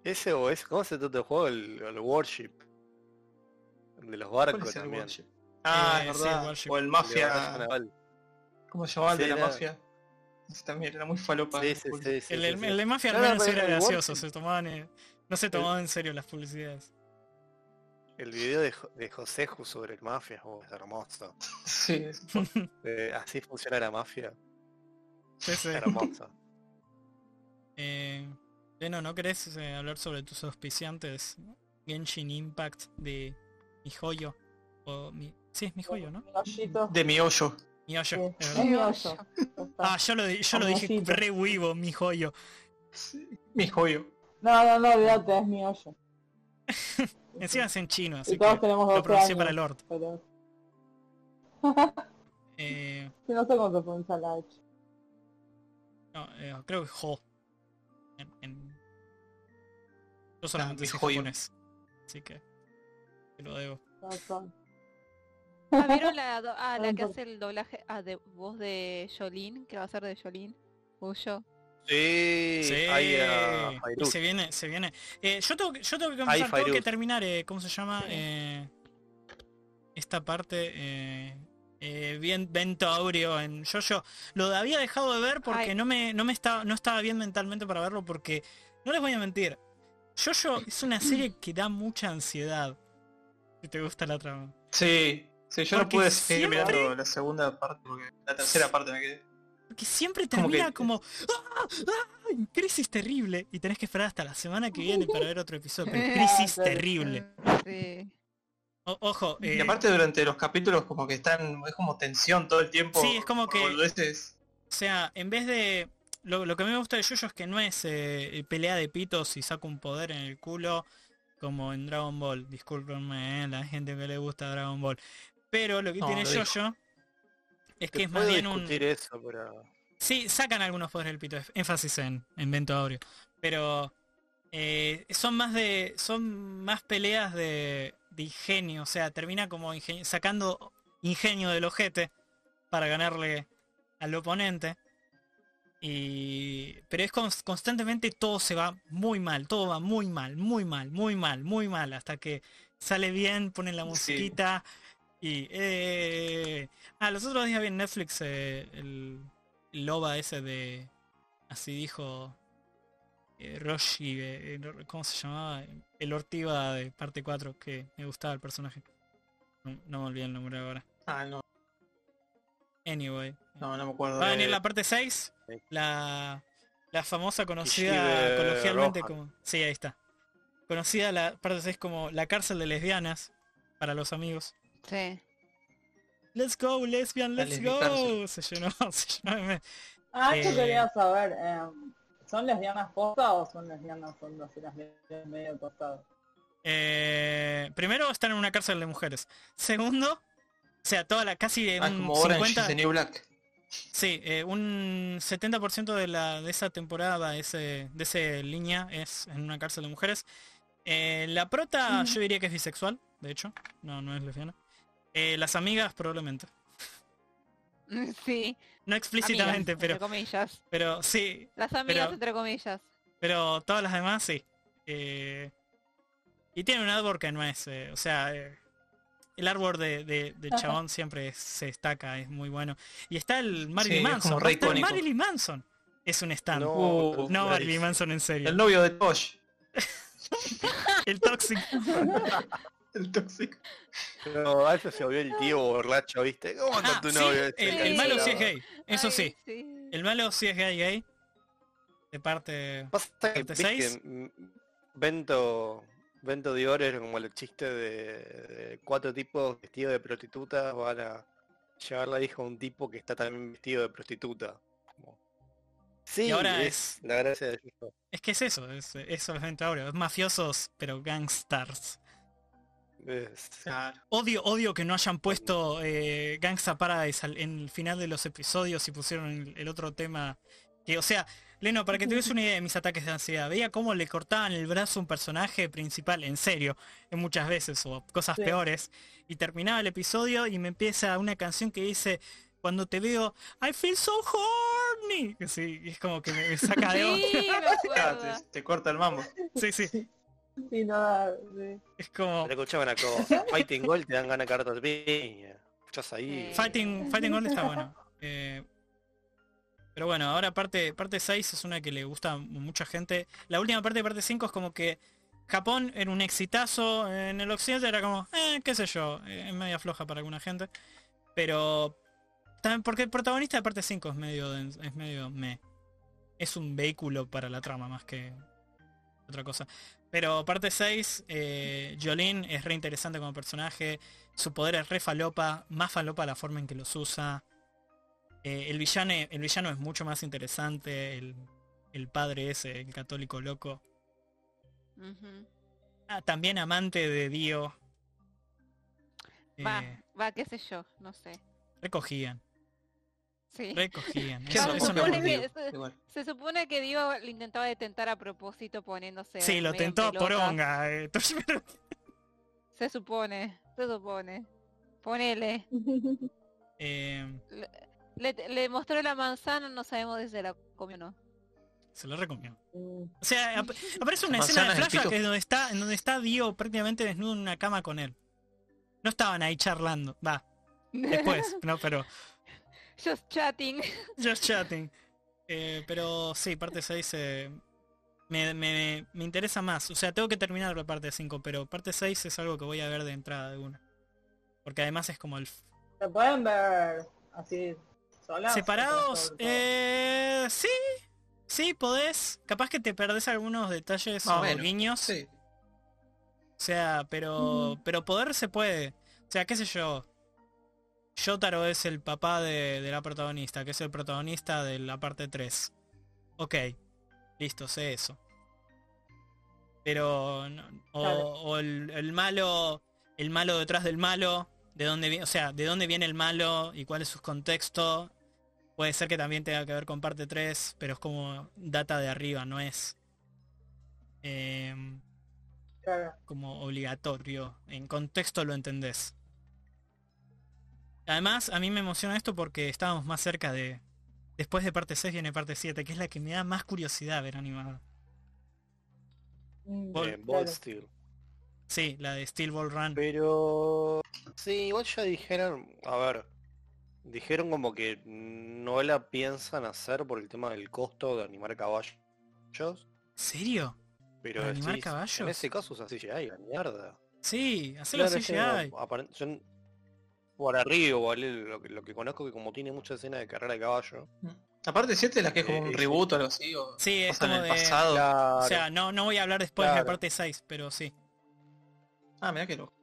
Ese o ese, ¿cómo se trata el juego? El, el Warship. El de los barcos ¿Cuál es el también. Warship? Ah, Eh, es sí, verdad. Warship. O el El de batalla Mafia. naval. ¿Cómo se llamaba el Sí, de la era- mafia? Ese también era muy falopa. Sí, la sí, publicidad. sí, sí, El, sí, el- sí. el de Mafia No, al no, menos pero era el gracioso, Warship- se tomaban, eh, no se tomaban en serio las publicidades. El video de, Jo- de José Ju sobre el mafia, oh, es hermoso. Sí, sí. Eh, así funciona la mafia. Sí, sí. Hermoso. Eh, Leno, ¿no querés eh, hablar sobre tus auspiciantes Genshin Impact de mi joyo? O mi... Sí, es mi joyo, ¿no? Un hoyito. De mi hoyo. Mi hoyo. Sí, es es verdad. mi hoyo. Ya está. Ah, yo lo, di- yo lo Un dije hoyito. re huevo, mi joyo. Mi joyo. No, no, no, olvídate, es mi hoyo. Encima es en chino, y así que todos tenemos este lo 12 pronuncié años. para el Lord. Pero... Eh, Sí, no sé cómo se pronuncia la H. no, eh, creo que jo. En, en- Yo solamente mi soy joyo. japonés. Así que. Te lo debo. Razón. Ah, ¿Vieron la, do- ah, la No que hace importa. el doblaje ah, de voz de Jolín? Que va a ser de Jolín. Uyo. Sí, ahí a Fairuz. se viene, se viene. Eh, yo tengo que, yo tengo que Ahí, confesar, tengo que Fairuz. terminar, eh, ¿cómo se llama? Eh, esta parte eh, eh, bien Ventaurio en Yo-Yo. Lo había dejado de ver porque Ay. no me, no me estaba, no estaba bien mentalmente para verlo porque. No les voy a mentir. Yo-Yo es una serie que da mucha ansiedad. Si te gusta la trama. Sí, sí, yo Porque no pude seguir siempre- mirando la segunda parte porque la tercera parte me quedé. Porque siempre Como termina que- como ¡Ah! ¡Ah! en crisis terrible y tenés que esperar hasta la semana que viene para ver otro episodio. pero crisis Ah, claro. terrible. Sí. O- ojo, eh, Y aparte durante los capítulos como que están, es como tensión todo el tiempo. Sí, es como por que- boludeces. o sea, en vez de lo, lo que a mí me gusta de Yuyo es que no es eh, pelea de pitos y saca un poder en el culo como en Dragon Ball. Discúlpenme, eh, la gente que le gusta Dragon Ball. Pero lo que No, tiene lo dijo. Yoyo es Te que es más puedo bien un discutir eso, pero... Sí, sacan algunos poderes del pito, énfasis en, en Vento Aureo. Pero eh, son más de. son más peleas de, de ingenio. O sea, termina como ingenio- sacando ingenio del ojete para ganarle al oponente. Y. Pero es cons- constantemente todo se va muy mal, todo va muy mal, muy mal, muy mal, muy mal. Hasta que sale bien, ponen la Sí. musiquita. Y. Eh, ah, los otros días vi en Netflix eh, el el loba ese de. Así dijo. eh, Roshi, eh, eh, no- ¿cómo se llamaba? El Ortiva de parte 4, que me gustaba el personaje. No, no me olvidé el nombre ahora. Ah, no, Anyway. no, no eh, me acuerdo. Va a de- Ah, venir la parte 6, Sí. la, la famosa conocida Kishibe coloquialmente Rohan. como... Sí, ahí está. Conocida la parte 6 como la cárcel de lesbianas, para los amigos. Sí. Let's go, lesbian, La let's go. lesbicárcel. Se llenó, se llenó. de me- Ah, yo Eh. quería saber, em, ¿son lesbianas posta o son lesbianas son así las lesbianas medio postadas? Eh, primero están en una cárcel de mujeres. Segundo, o sea, toda la casi de Ah, es un como Orange 50, is the New Black. sí, eh, un 70% de la de esa temporada, de ese de esa línea es en una cárcel de mujeres. Eh, la prota yo diría que es bisexual, de hecho, no no es lesbiana. Eh, las amigas probablemente. Sí. No explícitamente, Amigas, Entre pero comillas. pero sí, Las amigas, Pero- entre comillas. Pero todas las demás sí. Eh, y tiene un árbol que no es. eh, o sea, eh, el árbol de, de- del Ajá. chabón siempre es- se destaca, es muy bueno. Y está el Sí, Marilyn es Manson. como va a re estar icónico. Marilyn Manson es un stand. No, Uh, Marilyn Manson en serio. El El, novio de Tosh. tóxico. El tóxico. Pero a eso se volvió el tío borracho, ¿viste? ¿Cómo anda Ah, tu sí, novio? ese? el, Sí. el malo sí es gay. Eso Ay, sí. sí. El malo sí es gay gay. De parte. Pasa que, viste, 36. m- Vento, Vento Dior era como el chiste de, de cuatro tipos vestidos de prostituta van a llevar la hija a un tipo que está también vestido de prostituta. Como- Sí, Y ahora es, es- la gracia de esto. Es que es eso, es, eso es Ventaurio. Es mafiosos, pero gangsters. Es- Claro. Odio, odio que no hayan puesto eh, Gangsta Paradise al- en el final de los episodios y pusieron el, el otro tema. Que, o sea, Leno, para que te des una idea de mis ataques de ansiedad, veía cómo le cortaban el brazo a un personaje principal, en serio, en muchas veces, o cosas Sí. peores. Y terminaba el episodio y me empieza una canción que dice, cuando te veo, I feel so horny. Sí, y es como que me, me saca de onda. Sí, me Ah, acuerdo. te, te corta el mambo. Sí, sí, Sí, nada, sí. es como... Pero escuchame una cosa, Fighting Gold te dan ganas de cartas piña. Escuchás ahí. Sí. Fighting, Fighting Gold está bueno. Eh, pero bueno, ahora parte, parte 6 es una que le gusta a mucha gente. La última parte de parte 5 es como que Japón era un exitazo. En el occidente era como, eh, qué sé yo, eh, es media floja para alguna gente. Pero también porque el protagonista de parte 5 es medio, de- es medio me. Es un vehículo para la trama más que otra cosa. Pero parte 6, eh, Jolene es re interesante como personaje. Su poder es re falopa, más falopa la forma en que los usa. Eh, el, villano, el villano es mucho más interesante, el, el padre ese, el católico loco. Ujú. Ah, también amante de Dio. Va, Eh, va, qué sé yo, no sé. recogían. Sí. Recogían. ¿Qué Eso, onda? eso no Ponele es bien, motivo. eso- Igual. Se supone que Dio lo intentaba detentar a propósito poniéndose. Sí, lo medio en tentó a pelotas. poronga. eh, Toshiro. Se supone, se supone. Ponele. Eh, Le, le mostró la manzana, no sabemos si se la comió o no. se lo recomiendo. Mm. O sea, ap- aparece una Las escena de manzanas del flashback pito. que es donde está, en donde está Dio prácticamente desnudo en una cama con él. No estaban ahí charlando. Va, después, no, pero. Just chatting. Just chatting. Eh, pero sí, parte 6 eh, me, me- me interesa más. O sea, tengo que terminar la parte 5, pero parte 6 es algo que voy a ver de entrada de una. Porque además es como el... f- ¿Se pueden ver así solas? ¿Separados? Sobre todo. Eh, sí, sí, podés. Capaz que te perdés algunos detalles Más o o menos, guiños. Sí. O sea, pero, pero poder se puede. O sea, qué sé yo. Yotaro es el papá de, de la protagonista, que es el protagonista de la parte 3. Ok, listo, sé eso. Pero... no- o Claro. o el, el malo... El malo detrás del malo. De dónde viene, o sea, de dónde viene el malo y cuál es su contexto. Puede ser que también tenga que ver con parte 3, pero es como data de arriba, no es... em, Claro. como obligatorio. En contexto lo entendés. Además, a mí me emociona esto porque estábamos más cerca de... Después de parte 6 viene parte 7, que es la que me da más curiosidad ver animada. Mm, Por- Eh, Bolt claro. Steel. Sí, la de Steel Ball Run. Pero... Sí, igual ya dijeron... A ver. Dijeron como que no la piensan hacer por el tema del costo de animar caballos. ¿Serio? Pero ¿Para animar decís, caballos? en ese caso usa CGI, la mierda. Sí, hacelo Claro, así es que, CGI. aparent- yo n- por arriba, ¿vale? lo, que- lo que conozco que como tiene mucha escena de carrera de caballo. Aparte 7 es la que es como Eh, un sí. reboot o algo así, o Sí, es pasa en como el de... pasado. Claro, O sea, no, no voy a hablar después de Claro. parte 6, pero sí. Ah, mirá que loco.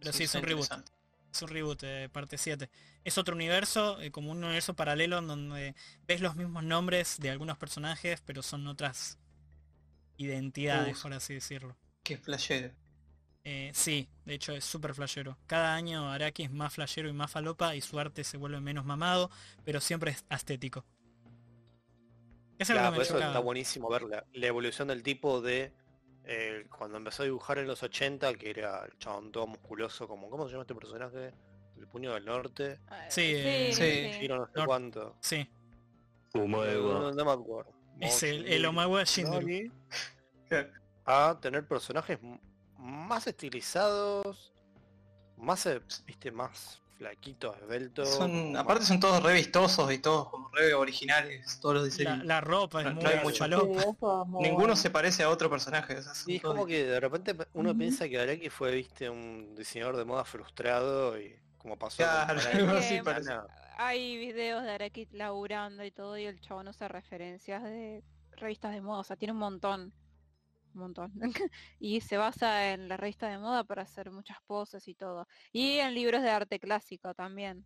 Pero sí, es un está reboot. interesante. Es un reboot de parte 7. Es otro universo, eh, como un universo paralelo en donde ves los mismos nombres de algunos personajes, pero son otras identidades, Uf. por así decirlo. Qué flashero. Eh, sí, de hecho es súper flashero. Cada año Araki es más flashero y más falopa y su arte se vuelve menos mamado, pero siempre es estético. Es algo que pues, Claro, por me pues eso está chocaba. buenísimo ver la, la evolución del tipo de eh, cuando empezó a dibujar en los 80, que era el chabón todo musculoso, como ¿cómo se llama este personaje? El puño del norte, Sí, eh, sí, Shiro no sé Nor- cuánto. Sí, No, no, no me acuerdo. es el, Mochi, el Omawa Shinderu. Nani, A tener personajes m- más estilizados, más eh, viste, más flaquitos, esbeltos. Son, más- aparte son todos re vistosos y todos como re originales, todos los diseños. La, la ropa es No, no muy hay mucho. falopa. Sí, eso es muy Ninguno bueno. se parece a otro personaje. o sea, son Sí, es todos- como que de repente uno Ujú. piensa que Araki fue, viste, un diseñador de moda frustrado y como pasó con "Ah, Claro, Araki, algo así Nana, parece. Hay videos de Araki laburando y todo, y el chabón usa referencias de revistas de moda, o sea, tiene un montón. Un montón. y se basa en la revista de moda para hacer muchas poses y todo. Y en libros de arte clásico también.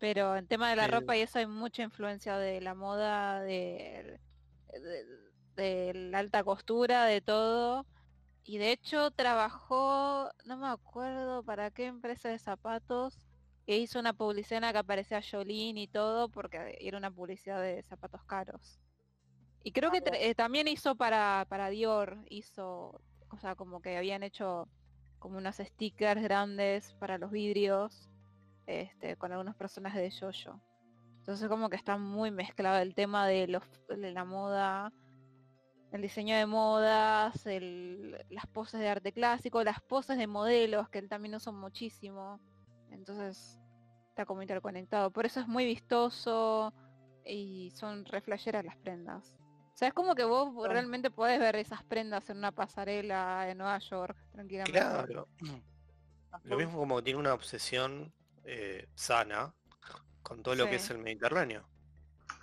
Pero en tema de la Sí. ropa y eso hay mucha influencia de la moda, de, de- de la alta costura, de todo. Y de hecho trabajó, no me acuerdo para qué empresa de zapatos, e hizo una publicidad en la que aparecía Jolín y todo, porque era una publicidad de zapatos caros. Y creo que tra- eh, también hizo para, para Dior, hizo, o sea, como que habían hecho como unos stickers grandes para los vidrios, este, con algunos personajes de Jojo. Entonces como que está muy mezclado el tema de, los, de la moda, el diseño de modas, el- las poses de arte clásico, las poses de modelos, que él también usa muchísimo. Entonces está como interconectado. Por eso es muy vistoso y son re flasheras las prendas. O sea, es como que vos realmente podés ver esas prendas en una pasarela en Nueva York, tranquilamente. Claro. uh. Lo mismo como que tiene una obsesión eh, sana con todo lo que Sí. es el Mediterráneo.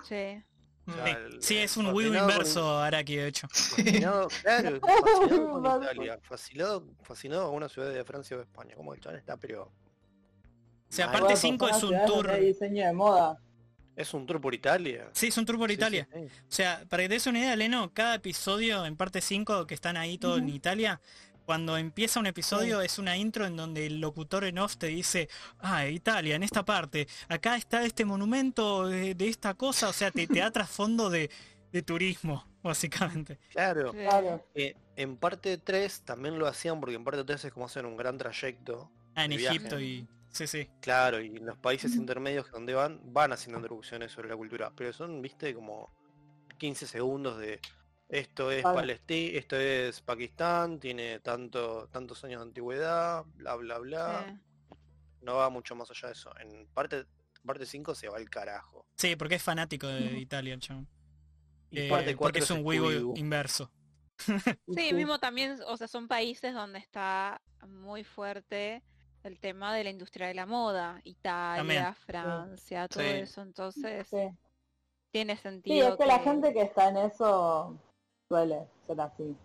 Sí. O sea, Sí, el- Mm. sí, es un fascinado Wii con- inverso Araki, de hecho. Fascinado, claro, fascinado con Italia, fascinado, fascinado con una ciudad de Francia o de España. Como el chabón está, pero. O sea, mal. aparte Todas cinco es personas un que hacen tour. de diseño de moda. Es un tour por Italia. Sí, es un tour por Sí, sí, Italia. sí. O sea, para que te des una idea, Leno, cada episodio en parte 5 que están ahí todo en Italia, Cuando empieza un episodio es una intro en donde el locutor en off te dice, ah, Italia, en esta parte, acá está este monumento de, de esta cosa, o sea, te, te da trasfondo de, de turismo, básicamente. Claro. Sí. Claro. Eh, en parte 3 también lo hacían porque en parte 3 es como hacer un gran trayecto. Ah, en de viaje. Egipto y... Sí, sí. Claro, y en los países intermedios donde van, van haciendo introducciones sobre la cultura. Pero son, viste, como 15 segundos de esto es Claro. Palestina, esto es Pakistán, tiene tanto, tantos años de antigüedad, bla bla bla. Sí. No va mucho más allá de eso. En parte parte 5 se va al carajo. Sí, porque es fanático de Italia el chabón. Y Eh, parte 4 porque es un Weibo inverso. Sí, mismo también, o sea, son países donde está muy fuerte el tema de la industria de la moda, Italia, También. Francia, todo Sí. eso, entonces Sí. tiene Sí, sentido. es que la gente que está en eso suele ser así.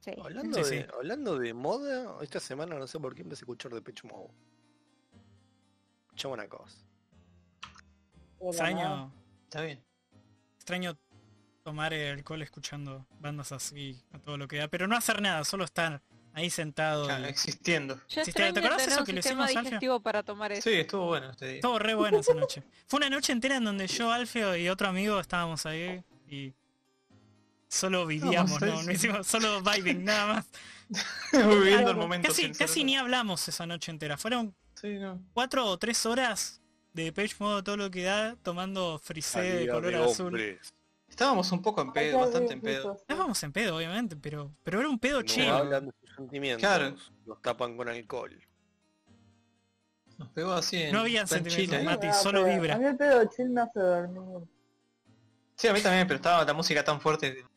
sí. Hablando, Sí, de, sí. hablando de moda, esta semana no sé por qué empecé a escuchar de Pitch Mode. Escuchame una cosa. De la nada. Extraño, Está bien. extraño tomar el alcohol escuchando bandas así, a todo lo que da, pero no hacer nada, solo estar ahí sentado. Claro, y- existiendo. Yo Si te- ¿te extraño acordás tener eso un que le sistema hicimos, Alfio? digestivo para tomar eso. Sí, estuvo bueno este día. Estuvo re buena esa noche. Fue una noche entera en donde yo, Alfeo y otro amigo estábamos ahí y solo vivíamos, sí, no, no sí. hicimos solo vibing nada más. Viviendo el momento. Casi, sin casi ser- ni hablamos esa noche entera. Fueron Sí, no. cuatro o tres horas de page modo todo lo que da tomando frisé de Calidad color de azul. hombres. Estábamos un poco en Hay que pedo, bastante en abrir pedo. juicios, sí. Estábamos en pedo, obviamente, pero, pero era un pedo No chill. hablan de sus sentimientos. Claro. Los tapan con alcohol. Nos pegó así en, No había fue en sentimientos, Chile. Sí, ¿eh? me Mati, da solo pedo. vibra. A mí el pedo chill me hace dormir. Sí, a mí también, pero estaba la música tan fuerte que no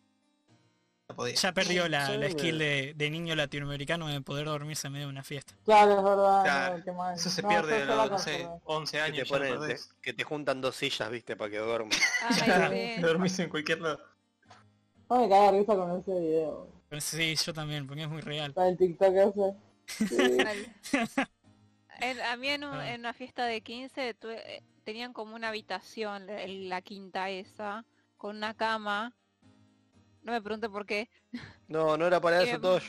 podía. Ya perdió la, Sí, la me- skill de, de niño latinoamericano de poder dormirse en medio de una fiesta. Claro, es verdad. Claro, no, qué mal. Eso se No, pierde yo a ya la los, no sé, conservé. 11 Que te, años. ya lo ponen- te- perdés. que te juntan dos sillas, viste, para que duermas. Ay, Claro, sí. te dormís en cualquier lado. No me cae de risa con ese video. Pero Sí, yo también, porque es muy real. Para el TikTok ese. Sí. Mal. En- a mí en, un- Ah. en una fiesta de 15 tuve- eh, tenían como una habitación, la, el- la quinta esa, con una cama. No me pregunte por qué. No, no era para Y Em. eso, me- todo.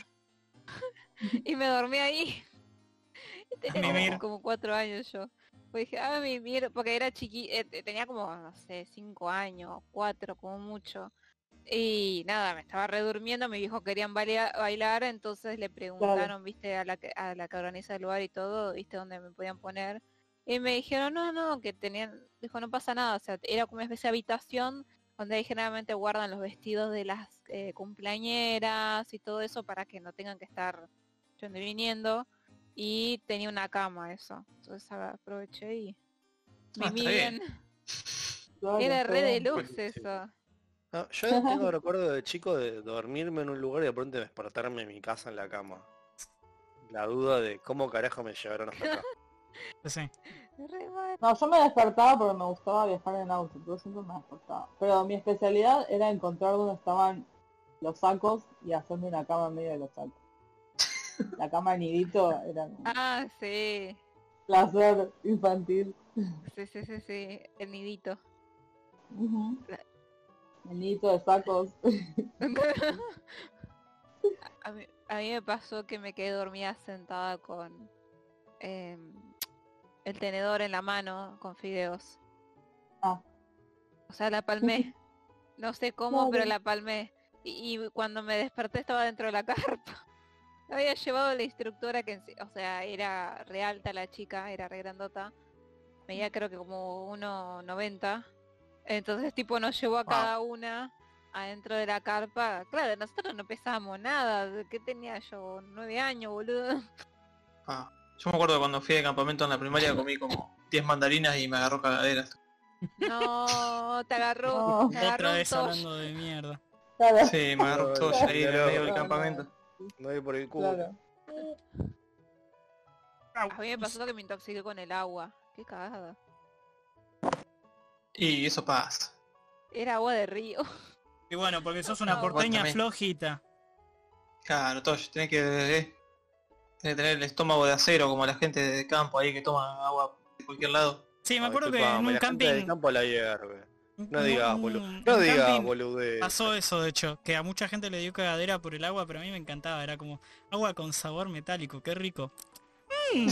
Y me dormí ahí. Y Tenía como- Mimir. como cuatro años yo. Pues dije, ah, mimir, porque era chiqui, eh, te- tenía como, no sé, cinco años, cuatro, como mucho. Y nada, me estaba redurmiendo, mi viejo querían baila- bailar, entonces le preguntaron, viste, a la, que- a la que organiza el lugar y todo, viste, dónde me podían poner. Y me dijeron, no, no, que tenían, dijo, no pasa nada, o sea, era como una especie de habitación donde ahí generalmente guardan los vestidos de las eh, cumpleañeras y todo eso para que no tengan que estar yendo y viniendo. Y tenía una cama eso, entonces aproveché y me Ah, está bien. bien. Claro, Era re sí. de luz Sí. eso. No, yo tengo recuerdo de chico de dormirme en un lugar y de pronto despertarme en mi casa en la cama. La duda de cómo carajo me llevaron hasta acá. Sí. Re mal. No, yo me despertaba porque me gustaba viajar en auto, yo siempre me despertaba. Pero mi especialidad era encontrar dónde estaban los sacos y hacerme una cama en medio de los sacos. La cama nidito era un Ah, sí. placer infantil. Sí, sí, sí, sí. El nidito. Ujú. El nidito de sacos. a, mí, a mí me pasó que me quedé dormida sentada con eh, el tenedor en la mano con fideos. Ah. O sea, la palmé. No sé cómo, pero Claro. la palmé. Y, y cuando me desperté estaba dentro de la carpa. La había llevado la instructora que, ense- o sea, era re alta la chica, era re grandota. Medía creo que como 1,90. Entonces, tipo, nos llevó a Wow. cada una adentro de la carpa. Claro, nosotros no pesábamos nada. ¿Qué tenía yo? Nueve años, boludo. Ah, yo me acuerdo cuando fui de campamento en la primaria comí como 10 mandarinas y me agarró cagaderas. No, te agarró. No. te agarró Otra un vez tosh. hablando de mierda. Claro, Sí, me agarró Ay, todo ahí en el claro. medio del campamento. No voy por el culo. claro. A mí me pasó que me intoxiqué con el agua. Qué cagada. Y eso pasa. Era agua de río. Y bueno, porque sos Ah, una porteña Aguántame. flojita. Claro, todo, tenés que, eh, tenés que tener el estómago de acero como la gente de campo ahí que toma agua de cualquier lado. Sí, me Ah, acuerdo que disculpame, en un la gente del camping campo la hierve. No digas, boludo. en No digas, camping boludo. Pasó eso, de hecho, que a mucha gente le dio cagadera por el agua, pero a mí me encantaba. Era como agua con sabor metálico, qué rico. Mm, mm.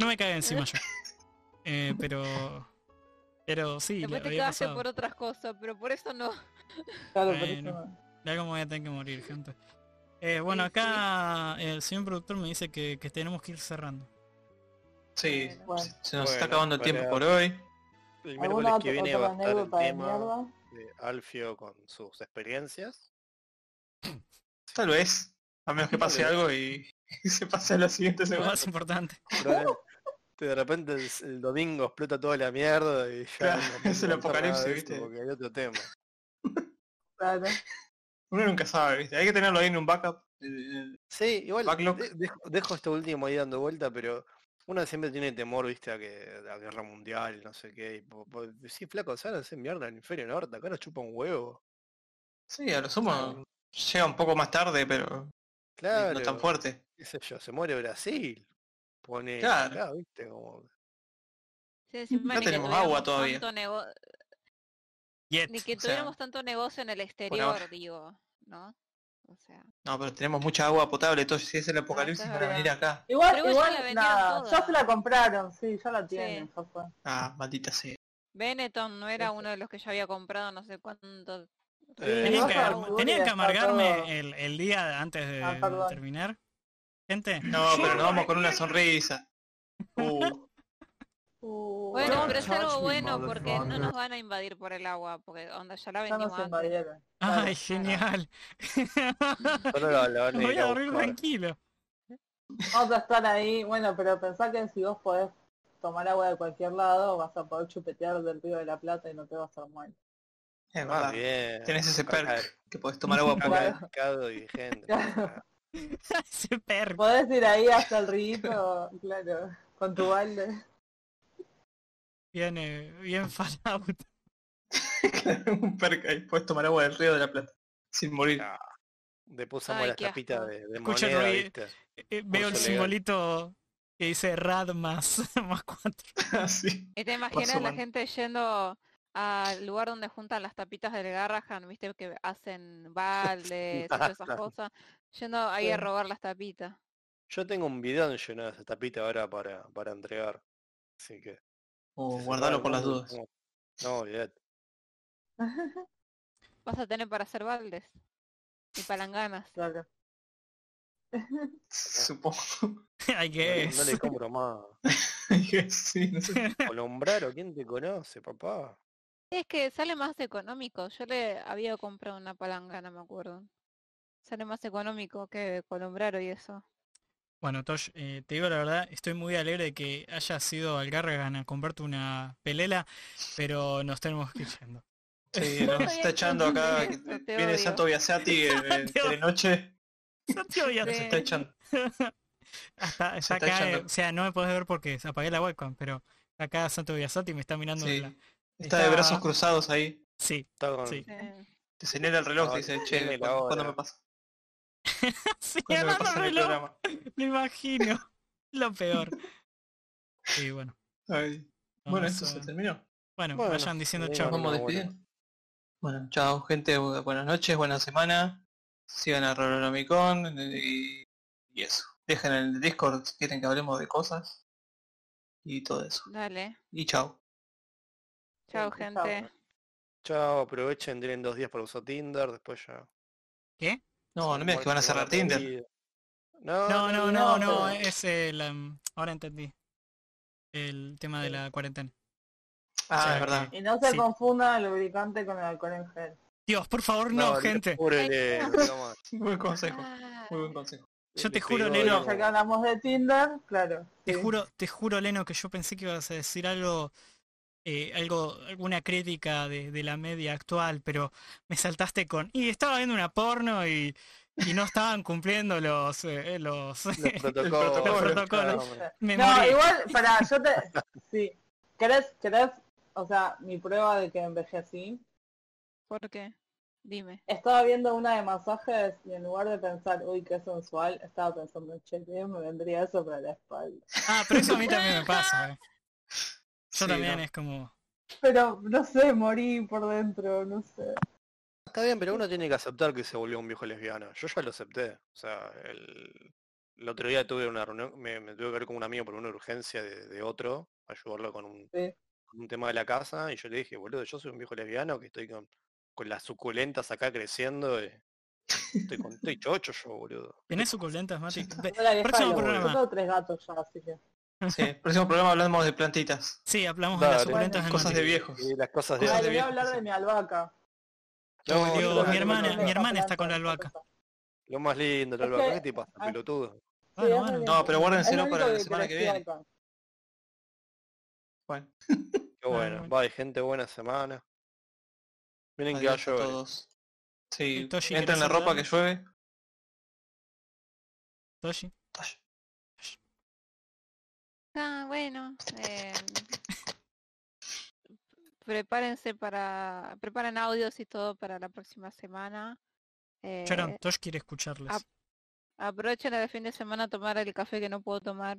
No me cae encima yo. Eh, pero... Pero sí, le Después te había cagaste pasado. por otras cosas, pero por eso no. Claro, por Bueno. eso. Ya como voy a tener que morir, gente. Eh, bueno, Sí, acá el señor productor me dice que, que tenemos que ir cerrando. Sí, Bueno. se- se nos está Bueno, acabando el para- tiempo por hoy. El miércoles ¿Alguna que otra, viene va a otra estar el anécdota de tema mierda? de Alfio con sus experiencias. Tal vez. A menos que Tal pase vez. algo y, y se pase a la siguiente Lo semana. más importante. Probablemente De repente el, el domingo explota toda la mierda y ya... Claro, no podemos es el contar nada de apocalipsis, eso ¿viste? Porque hay otro tema. Claro. Uno nunca sabe, ¿viste? Hay que tenerlo ahí en un backup. eh, eh, Sí, igual Backlog. de- dejo, dejo este último ahí dando vuelta, pero uno siempre tiene temor, viste, a que la guerra mundial, no sé qué. Y, po- po- sí, flaco, ¿sabes hacer mierda en el hemisferio norte? Acá nos chupa un huevo. Sí, a lo sumo llega un poco más tarde, pero Claro. no tan fuerte. qué sé yo, se muere Brasil. Pone Claro. acá, viste, como... Sí, encima No ni que tenemos tuviéramos agua todavía. tanto nego- Yet. Ni que o sea, tuviéramos tanto negocio en el exterior, ahora. digo, ¿no? O sea, No, pero tenemos mucha agua potable, entonces si es Ah, el apocalipsis es van a venir verdad. acá. Igual, Pero igual igual, ya la vendieron nada, toda. ya se la compraron, sí, ya la tienen, Sí. ya fue. Ah, maldita sea. Benetton no Este era uno de los que yo había comprado no sé cuánto. Eh, Tenían vas que, a amargarme- Google y tenían que está todo. amargarme el, el día antes de, Ah, de perdón. terminar. Gente, No, pero nos vamos con una sonrisa. Uh, Uh, Bueno, Don't pero es touch algo me, bueno porque no nos van a invadir por el agua, porque onda ya la ya vendimos nos antes. invadieron. ay, Claro. genial. Solo la- la van a Voy ir a a dormir buscar. tranquilo. Vamos a estar ahí, bueno, pero pensá que si vos podés tomar agua de cualquier lado, vas a poder chupetear del río de la Plata y no te vas a muerto. es Ah, verdad. bien. Tenés ese Acá- perk que podés tomar agua acá potable. mercado y gente. Claro. Ese perro. Podés ir ahí hasta el río, claro, con tu balde. Bien, eh, bien Fallout. un perk ahí, podés tomar agua del río de la Plata. Sin morir. Ah, Depusamos Ay, las qué tapitas asco. de, de Escucha el moneda, ruido. viste. Eh, eh, veo el legal. simbolito que dice Rad más, más cuatro. Así. ¿Y te imaginas la menos. gente yendo al lugar donde juntan las tapitas del Garrahan, viste que hacen baldes y todas esas cosas, yendo ahí a Sí. robar las tapitas? Yo tengo un bidón lleno de esa tapita ahora para, para entregar. Así que. O si se guardarlo va Oh, por el las mundo, dudas. como- No, olvidate. Vas a tener para hacer baldes y palanganas. Claro. Supongo Ay, No, que le- no es. le compro más. que sí, no sé. Colombraro, ¿quién te conoce, papá? Es que sale más económico. Yo le había comprado una palangana, me acuerdo. Sale más económico que Colombraro y eso. Bueno, Tosh, eh, te digo la verdad, estoy muy alegre de que hayas ido al Garrahan a comprarte una pelela, pero nos tenemos que ir yendo. Sí, nos Todavía está echando no acá. entendí eso, te Viene odio. Santo Biasati eh, eh, de noche. No te voy a- Nos está Sí. echando. Hasta, Se está está acá, eh, echando. o sea, no me podés ver porque apagué la webcam, pero acá Santo Biasati me está mirando de Sí. la- Está de brazos cruzados ahí. Sí, Está con- Sí. Eh, Te señala el reloj Ah, y dice, dime che, la ¿cuándo, hora". cuándo me pasa? sí, ¿Cuándo me agarra pasa en el el reloj, programa? me imagino. Lo peor. Y bueno. Ay. Bueno, vamos esto se a- terminó. Bueno, Bueno, vayan diciendo digo, chao. no- Vamos bueno. despidiendo. Bueno, chao gente, bu- buenas noches, buena semana. Sigan a Rolonomicon y, y eso. Dejen en el Discord si quieren que hablemos de cosas. Y todo eso. dale. Y chao. Chao, chao. gente. Chao, aprovechen, tienen dos días para usar Tinder, después ya. No, no me digas que van a cerrar Tinder. No, No, no, no, no, no, eh, pero- es el... em, ahora entendí. El tema de la cuarentena. Ah, sea es verdad. Y no se Sí. confunda el lubricante con el alcohol en gel. Dios, por favor, no, le- gente. pobre Leo, Ay, no más. Buen consejo. Ah, Muy buen consejo. Yo Le te juro, pegó Lelo, algo. Ya que hablamos de Tinder, claro. Te sí. juro, te juro, Leno, que yo pensé que ibas a decir algo, eh, algo, alguna crítica de, de la media actual, pero me saltaste con. Y estaba viendo una porno y, y no estaban cumpliendo los eh, los, Los protocolos. Los protocolos. claro. me no, morí. igual, para, yo te... Sí. ¿Querés, querés, o sea, mi prueba de que envejecí? ¿Por qué? Dime. Estaba viendo una de masajes y en lugar de pensar, uy, qué sensual, estaba pensando, che, qué bien me vendría eso para la espalda. Ah, pero eso a mí también me pasa. eh. Yo Sí, también no. es como. Pero no sé, morí por dentro, no sé. Está bien, pero uno tiene que aceptar que se volvió un viejo lesbiano. Yo ya lo acepté. O sea, el, el otro día tuve una reunión, me, me tuve que ver con un amigo por una urgencia de, de otro, ayudarlo con un, Sí. con un tema de la casa, y yo le dije, boludo, yo soy un viejo lesbiano que estoy con, con las suculentas acá creciendo. y estoy, con, estoy chocho yo, boludo. ¿Tenés suculentas, Mati? Ve- No la dejalo, Próximo boludo. programa. Yo tengo tres gatos ya, así que. Sí, próximo programa hablamos de plantitas. Sí, hablamos de Dale. las suculentas de Cosas Mati. de viejos. Y las cosas de... Cosas Ay, de voy a viejo, hablar sí. de mi albahaca. No, Dios, boludo, mi lo hermana, más mi lindo, hermana está con la albahaca. Lo más lindo, la Es que- albahaca. ¿Qué te pasa, ah. pelotudo? Bueno, es bueno. de- No, pero es lo guárdenselo único para la que semana que crecí viene. acá. Bueno, Qué ah, bueno. bueno. Va, hay gente buena semana. Miren que va a adiós a llover. todos. Sí, Sí, Toshi, entra en la ¿querés ropa que llueve. Toshi. Ah, bueno. eh, prepárense para. Preparan audios y todo para la próxima semana. Eh, Sharon, Tosh quiere escucharles. ah, ap- aprovechen el fin de semana a tomar el café que no puedo tomar.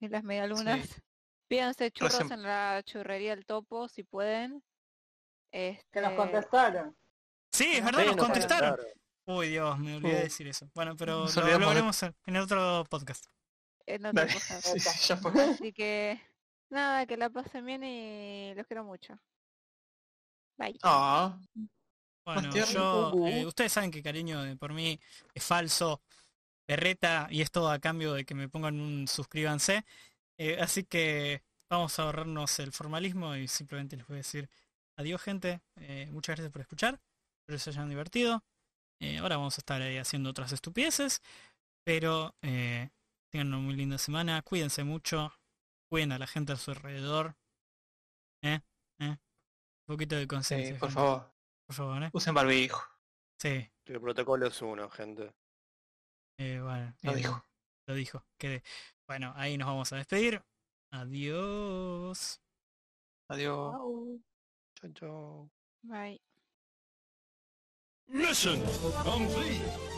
Y las medialunas. Pídanse churros Recem- en la churrería El Topo si pueden. Que nos Este, contestaron. Sí, es ah, Sí, verdad, nos nos contestaron. Uy, Dios, me olvidé de Uh. decir eso. Bueno, pero Nos lo, lo olvidamos de- veremos en- en otro podcast. en otra Dale. cosa. Sí, sí, ya fue. Así que nada, que la pasen bien y los quiero mucho. Bye. Ah, Bueno, tierno. yo, Uh. eh, ustedes saben que cariño de por mí es falso, berreta, y es todo a cambio de que me pongan un suscríbanse. Eh, así que vamos a ahorrarnos el formalismo y simplemente les voy a decir adiós gente, Eh, muchas gracias por escuchar, espero que se hayan divertido. Eh, ahora vamos a estar ahí haciendo otras estupideces, pero eh, tengan una muy linda semana, cuídense mucho, cuiden a la gente a su alrededor. ¿Eh? ¿Eh? Un poquito de sí, conciencia. por gente, favor, Por favor, ¿eh? usen barbijo. Sí. El protocolo es uno, gente. Eh, bueno, Lo eh, dijo. Lo dijo. quedé. Bueno, ahí nos vamos a despedir. Adiós. Oh. Adiós. Chau. Chau, chau. Bye. Mission complete.